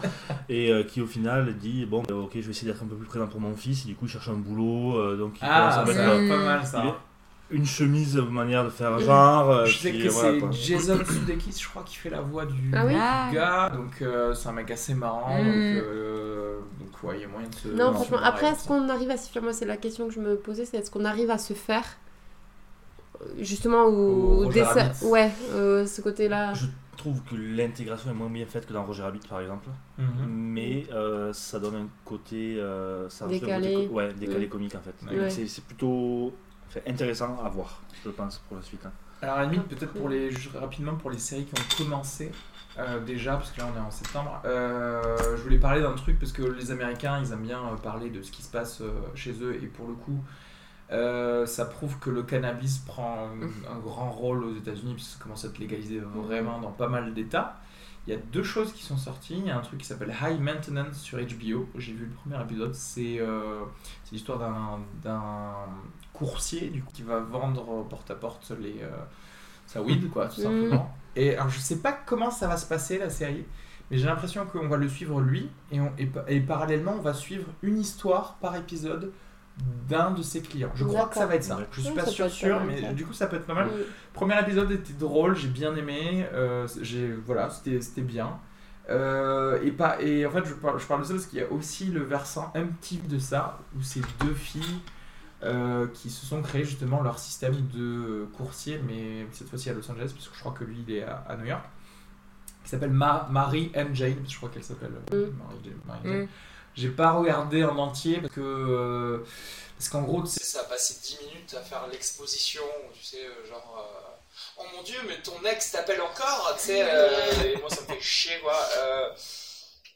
Speaker 4: et euh, qui au final dit, bon, euh, ok, je vais essayer d'être un peu plus présent pour mon fils, et du coup, il cherche un boulot, euh, donc il
Speaker 1: Ah,
Speaker 4: commence à
Speaker 1: ça
Speaker 4: mettre euh,
Speaker 1: va pas mal ça.
Speaker 4: il est- une chemise de manière de faire genre. euh,
Speaker 1: Je sais
Speaker 4: puis,
Speaker 1: que
Speaker 4: voilà, quoi.
Speaker 1: c'est Jason Sudeikis, je crois, qui fait la voix du
Speaker 2: Ah oui
Speaker 3: Ah.
Speaker 1: gars. Donc euh, c'est un mec assez marrant.
Speaker 3: Mm.
Speaker 1: Donc, euh, donc ouais, il y a moyen de se.
Speaker 2: Non,
Speaker 1: de se
Speaker 2: franchement,
Speaker 1: marrer
Speaker 2: après,
Speaker 1: avec ça.
Speaker 2: est-ce qu'on arrive à s'y faire Moi, c'est la question que je me posais, c'est est-ce qu'on arrive à se faire euh, justement au,
Speaker 1: Au Roger
Speaker 2: dessin
Speaker 1: Rabbit.
Speaker 2: Ouais, euh, ce côté-là.
Speaker 4: Je trouve que l'intégration est moins bien faite que dans Roger Rabbit par exemple,
Speaker 1: Mhm.
Speaker 4: mais euh, ça donne un côté. euh, ça rajoute un
Speaker 2: Décalé.
Speaker 4: côté co- ouais, décalé
Speaker 2: Mm.
Speaker 4: comique en fait.
Speaker 1: Ouais.
Speaker 4: Donc, C'est c'est plutôt enfin, intéressant à voir, je pense, pour la suite. hein.
Speaker 1: Alors, à la limite, peut-être pour les, juste rapidement pour les séries qui ont commencé euh, déjà, parce que là on est en septembre, euh, je voulais parler d'un truc, parce que les Américains ils aiment bien euh, parler de ce qui se passe euh, chez eux, et pour le coup, euh, ça prouve que le cannabis prend un, un grand rôle aux États-Unis, puisque ça commence à être légalisé vraiment dans pas mal d'États. Il y a deux choses qui sont sorties. Il y a un truc qui s'appelle High Maintenance sur HBO. J'ai vu le premier épisode. C'est euh, c'est l'histoire d'un- d'un coursier du coup, qui va vendre porte à porte les, euh, sa weed, quoi, tout
Speaker 2: Mm.
Speaker 1: simplement. Et alors, je sais pas comment ça va se passer la série, mais j'ai l'impression qu'on va le suivre lui et, on, et, pa- et parallèlement on va suivre une histoire par épisode d'un de ses clients. Je crois que ça
Speaker 2: D'accord.
Speaker 1: va être ça. Je suis
Speaker 2: Ouais,
Speaker 1: pas
Speaker 2: ça peut
Speaker 1: sûr
Speaker 2: être pas
Speaker 1: sûr,
Speaker 2: mal,
Speaker 1: mais
Speaker 2: ça.
Speaker 1: du coup ça peut être pas
Speaker 2: Mm.
Speaker 1: mal. Premier épisode était drôle, j'ai bien aimé. euh, j'ai voilà, c'était c'était bien. Euh, et pas et en fait je parle, je parle de ça parce qu'il y a aussi le versant MTV de ça où ces deux filles euh, qui se sont créées justement leur système de coursier, mais cette fois-ci à Los Angeles parce que je crois que lui il est à, à New York. Qui s'appelle Ma- Marie M Jane, parce que je crois qu'elle s'appelle euh, Marie Jane. Marie Jane.
Speaker 3: Mm.
Speaker 1: J'ai pas regardé en entier parce que. euh, parce qu'en gros, tu sais, ça a passé 10 minutes à faire l'exposition, où, tu sais, euh, genre. euh, oh mon dieu, mais ton ex t'appelle encore, tu sais, euh, et moi ça me fait chier, quoi. Euh,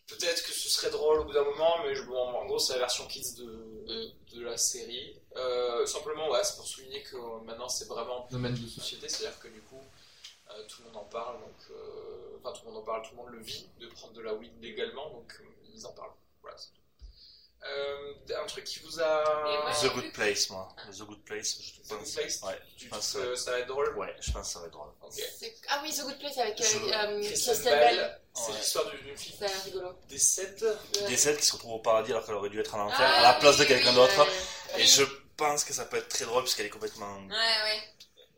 Speaker 1: Peut-être que ce serait drôle au bout d'un moment, mais je- bon, en gros, c'est la version kids de, de la série. Euh, simplement, ouais, c'est pour souligner que euh, maintenant c'est vraiment domaine de société, c'est-à-dire que du coup, euh, tout le monde en parle, donc. euh, Enfin, tout le monde en parle, tout le monde le vit, de prendre de la weed légalement, donc euh, ils en parlent. Voilà, c'est tout. Euh, un truc qui vous
Speaker 3: Et moi,
Speaker 1: a.
Speaker 3: j'ai
Speaker 6: The Good Place, moi. The Good Place, je
Speaker 1: The
Speaker 6: pense.
Speaker 1: Good Place,
Speaker 6: ouais,
Speaker 1: tu
Speaker 6: je
Speaker 1: trouves
Speaker 6: pense,
Speaker 1: que euh, ça va être drôle
Speaker 6: ouais. ouais, je pense que ça va être drôle.
Speaker 1: Ok.
Speaker 6: C'est-
Speaker 7: Ah oui, The Good Place avec euh,
Speaker 6: Je-
Speaker 7: euh,
Speaker 1: Kristen
Speaker 7: Kristen Bell.
Speaker 1: c'est
Speaker 6: Ouais.
Speaker 1: l'histoire d'une fille
Speaker 7: C'est rigolo.
Speaker 1: des 7
Speaker 6: Des êtres qui se retrouvent au paradis alors qu'elle aurait dû être en enfer,
Speaker 7: Ah,
Speaker 6: à la place de
Speaker 7: oui,
Speaker 6: quelqu'un
Speaker 7: oui,
Speaker 6: d'autre.
Speaker 7: oui.
Speaker 6: Et je pense que ça peut être très drôle parce qu'elle est complètement.
Speaker 7: Ouais, ouais.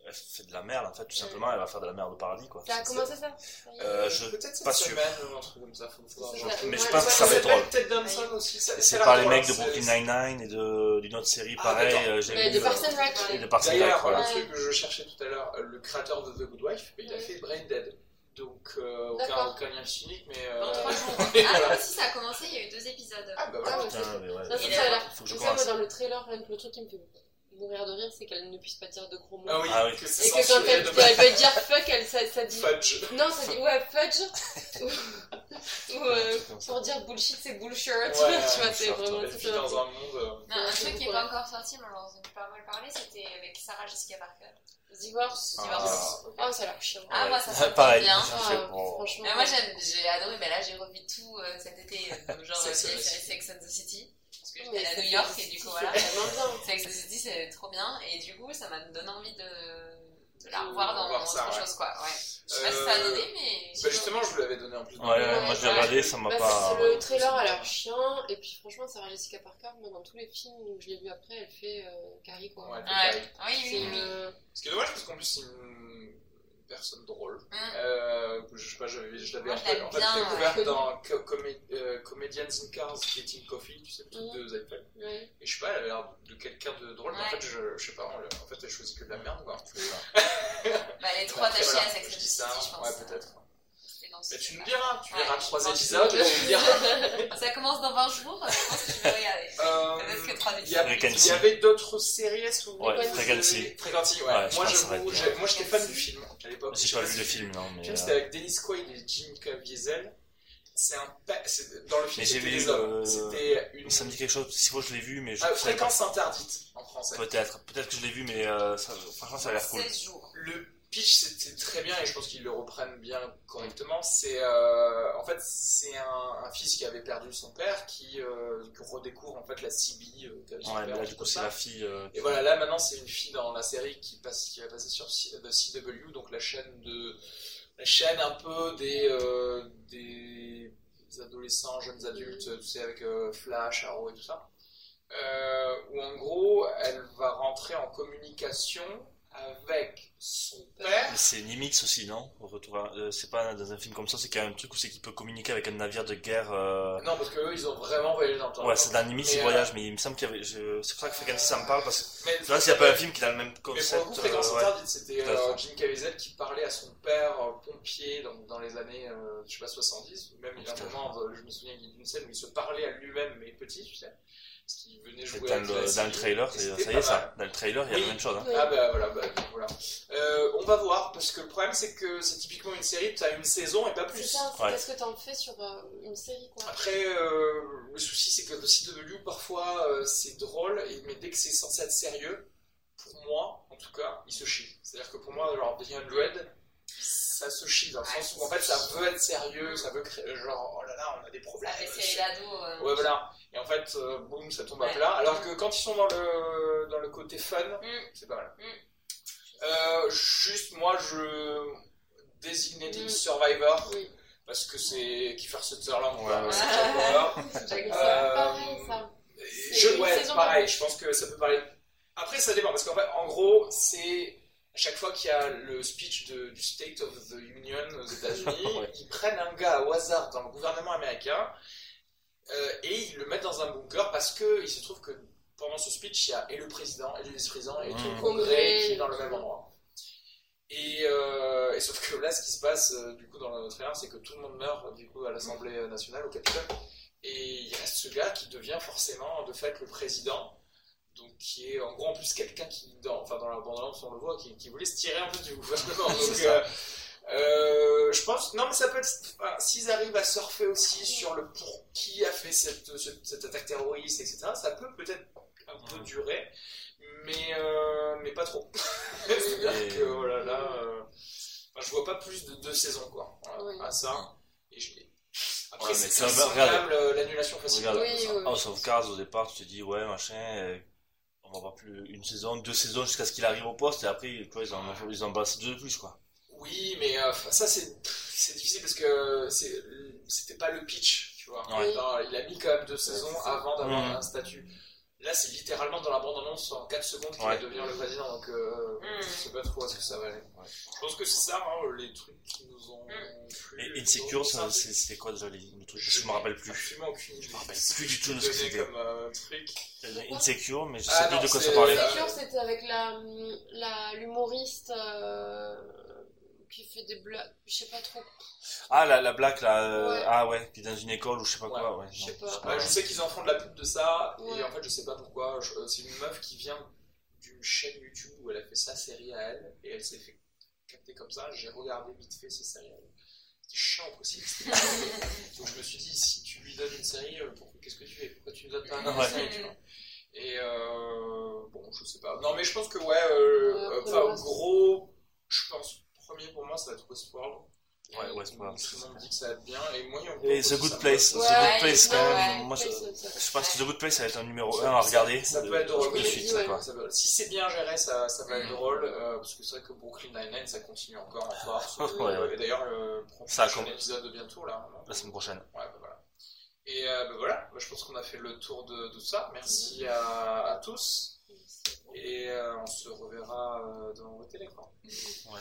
Speaker 6: Elle fait de la merde en fait, tout simplement, elle va faire de la merde au paradis quoi.
Speaker 7: Ça a
Speaker 6: C'est-
Speaker 7: commencé ça Ça y est.
Speaker 6: Euh, je-
Speaker 1: Peut-être cette
Speaker 6: pas sûr.
Speaker 1: semaine ou un truc comme ça. Faut voir.
Speaker 7: C'est ça.
Speaker 6: Mais je
Speaker 7: Ouais,
Speaker 6: pense que ça va
Speaker 7: ouais,
Speaker 6: être drôle.
Speaker 1: Ted Danson aussi. ça- ça
Speaker 6: Et
Speaker 1: a
Speaker 6: C'est
Speaker 1: l'air
Speaker 6: par les
Speaker 1: drôle,
Speaker 6: mecs de
Speaker 1: c'est-
Speaker 6: Brooklyn
Speaker 1: c'est-
Speaker 6: Nine-Nine et de- d'une autre série,
Speaker 1: Ah,
Speaker 6: pareil.
Speaker 1: d'accord.
Speaker 6: euh, j'ai
Speaker 7: Mais
Speaker 6: vu,
Speaker 7: de
Speaker 6: euh,
Speaker 7: Parks and Rec.
Speaker 6: et de Parks and Rec,
Speaker 1: D'ailleurs,
Speaker 6: voilà.
Speaker 1: le
Speaker 7: Ouais.
Speaker 1: truc que je cherchais tout à l'heure, euh, le créateur de The Good Wife, il a
Speaker 7: Ouais.
Speaker 1: fait Brain Dead. Donc, euh, aucun,
Speaker 7: D'accord.
Speaker 1: aucun lien chimique, mais. euh,
Speaker 3: Dans trois jours.
Speaker 1: et
Speaker 3: Ah, moi
Speaker 1: voilà.
Speaker 3: aussi, ça a commencé, il y a eu deux épisodes.
Speaker 1: Ah, bah
Speaker 7: Ah
Speaker 1: voilà.
Speaker 7: ouais, ça,
Speaker 6: Putain, mais ouais.
Speaker 7: ça, ça,
Speaker 3: Il
Speaker 7: ça
Speaker 3: est-
Speaker 7: a l'air.
Speaker 6: faut que je
Speaker 7: Mais ça, moi,
Speaker 6: commence.
Speaker 7: dans le trailer, rien que le truc qui me fait mourir de rire, c'est qu'elle ne puisse pas dire de gros mots.
Speaker 1: Ah oui,
Speaker 6: Ah oui.
Speaker 1: que
Speaker 7: Et
Speaker 1: c'est
Speaker 7: que quand
Speaker 1: censuré
Speaker 7: elle,
Speaker 1: de
Speaker 7: quand elle veut dire fuck, elle, ça, ça dit.
Speaker 1: Fudge.
Speaker 7: Non, ça dit ouais, fudge. ou ou,
Speaker 6: Un
Speaker 7: euh,
Speaker 6: truc comme ça.
Speaker 7: pour dire bullshit, c'est bullshit. tu
Speaker 1: Ouais,
Speaker 7: vois, tu vois,
Speaker 6: bullshit,
Speaker 7: c'est vraiment.
Speaker 1: Elle
Speaker 7: c'est
Speaker 1: vit
Speaker 7: ça.
Speaker 1: dans un monde. euh,
Speaker 3: Non, un truc qui n'est pas encore sorti, mais on en a pas mal parlé, c'était avec Sarah Jessica Parker.
Speaker 7: Divorce.
Speaker 6: Ah.
Speaker 7: Divorce. Ah, ça a l'air chiant.
Speaker 3: Ah,
Speaker 6: Ouais.
Speaker 3: moi, ça me
Speaker 6: Pareil,
Speaker 3: bien.
Speaker 6: ça
Speaker 7: Ah,
Speaker 6: fait
Speaker 1: Oh.
Speaker 6: pour-
Speaker 7: franchement.
Speaker 3: Euh, moi j'aime- j'ai adoré, mais là j'ai revu tout euh, cet été, euh, genre euh,
Speaker 1: Sex and the
Speaker 3: série-
Speaker 1: City.
Speaker 3: Sex and the City, parce que
Speaker 7: Mais
Speaker 3: j'étais allée à New
Speaker 7: Sex and
Speaker 3: York
Speaker 7: the
Speaker 3: et du
Speaker 7: City,
Speaker 3: coup voilà.
Speaker 7: c'est vraiment
Speaker 3: Sex and the City c'est trop bien, et du coup ça m'a donné envie de, de la
Speaker 1: De
Speaker 3: revoir dans
Speaker 1: voir
Speaker 3: autre
Speaker 1: ça, ouais.
Speaker 3: chose quoi. Ouais. Je sais pas si ça a
Speaker 1: Euh,
Speaker 3: donné, mais.
Speaker 1: Bah, justement, je vous l'avais donné en plus.
Speaker 6: Ouais, ouais, moi
Speaker 7: Ouais,
Speaker 6: je l'ai
Speaker 7: ouais.
Speaker 6: regardé, ça m'a
Speaker 7: Bah,
Speaker 6: pas.
Speaker 7: c'est le trailer a l'air chiant, et puis franchement, Sarah Jessica Parker, moi dans tous les films où je l'ai vu après, elle fait euh, Carrie quoi.
Speaker 1: Ouais, elle fait pareil.
Speaker 3: Ouais. Oui, oui,
Speaker 7: C'est,
Speaker 3: oui.
Speaker 7: euh,
Speaker 1: Ce qui est dommage parce qu'en plus c'est une personne drôle.
Speaker 3: Mm.
Speaker 1: Euh, je sais pas, j'avais- je l'avais
Speaker 3: Moi,
Speaker 1: un
Speaker 3: je
Speaker 1: peu-
Speaker 3: l'aime
Speaker 1: en fait,
Speaker 3: bien, ouais.
Speaker 1: découverte dans Co- Comé- euh, Comedians in Cars, Getting Coffee, tu sais, le truc
Speaker 7: Mm.
Speaker 1: de Zac Efron.
Speaker 7: ouais.
Speaker 1: Et je sais pas, elle a l'air de quelqu'un de drôle, mais en
Speaker 3: Ouais.
Speaker 1: fait, je, je sais pas, on l'a- en fait, elle choisit que de la merde, quoi.
Speaker 3: Bah, elle est trop attachée
Speaker 1: Voilà,
Speaker 3: à Sex and the
Speaker 1: je dis
Speaker 3: City,
Speaker 1: ça,
Speaker 3: je pense.
Speaker 1: Ouais, peut-être.
Speaker 3: C'est dans ce-
Speaker 1: Mais tu nous diras, tu
Speaker 3: Ouais,
Speaker 1: verras
Speaker 3: je
Speaker 1: trois
Speaker 3: pense
Speaker 1: épisodes
Speaker 3: que-
Speaker 1: et tu me diras.
Speaker 3: Ça commence dans 20 jours, euh, je pense que je vais regarder.
Speaker 1: Euh,
Speaker 3: Peut-être que trois
Speaker 1: Il y, a-
Speaker 6: Frequency.
Speaker 1: il y avait d'autres séries, est-ce que vous
Speaker 6: Ouais,
Speaker 1: connaissez
Speaker 6: Frequency.
Speaker 1: Frequency, ouais.
Speaker 6: Ouais, je
Speaker 1: moi,
Speaker 6: pense que ça va
Speaker 1: j'avoue,
Speaker 6: être bien.
Speaker 1: j'ai- moi, j'étais fan du film à l'époque. Je
Speaker 6: J'ai
Speaker 1: sais
Speaker 6: pas
Speaker 1: si
Speaker 6: vu le
Speaker 1: tu-
Speaker 6: film, non, mais.
Speaker 1: Le film,
Speaker 6: euh,
Speaker 1: c'était avec Dennis Quaid et Jim Caviezel. C'est un. pa- c'est- Dans le film,
Speaker 6: Mais j'ai
Speaker 1: c'était
Speaker 6: vu,
Speaker 1: des hommes.
Speaker 6: euh,
Speaker 1: C'était une.
Speaker 6: Ça me dit quelque chose, si faut je l'ai vu, mais je.
Speaker 1: Ah,
Speaker 6: je savais pas.
Speaker 1: fréquence interdite en français.
Speaker 6: Peut-être, peut-être que je l'ai vu, mais euh, ça- franchement ça a l'air cool.
Speaker 3: 16 jours.
Speaker 1: Le Peach, c'est- c'est très bien et je pense qu'ils le reprennent bien
Speaker 6: Mm.
Speaker 1: correctement. C'est euh, en fait c'est un, un fils qui avait perdu son père qui, euh, qui redécouvre en fait la CB euh, qu'avait son
Speaker 6: Ouais, mais
Speaker 1: père.
Speaker 6: là,
Speaker 1: un
Speaker 6: du
Speaker 1: truc
Speaker 6: coup,
Speaker 1: comme
Speaker 6: c'est
Speaker 1: ça.
Speaker 6: la fille. euh,
Speaker 1: Et voilà, là maintenant c'est une fille dans la série qui, passe, qui va passer sur C- de CW, donc la chaîne de la chaîne un peu des, euh, des adolescents, jeunes adultes, tu sais, avec euh, Flash, Arrow et tout ça. Euh, où en gros, elle va rentrer en communication avec son père.
Speaker 6: mais C'est Nimitz aussi, non Au retour à- euh, C'est pas dans un film comme ça, c'est qu'il y a un truc où c'est qu'il peut communiquer avec un navire de guerre. euh,
Speaker 1: Non, parce que eux, ils ont vraiment voyagé dans le temps.
Speaker 6: Ouais, c'est dans Nimitz,
Speaker 1: Mais,
Speaker 6: il
Speaker 1: euh,
Speaker 6: voyage, mais il me semble qu'il y avait. je- C'est pour ça que Fréquence, ça me parle, parce que.
Speaker 1: Mais-
Speaker 6: Tu vois, s'il n'y a pas un film qui a le même
Speaker 1: Mais pour le
Speaker 6: concept.
Speaker 1: coup, Fréquence
Speaker 6: euh, ouais.
Speaker 1: Interdite, c'était
Speaker 6: Tout à
Speaker 1: euh,
Speaker 6: fait.
Speaker 1: Jim Caviezel qui parlait à son père euh, pompier dans, dans les années, euh, je sais pas, 70, ou même il y a un
Speaker 6: Putain.
Speaker 1: moment, euh, je me souviens qu'il y a une scène où il se parlait à lui-même, mais petit, tu sais, parce qu'il venait
Speaker 6: Et
Speaker 1: jouer
Speaker 6: Dans
Speaker 1: avec la
Speaker 6: le, dans le
Speaker 1: série,
Speaker 6: trailer,
Speaker 1: et
Speaker 6: c'est-
Speaker 1: c'était
Speaker 6: ça y
Speaker 1: pas
Speaker 6: est,
Speaker 1: mal.
Speaker 6: ça. Dans le trailer, il y a
Speaker 1: Oui.
Speaker 6: la même chose. Hein.
Speaker 1: Ah bah voilà, bah, voilà. Euh, on va voir, parce que le problème c'est que c'est typiquement une série, tu as une saison et pas
Speaker 7: C'est
Speaker 1: plus.
Speaker 7: ça, c'est
Speaker 6: Ouais.
Speaker 7: parce que t'en fais sur euh, une série, quoi.
Speaker 1: Après, euh, le souci c'est que le CW parfois euh, c'est drôle, et- mais dès que c'est censé être sérieux, pour moi en tout cas, il se chie. C'est-à-dire que pour moi, genre Beyond Red, ça se chie dans le sens où en fait ça veut être sérieux, ça veut créer genre oh là là, on a des problèmes.
Speaker 8: Après, c'est l'ado. euh,
Speaker 1: Ouais voilà, et en fait euh, boum ça tombe à
Speaker 8: Ouais.
Speaker 1: plat. Alors que quand ils sont dans le, dans le côté fun,
Speaker 8: Mm.
Speaker 1: c'est pas mal.
Speaker 8: Mm.
Speaker 1: Euh, juste moi je désignais Team
Speaker 7: Mm.
Speaker 1: Survivor
Speaker 7: Oui.
Speaker 1: parce que c'est Kiefer Sutherland,
Speaker 6: Ouais,
Speaker 1: quoi.
Speaker 6: ouais.
Speaker 1: c'est Jack Bauer.
Speaker 7: C'est
Speaker 1: Euh,
Speaker 7: pareil, ça.
Speaker 1: Et
Speaker 7: C'est
Speaker 1: Je,
Speaker 7: une
Speaker 1: ouais,
Speaker 7: saison
Speaker 1: pareil,
Speaker 7: par an.
Speaker 1: je pense que ça peut parler. Après, ça dépend, parce qu'en fait, en gros, c'est. À chaque fois qu'il y a le speech de- du State of the Union aux États-Unis,
Speaker 6: Ouais.
Speaker 1: ils prennent un gars au hasard dans le gouvernement américain euh, et ils le mettent dans un bunker parce qu'il se trouve que pendant ce speech, il y a et le président, et le vice-président, et tout
Speaker 6: Mmh.
Speaker 1: le congrès qui est dans le même endroit. Et, euh, et sauf que là, ce qui se passe euh, du coup dans le trailer, c'est que tout le monde meurt du coup à l'Assemblée nationale, au Capitole, et il reste ce gars qui devient forcément de fait le président, donc qui est en gros en plus quelqu'un qui, dans, enfin dans la bande-annonce, on le voit, qui, qui voulait se tirer un peu du gouvernement. donc,
Speaker 6: C'est ça.
Speaker 1: euh, euh, je pense, non mais ça peut être, enfin, s'ils arrivent à surfer aussi sur le pour qui a fait cette, cette, cette attaque terroriste, etc., ça peut peut-être un peu
Speaker 6: Ouais.
Speaker 1: durer, mais, euh, mais pas trop. C'est-à-dire
Speaker 6: Et-
Speaker 1: que, oh là là, euh, enfin, je vois pas plus de deux saisons, quoi, voilà,
Speaker 7: Oui.
Speaker 1: à ça, et je Après,
Speaker 6: Ouais, mais
Speaker 1: c'est
Speaker 6: ça va,
Speaker 1: semblable,
Speaker 6: regarde.
Speaker 1: euh, l'annulation facile.
Speaker 6: Regarde,
Speaker 7: Oui, oui, oui.
Speaker 6: House of Cards, au départ, tu te dis, ouais, machin, euh, on va voir plus une saison, deux saisons jusqu'à ce qu'il arrive au poste, et après, quoi, ils en, ils en bassent deux de plus, quoi.
Speaker 1: Oui, mais euh, ça, c'est c'est difficile parce que c'est- c'était pas le pitch, tu vois.
Speaker 6: Ouais.
Speaker 1: Non, il a mis quand même deux saisons avant d'avoir
Speaker 6: Mhm.
Speaker 1: un statut. Là, c'est littéralement dans la bande-annonce en 4 secondes qu'il va
Speaker 6: Ouais.
Speaker 1: devenir le président, donc euh,
Speaker 8: Mhm.
Speaker 1: je sais pas trop à ce que ça va aller. Je pense que c'est ça, hein, les trucs qui nous ont plu.
Speaker 6: Et Insecure, ça, c'est c'est quoi déjà les, le truc Je me rappelle plus.
Speaker 1: Absolument aucune idée.
Speaker 6: Je me rappelle plus du tout de ce que
Speaker 1: Donné
Speaker 6: c'était.
Speaker 1: comme euh, truc.
Speaker 7: quoi
Speaker 6: Insecure, mais je
Speaker 1: Ah
Speaker 6: sais plus
Speaker 1: non,
Speaker 6: de quoi
Speaker 1: c'est-
Speaker 6: ça parlait.
Speaker 1: Euh,
Speaker 7: C'est sûr, c'était avec la la- l'humoriste euh, qui fait des blagues, je sais pas trop.
Speaker 6: Ah, la, la blague, là. euh,
Speaker 7: Ouais.
Speaker 6: Ah ouais, qui est dans une école ou je sais pas quoi, ouais.
Speaker 7: Je sais
Speaker 6: non.
Speaker 7: pas.
Speaker 1: Bah, je sais qu'ils en font de la pub de ça, et
Speaker 7: Ouais.
Speaker 1: en fait, je sais pas pourquoi. Je- euh, C'est une meuf qui vient d'une chaîne YouTube où elle a fait sa série à elle, et elle s'est fait capter comme ça. J'ai regardé vite fait ses séries à elle. C'était chiant au possible. c'était pas drôle. Donc je me suis dit, si tu lui donnes une série, euh, pourquoi- qu'est-ce que tu fais Pourquoi tu ne donnes pas un
Speaker 6: Ouais.
Speaker 1: série tu vois Et euh, bon, je sais pas. Non, mais je pense que, ouais, euh,
Speaker 7: Ouais,
Speaker 1: euh,
Speaker 7: après,
Speaker 1: enfin,
Speaker 7: le reste-
Speaker 1: gros, je pense, premier pour moi, ça va être Westworld.
Speaker 6: Ouais, Westworld,
Speaker 1: Tout
Speaker 6: c'est
Speaker 1: le monde dit que ça va être bien, et moi, il y a
Speaker 6: Et
Speaker 1: beaucoup
Speaker 6: The
Speaker 1: qui
Speaker 6: Good
Speaker 1: s'en
Speaker 6: Place.
Speaker 7: Ouais,
Speaker 6: The Good Place, quand
Speaker 7: non,
Speaker 6: même.
Speaker 7: ouais,
Speaker 6: Moi, je,
Speaker 7: ouais, ça- ça-
Speaker 6: je pense que The Good Place, ça va être un numéro 1 à regarder.
Speaker 1: Ça
Speaker 6: de-
Speaker 1: peut être drôle,
Speaker 6: de
Speaker 1: oui,
Speaker 6: suite,
Speaker 7: oui,
Speaker 6: ça,
Speaker 7: ouais.
Speaker 6: quoi.
Speaker 1: Ça va- Si c'est bien géré, ça, ça va être
Speaker 8: Mm.
Speaker 1: drôle, euh, parce que c'est vrai que Brooklyn Nine-Nine, ça continue encore en force.
Speaker 6: Ouais, ouais.
Speaker 1: Et d'ailleurs, le
Speaker 6: Ça a
Speaker 1: prochain
Speaker 6: commencé.
Speaker 1: épisode de bientôt, là. non
Speaker 6: La semaine prochaine.
Speaker 1: Ouais, bah voilà. Et euh, bah voilà, Bah, je pense qu'on a fait le tour de, de ça. Merci à, à tous. Et euh, on se reverra euh, dans vos télé, quoi.
Speaker 6: Ouais.